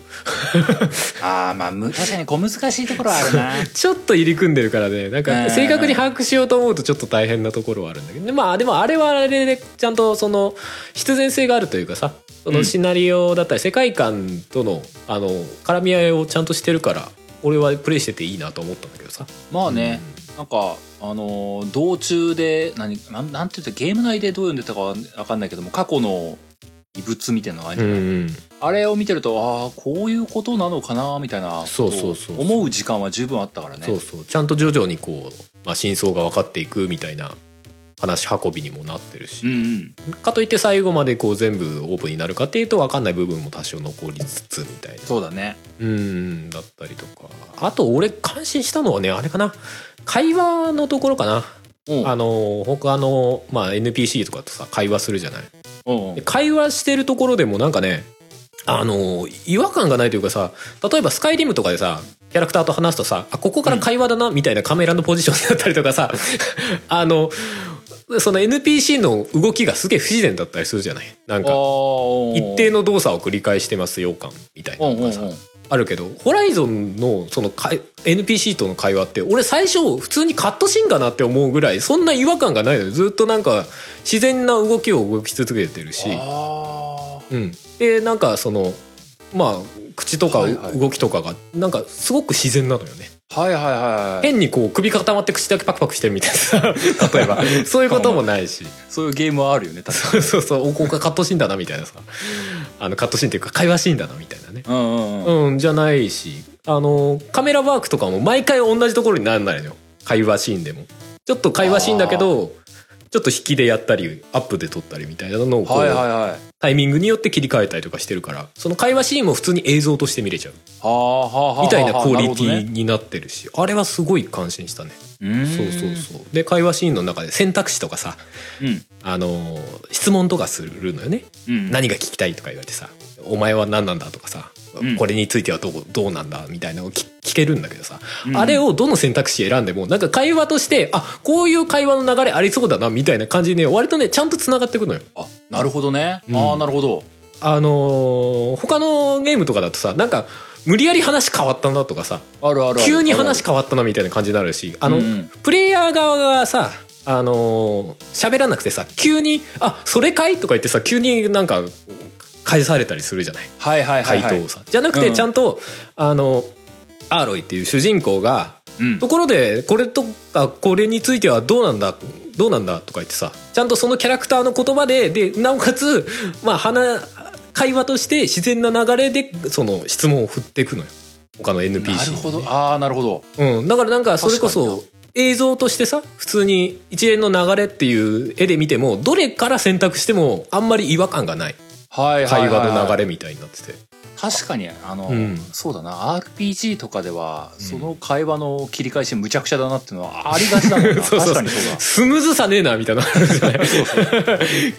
A: あーまあむ確かに小難しいところはある な
B: ちょっと入り組んでるからねなん
A: うん
B: か正確に把握しようと思うとちょっと大変なところはあるんだけどで,、まあ、でもあれはあれでちゃんとその必然性があるというかさそ
A: うん
B: のシナリオだったり世界観とのあの絡み合いをちゃんとしてるから俺はプレイしてていいなと思ったんだけどさ。
A: まあね、なんかあのー道中で何なんなんて言うとゲーム内でどう読んでたかは分かんないけども過去の異物みたいなのがあるじ
B: う
A: ゃ
B: ん
A: ない、
B: うん
A: あれを見てるとああこういうことなのかなみたいな
B: そうそうそうそう
A: 思う時間は十分あったからね
B: そうそうちゃんと徐々にこう、まあ、真相が分かっていくみたいな話運びにもなってるし、
A: うんうん
B: かといって最後までこう全部オープンになるかっていうと分かんない部分も多少残りつつみたいな
A: そうだね
B: うんだったりとかあと俺感心したのはねあれかな会話のところかな
A: うん
B: あの他の、まあ、NPC とかとさ会話するじゃない
A: うん
B: で会話してるところでもなんかねあの違和感がないというかさ例えばスカイリムとかでさキャラクターと話すとさあここから会話だなみたいなカメラのポジションだったりとかさ あのその NPC の動きがすげえ不自然だったりするじゃないなんか一
A: 一
B: 定の動作を繰り返してますよ感みたいな
A: うん
B: の
A: うんう
B: が
A: ん
B: さあるけどホライゾンのそのかい NPC との会話って俺最初普通にカットシーンかなって思うぐらいそんな違和感がないのよずっとなんか自然な動きを動き続けてるし、
A: あー
B: うん、でなんかそのまあ口とか
A: はいはい
B: 動きとかがなんかすごく自然なのよね
A: はいはいはいはい
B: 変にこう首固まって口だけパクパクしてるみたいなさ 例 えばそういうこともないし
A: そういうゲームはあるよね確か
B: そうそうそうおここがカットシーンだなみたいなさあのカットシーンっていうか会話シーンだなみたいなね
A: にうんうんうん
B: うん、じゃないし、あの、カメラワークとかも毎回同じところになんないのよ。会話シーンでも。ちょっと会話シーンだけど、ちょっと引きでやったり、アップで撮ったりみたいなのをこう、
A: はいはいはい。
B: タイミングによって切り替えたりとかしてるから、その会話シーンも普通に映像として見れちゃう。
A: はあはあはあはあ。
B: みたいなクオリテ
A: なるほど
B: ィ
A: ね
B: になってるし、あれはすごい感心したね。
A: うーん
B: そうそうそう。で、会話シーンの中で選択肢とかさ、
A: うん。
B: あのー質問とかするのよね。
A: うん。
B: 何が聞きたいとか言われてさ「お前は何なんだ?」とかさ、
A: うん
B: これについてはどうどうなんだ?」みたいなのを聞聞けるんだけどさ、
A: うん
B: あれをどの選択肢選んでもなんか会話としてあこういう会話の流れありそうだなみたいな感じでね割とねちゃんとつながってくのよ。
A: あ、なるほどね。
B: うん
A: ああ、なるほど。
B: あのー他のゲームとかだとさなんか無理やり話変わったなとかさ
A: あるあるある。
B: 急に話変わったなみたいな感じになるしあの、
A: うんうん
B: プレイヤー側がさあのー喋らなくてさ急に「あそれかい?」とか言ってさ急になんか返されたりするじゃない。
A: はいはいはい
B: 回
A: はい。
B: 答をさ、じゃなくて
A: うん
B: ちゃんと、あのアーロイっていう主人公が、
A: うん
B: ところでこれとかこれについてはどうなんだどうなんだとか言ってさちゃんとそのキャラクターの言葉ででなおかつ、まあ、話会話として自然な流れでその質問を振っていくのよ他の NPC にね
A: なるほど。ああ、なるほど。
B: うん、だからなんかそれこ
A: 確
B: そ映像としてさ普通に一連の流れっていう絵で見てもどれから選択してもあんまり違和感がない
A: はいはいは
B: 会
A: いはい。
B: 話の流れみたいになってて。
A: 確かにあの、
B: うん
A: そうだな RPG とかではその会話の切り返しむちゃくちゃだなっていうのはありがちだもんな
B: そうそ
A: 確
B: う
A: かに そうだ
B: スムーズさねえなみたいなのあるじゃない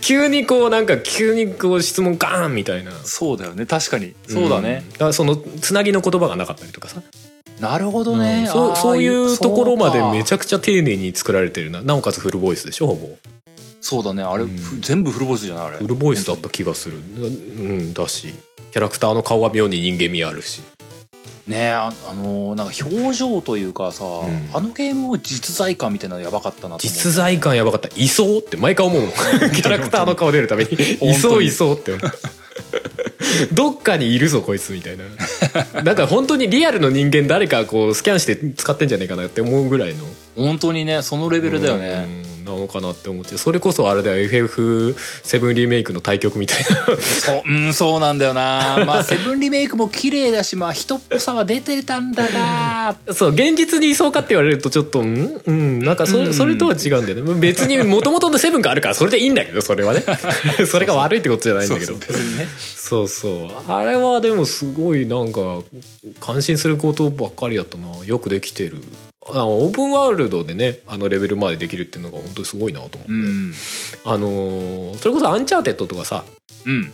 B: 急にこうなんか急にこう質問ガーンみたいな
A: そうだよね確かにそうだね
B: ん、だからそのつなぎの言葉がなかったりとかさ、
A: なるほどね、
B: うんそう
A: あー
B: そういうところまでめち
A: ゃ
B: ゃくちゃ丁寧に作られてるななおかつフルボイスでしょほぼ
A: そうだねあれ、
B: うん
A: ふ全部フルボイスじゃないあれ
B: フルボイスだった気がするうんだしキャラクターの顔は妙に人間味あるし
A: ねああのーなんか表情というかさ、
B: ん
A: あのゲームも実在感みたいなのやばかったなと思
B: 実在感やばかった「いそう」って毎回思 うもんキャラクターの顔出るために「
A: 当に
B: いそういそう」って思うどっかにいるぞこいつみたいななんか本当にリアルの人間誰かこうスキャンして使ってんじゃないかなって思うぐらいの
A: 本当にねそのレベルだよね
B: うんなのかなって思ってそれこそあれだよ FF7 リメイクの対局みたいな
A: そううんそうなんだよな まあセブンリメイクも綺麗だしまあ人っぽさは出てたんだが
B: そう現実にいそうかって言われるとちょっとうんうんなんかそれ,、
A: うん
B: それとは違うんだよね別にもともとの7があるからそれでいいんだけどそ れはねそれが悪いってことじゃないんだけど
A: 別にね
B: そうそうあれはでもすごいなんか感心することばっかりだったなよくできてるあのオープンワールドでねあのレベルまでできるっていうのが本当にすごいなと思っ
A: う
B: て、
A: ん
B: あのーそれこそ「アンチャーテッド」とかさ
A: うん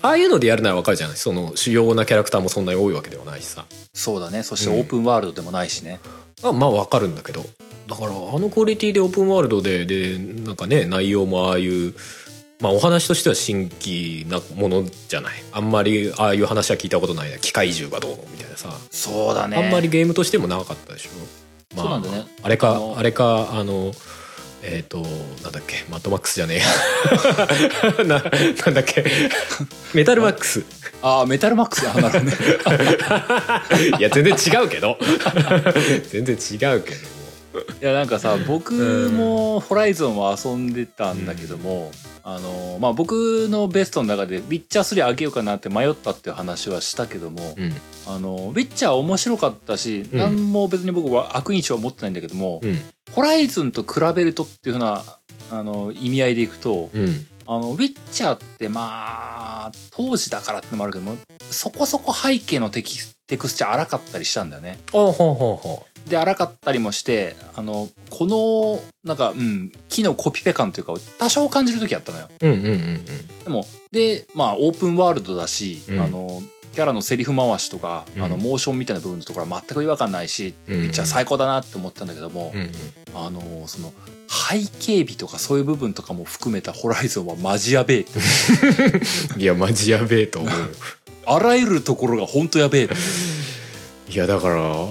B: ああいうのでやるならわかるじゃないその主要なキャラクターもそんなに多いわけではないしさ
A: そうだねそしてオープンワールドでもないしね、
B: まあまあわかるんだけどだからあのクオリティでオープンワールドででなんかね内容もああいうまあお話としては新規なものじゃないあんまりああいう話は聞いたことないな機械獣がどうのみたいなさ
A: そうだね
B: あんまりゲームとしても長かったでしょ、まあ、
A: そうなんだね
B: あれ
A: あ
B: か
A: の
B: あれかあのえっ、となんだっけマッドマックスじゃねえ ななんだっけメタルマックス
A: ああメタルマックスあなるほどね
B: いや全然違うけど 全然違うけど
A: いやなんかさ僕もホライゾンは遊んでたんだけども、あのまあ僕のベストの中でウィッチャー3あげようかなって迷ったっていう話はしたけども、
B: うん
A: あのウィッチャー面白かったし、
B: うん
A: 何も別に僕は悪印象は持ってないんだけども、
B: うん
A: ホライズンと比べるとっていうふうなあの意味合いでいくと、
B: うん
A: あのウィッチャーってまあ当時だからってのもあるけどもそこそこ背景のテキテクスチャー荒かったりしたんだよね。
B: あほうほうほ
A: で荒かったりもしてあのこのなんかうん木のコピペ感というかを多少感じる時あったのよ。
B: ううんうんうんうん
A: でもでまあオープンワールドだし、
B: うん
A: あのキャラのセリフ回しとか、
B: うん
A: あのモーションみたいな部分のところは全く違和感ないし、
B: うんうん
A: ピッチャー最高だなって思ったんだけども、
B: うんうん
A: あのその背景美とかそういう部分とかも含めたホライゾンはマジやべえって
B: いやマジやべえと思う
A: あらゆるところが本当やべえって
B: いやだから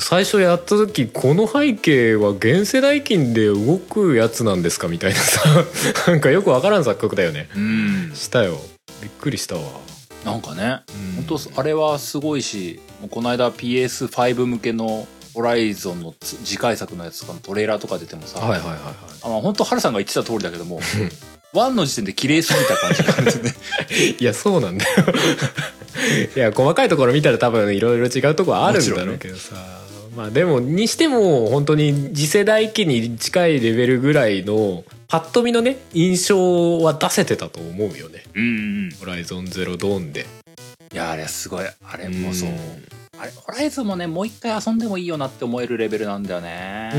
B: 最初やった時この背景は現世代金で動くやつなんですかみたいなさ なんかよくわからん錯覚だよね
A: うん
B: したよびっくりしたわ
A: なんかね
B: うん
A: 本当あれはすごいしもうこの間 PS5 向けのホライゾンのつ次回作のやつとかのトレーラーとか出てもさ、
B: はいはいはいは
A: あまあ、本当ハルさんが言ってた通りだけども1の時点で綺麗すぎた感じがあるんですよね
B: いいやそうなんだよ いや細かいところ見たら多分いろいろ違うところあるんだろうけどさ、まあでもにしても本当に次世代機に近いレベルぐらいのパッと見のね印象は出せてたと思うよね
A: うんうん
B: 「ホライゾンゼロドーンで」
A: いやあれすごいあれ
B: で
A: もそう、あれホライズンもねもう一回遊んでもいいよなって思えるレベルなんだよね、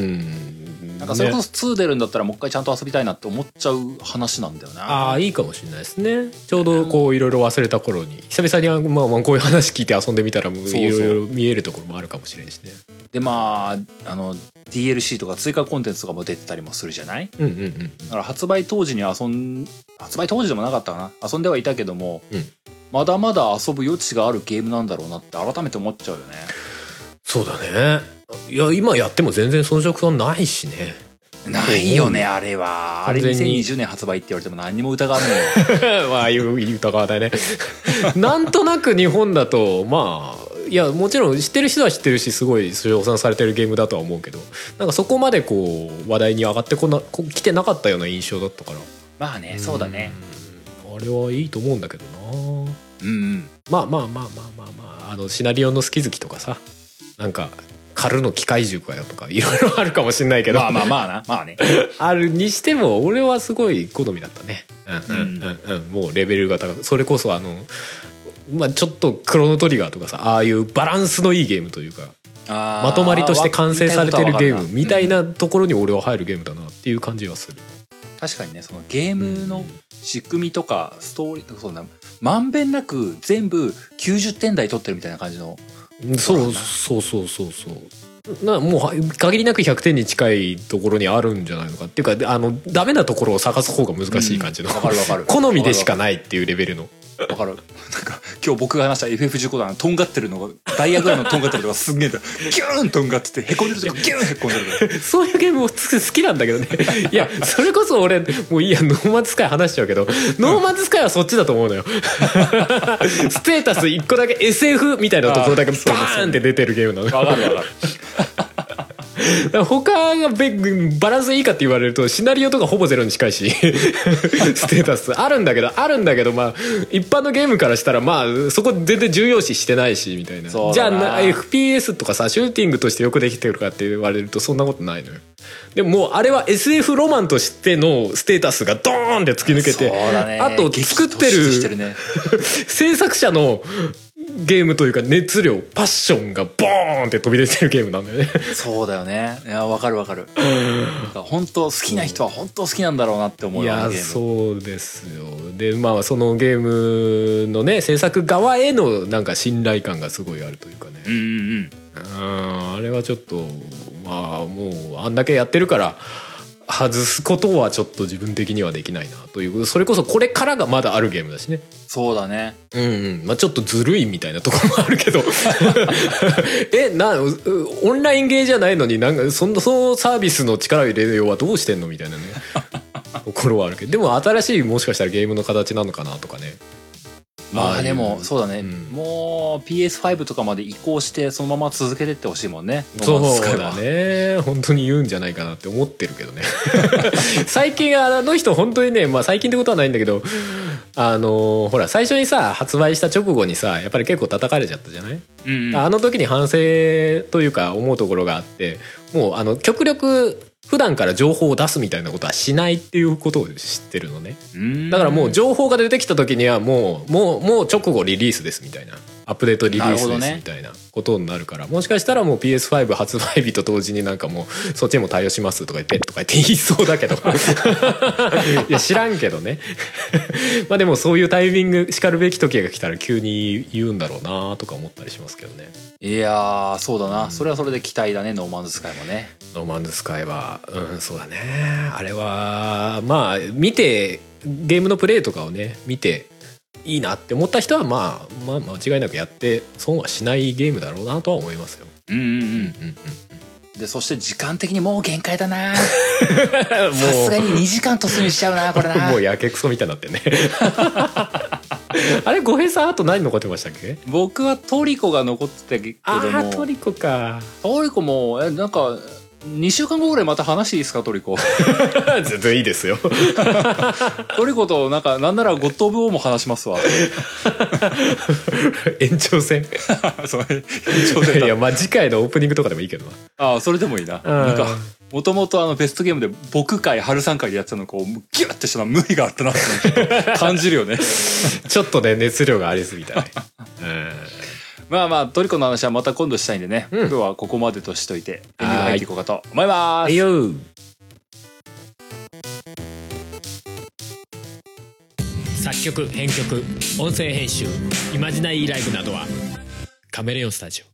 B: ん
A: なんかそれこ
B: ね
A: そ2出るんだったらもう一回ちゃんと遊びたいなって思っちゃう話なんだよな
B: ああいいかもしれないですねちょうどこういろいろ忘れた頃に久々にまあまあこういう話聞いて遊んでみたらもう
A: そう
B: い
A: そう
B: ろいろ見えるところもあるかもしれんしね
A: でまああの DLC とか追加コンテンツとかも出てたりもするじゃない
B: うんうんうん
A: だから発売当時に遊ん発売当時でもなかったかな遊んではいたけども、
B: うん
A: まだまだ遊ぶ余地があるゲームなんだろうなって改めて思っちゃうよね
B: そうだねいや今やっても全然遜色感ないしね
A: ないよねあれはあれ
B: 完全に
A: 2020年発売って言われても何にも疑わないよ
B: まあ言う言う疑わないね なんとなく日本だとまあいやもちろん知ってる人は知ってるしすごい称賛されてるゲームだとは思うけどなんかそこまでこう話題に上がってこなこ来てなかったような印象だったから
A: まあねそうだね
B: うんあれはいいと思うんだけどな
A: うんうん
B: まあまあまあまあまあまああのシナリオの好き好きとかさなんか狩るの機械塾やとかいろいろあるかもしんないけど、
A: まあまあまあなまあ ね
B: あるにしても俺はすごい好みだったねうんうんうんうんもうレベルが高くそれこそあのまあちょっとクロノトリガーとかさああいうバランスのいいゲームというかま
A: ま
B: とまりとして完成されてるゲームみたい
A: な
B: なところに俺は入るゲームだなっていう感じはする
A: 確かにねそのゲームの仕組みとかストーリーとかそんなまんべんなく全部90点台取ってるみたいな感じの
B: そうそうそうそうそうなもうは限りなく100点に近いところにあるんじゃないのかっていうかあのダメなところを探す方が難しい感じの、
A: うんわかるわかる
B: 好みでしかないっていうレベルの
A: わかるなんか今日僕が話した FF15 弾とんがってるのがダイヤグラムのとんがってるのがすんげえんだギューンとんがっててへこんでるとこギューンへこんでるか
B: そういうゲームもつ好きなんだけどねいやそれこそ俺もういいやノーマンズスカイ話しちゃうけどノーマンズスカイはそっちだと思 うのよステータス1個だけ SF みたいなところだけバーンって出てるゲームなの
A: らわかるわかる
B: だから 他がべバランスいいかって言われるとシナリオとかほぼゼロに近いし ステータスあるんだけどあるんだけどまあ一般のゲームからしたらまあそこ全然重要視してないしみたいな
A: そう
B: じゃ
A: だな
B: あな FPS とかさシューティングとしてよくできてるかって言われるとそんなことないのよでももうあれは SF ロマンとしてのステータスがドーンって突き抜けて、
A: そうだね
B: あと作っ
A: 激
B: て
A: 突
B: る
A: 出してるね
B: 制作者のゲームというか熱量パッションがボーンって飛び出てるゲームなんだよね
A: そうだよねいやわかるわかるなんか本当好きな人は本当好きなんだろうなって思う
B: い
A: よあ
B: や
A: のゲーム
B: そうですよでまあそのゲームのね制作側へのなんか信頼感がすごいあるというかね
A: うんうんうん
B: うんあれはちょっとまあもうあんだけやってるから外すことはちょっと自分的にはできないなというそれこそこれからがまだあるゲームだしね
A: そうだね
B: うんうんまあ、ちょっとずるいみたいなところもあるけど えなうオンラインゲーじゃないのになんかそのそのサービスの力を入れるようはどうしてんのみたいなねところはあるけどでも新しいもしかしたらゲームの形なのかなとかね
A: ま
B: ああい
A: あ
B: う
A: でもそうだね、
B: うん
A: もう PS5 とかまで移行してそのまま続けてってほしいもんね
B: そう
A: ノーマンズスカイは
B: だね本当に言うんじゃないかなって思ってるけどね 最近あの人本当にね、まあ、最近ってことはないんだけどあのほら最初にさ発売した直後にさやっぱり結構叩かれちゃったじゃない
A: うんうん、
B: あの時に反省というか思うところがあってもうあの極力普段から情報を出すみたいなことはしないっていうことを知ってるのね
A: うん
B: だからもう情報が出てきた時にはもうもうもう直後リリースですみたいなアップデートリリー
A: な
B: ス
A: るほ
B: で
A: ど
B: す
A: ね
B: みたいなことになるからもしかしたらもう PS5 発売日と同時になんかもうそっちにも対応しますとか言ってとか言って言いそう だけどいや知らんけどね まあでもそういうタイミングしかるべき時が来たら急に言うんだろうなとか思ったりしますけどね。
A: いやーそうだな、それはそれで期待だねノーマンズスカイもね
B: ノーマンズスカイは、うん、そうだね。あれは、まあ、見て、ゲームのプレイとかをね、見て、いいなって思った人は、まあ、まあ、間違いなくやって、損はしないゲームだろうなとは思いますよ。
A: うんうんうん
B: うんうん。
A: でそして時間的に もう限界だなさすが
B: も
A: に2時間突入しちゃうなこれ
B: う、
A: な
B: もうやけくそみたいになってね。 あれ、五平さん、あと何残ってましたっけ
A: 僕はトリコが残ってたけども
B: リコか。
A: トリコもえなんか2週間後ぐらいまた話していいですかトリ コ
B: 全然いいですよ。
A: トリコとなんかなんならゴッド・オブ・オーも話しますわ
B: 延長戦。
A: そう延長戦
B: い
A: だ
B: や、まあ、次回のオープニングとかでもいいけどな。
A: ああそれでもいいななんかもともとあのベストゲームで僕会春さん会でやってたのをこうギュッてしたのは無理があったなってちょっと感じるよ ね
B: ちょっとね、熱量がありすぎたね。うん
A: まあまあトリコの話はまた今度したいんでね、今日はここまでとしといてエンディング入っていこうかと思います
B: はいよ
C: 作曲編曲音声編集イマジナイライブなどはカメレオンスタジオ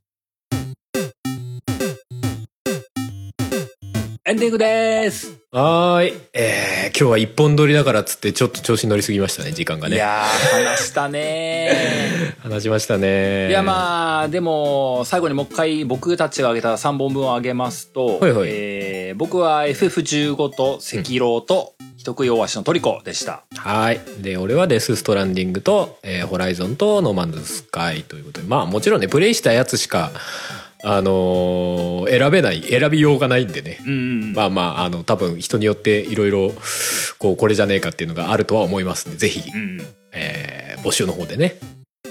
A: エンディングです、
B: はーい。えー、今日は一本撮りだからっつって、ちょっと調子乗りすぎましたね、時間が
A: い
B: ね。
A: やー話したね
B: 話しましたね。
A: ーいや
B: あ。
A: まあでも最後にもう一回僕たちが挙げた3本分を挙げますと、
B: はいはい
A: えー僕は FF15 と赤狼と人食い大足のトリコでした、
B: はい。で、俺はデス・ストランディングと、えーホライゾンとノーマンズ・スカイということで、まあ、もちろんね、プレイしたやつしか、あのー選べない、選びようがないんでね。
A: うんうんうん
B: まあまあ、あの、多分人によっていろいろ、こう、これじゃねえかっていうのがあるとは思いますんで、ぜひ、
A: うんうん
B: えー募集の方でね、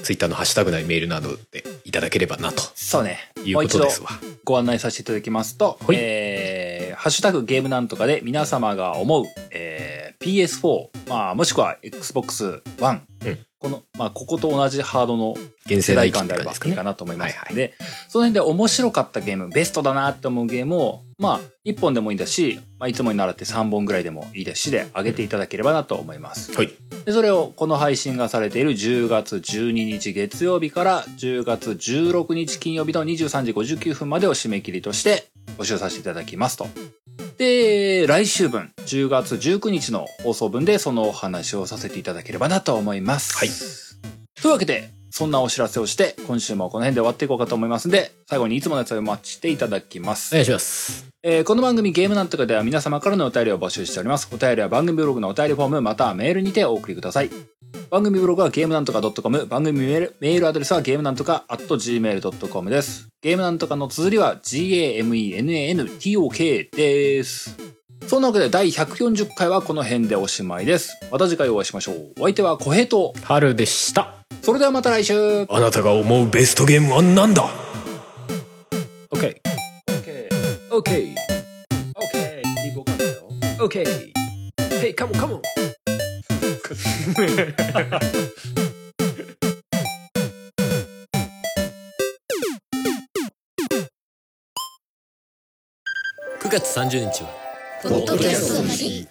B: ツイッターのハッシュタグ内メールなどでいただければな、と
A: そうね
B: いう
A: もう
B: こ
A: 一
B: と
A: 度
B: ですわ。
A: ご案内させていただきますと、
B: はい
A: えーハッシュタグゲームなんとかで皆様が思う、えー PS4、まあ、もしくは Xbox One、
B: うん
A: この、まあ、ここと同じハードの
B: 原
A: 世
B: 生
A: 代
B: 代
A: 感
B: 感
A: で
B: で
A: あ
B: あ
A: れ
B: れ
A: ば
B: ば
A: いいかなと思います。
B: はいはい
A: で、その辺で面白かったゲーム、ベストだなって思うゲームを、まあ、1本でもいいですし、まあ、いつもに習って3本ぐらいでもいいですしで、上げていただければなと思います。
B: はい。
A: で、それをこの配信がされている10月12日月曜日から10月16日金曜日の23時59分までを締め切りとして募集させていただきますと。で、来週分、10月19日の放送分でそのお話をさせていただければなと思います。
B: はい。
A: というわけで、そんなお知らせをして、今週もこの辺で終わっていこうかと思いますんで、最後にいつものやつをお待ちしていただきます
B: お。願いします。
A: えーこの番組ゲームなんとかでは皆様からのお便りを募集しております。お便りは番組ブログのお便りフォームまたはメールにてお送りください。番組ブログはゲームなんとか .com、番組メールメールアドレスはゲームなんとか .gmail.com です。ゲームなんとかの綴りは gamenantok です。そんなわけで第140回はこの辺でおしまいです。また次回お会いしましょう。お相手は小平と、
B: 春でした。
A: それではまた来週
B: あなたが思うベストゲームは何だ ?OK。
A: OK。OK。OK。行こうかよ。
B: OK。Hey, come on, come on. >9 月30日は、ポッドキャストの日。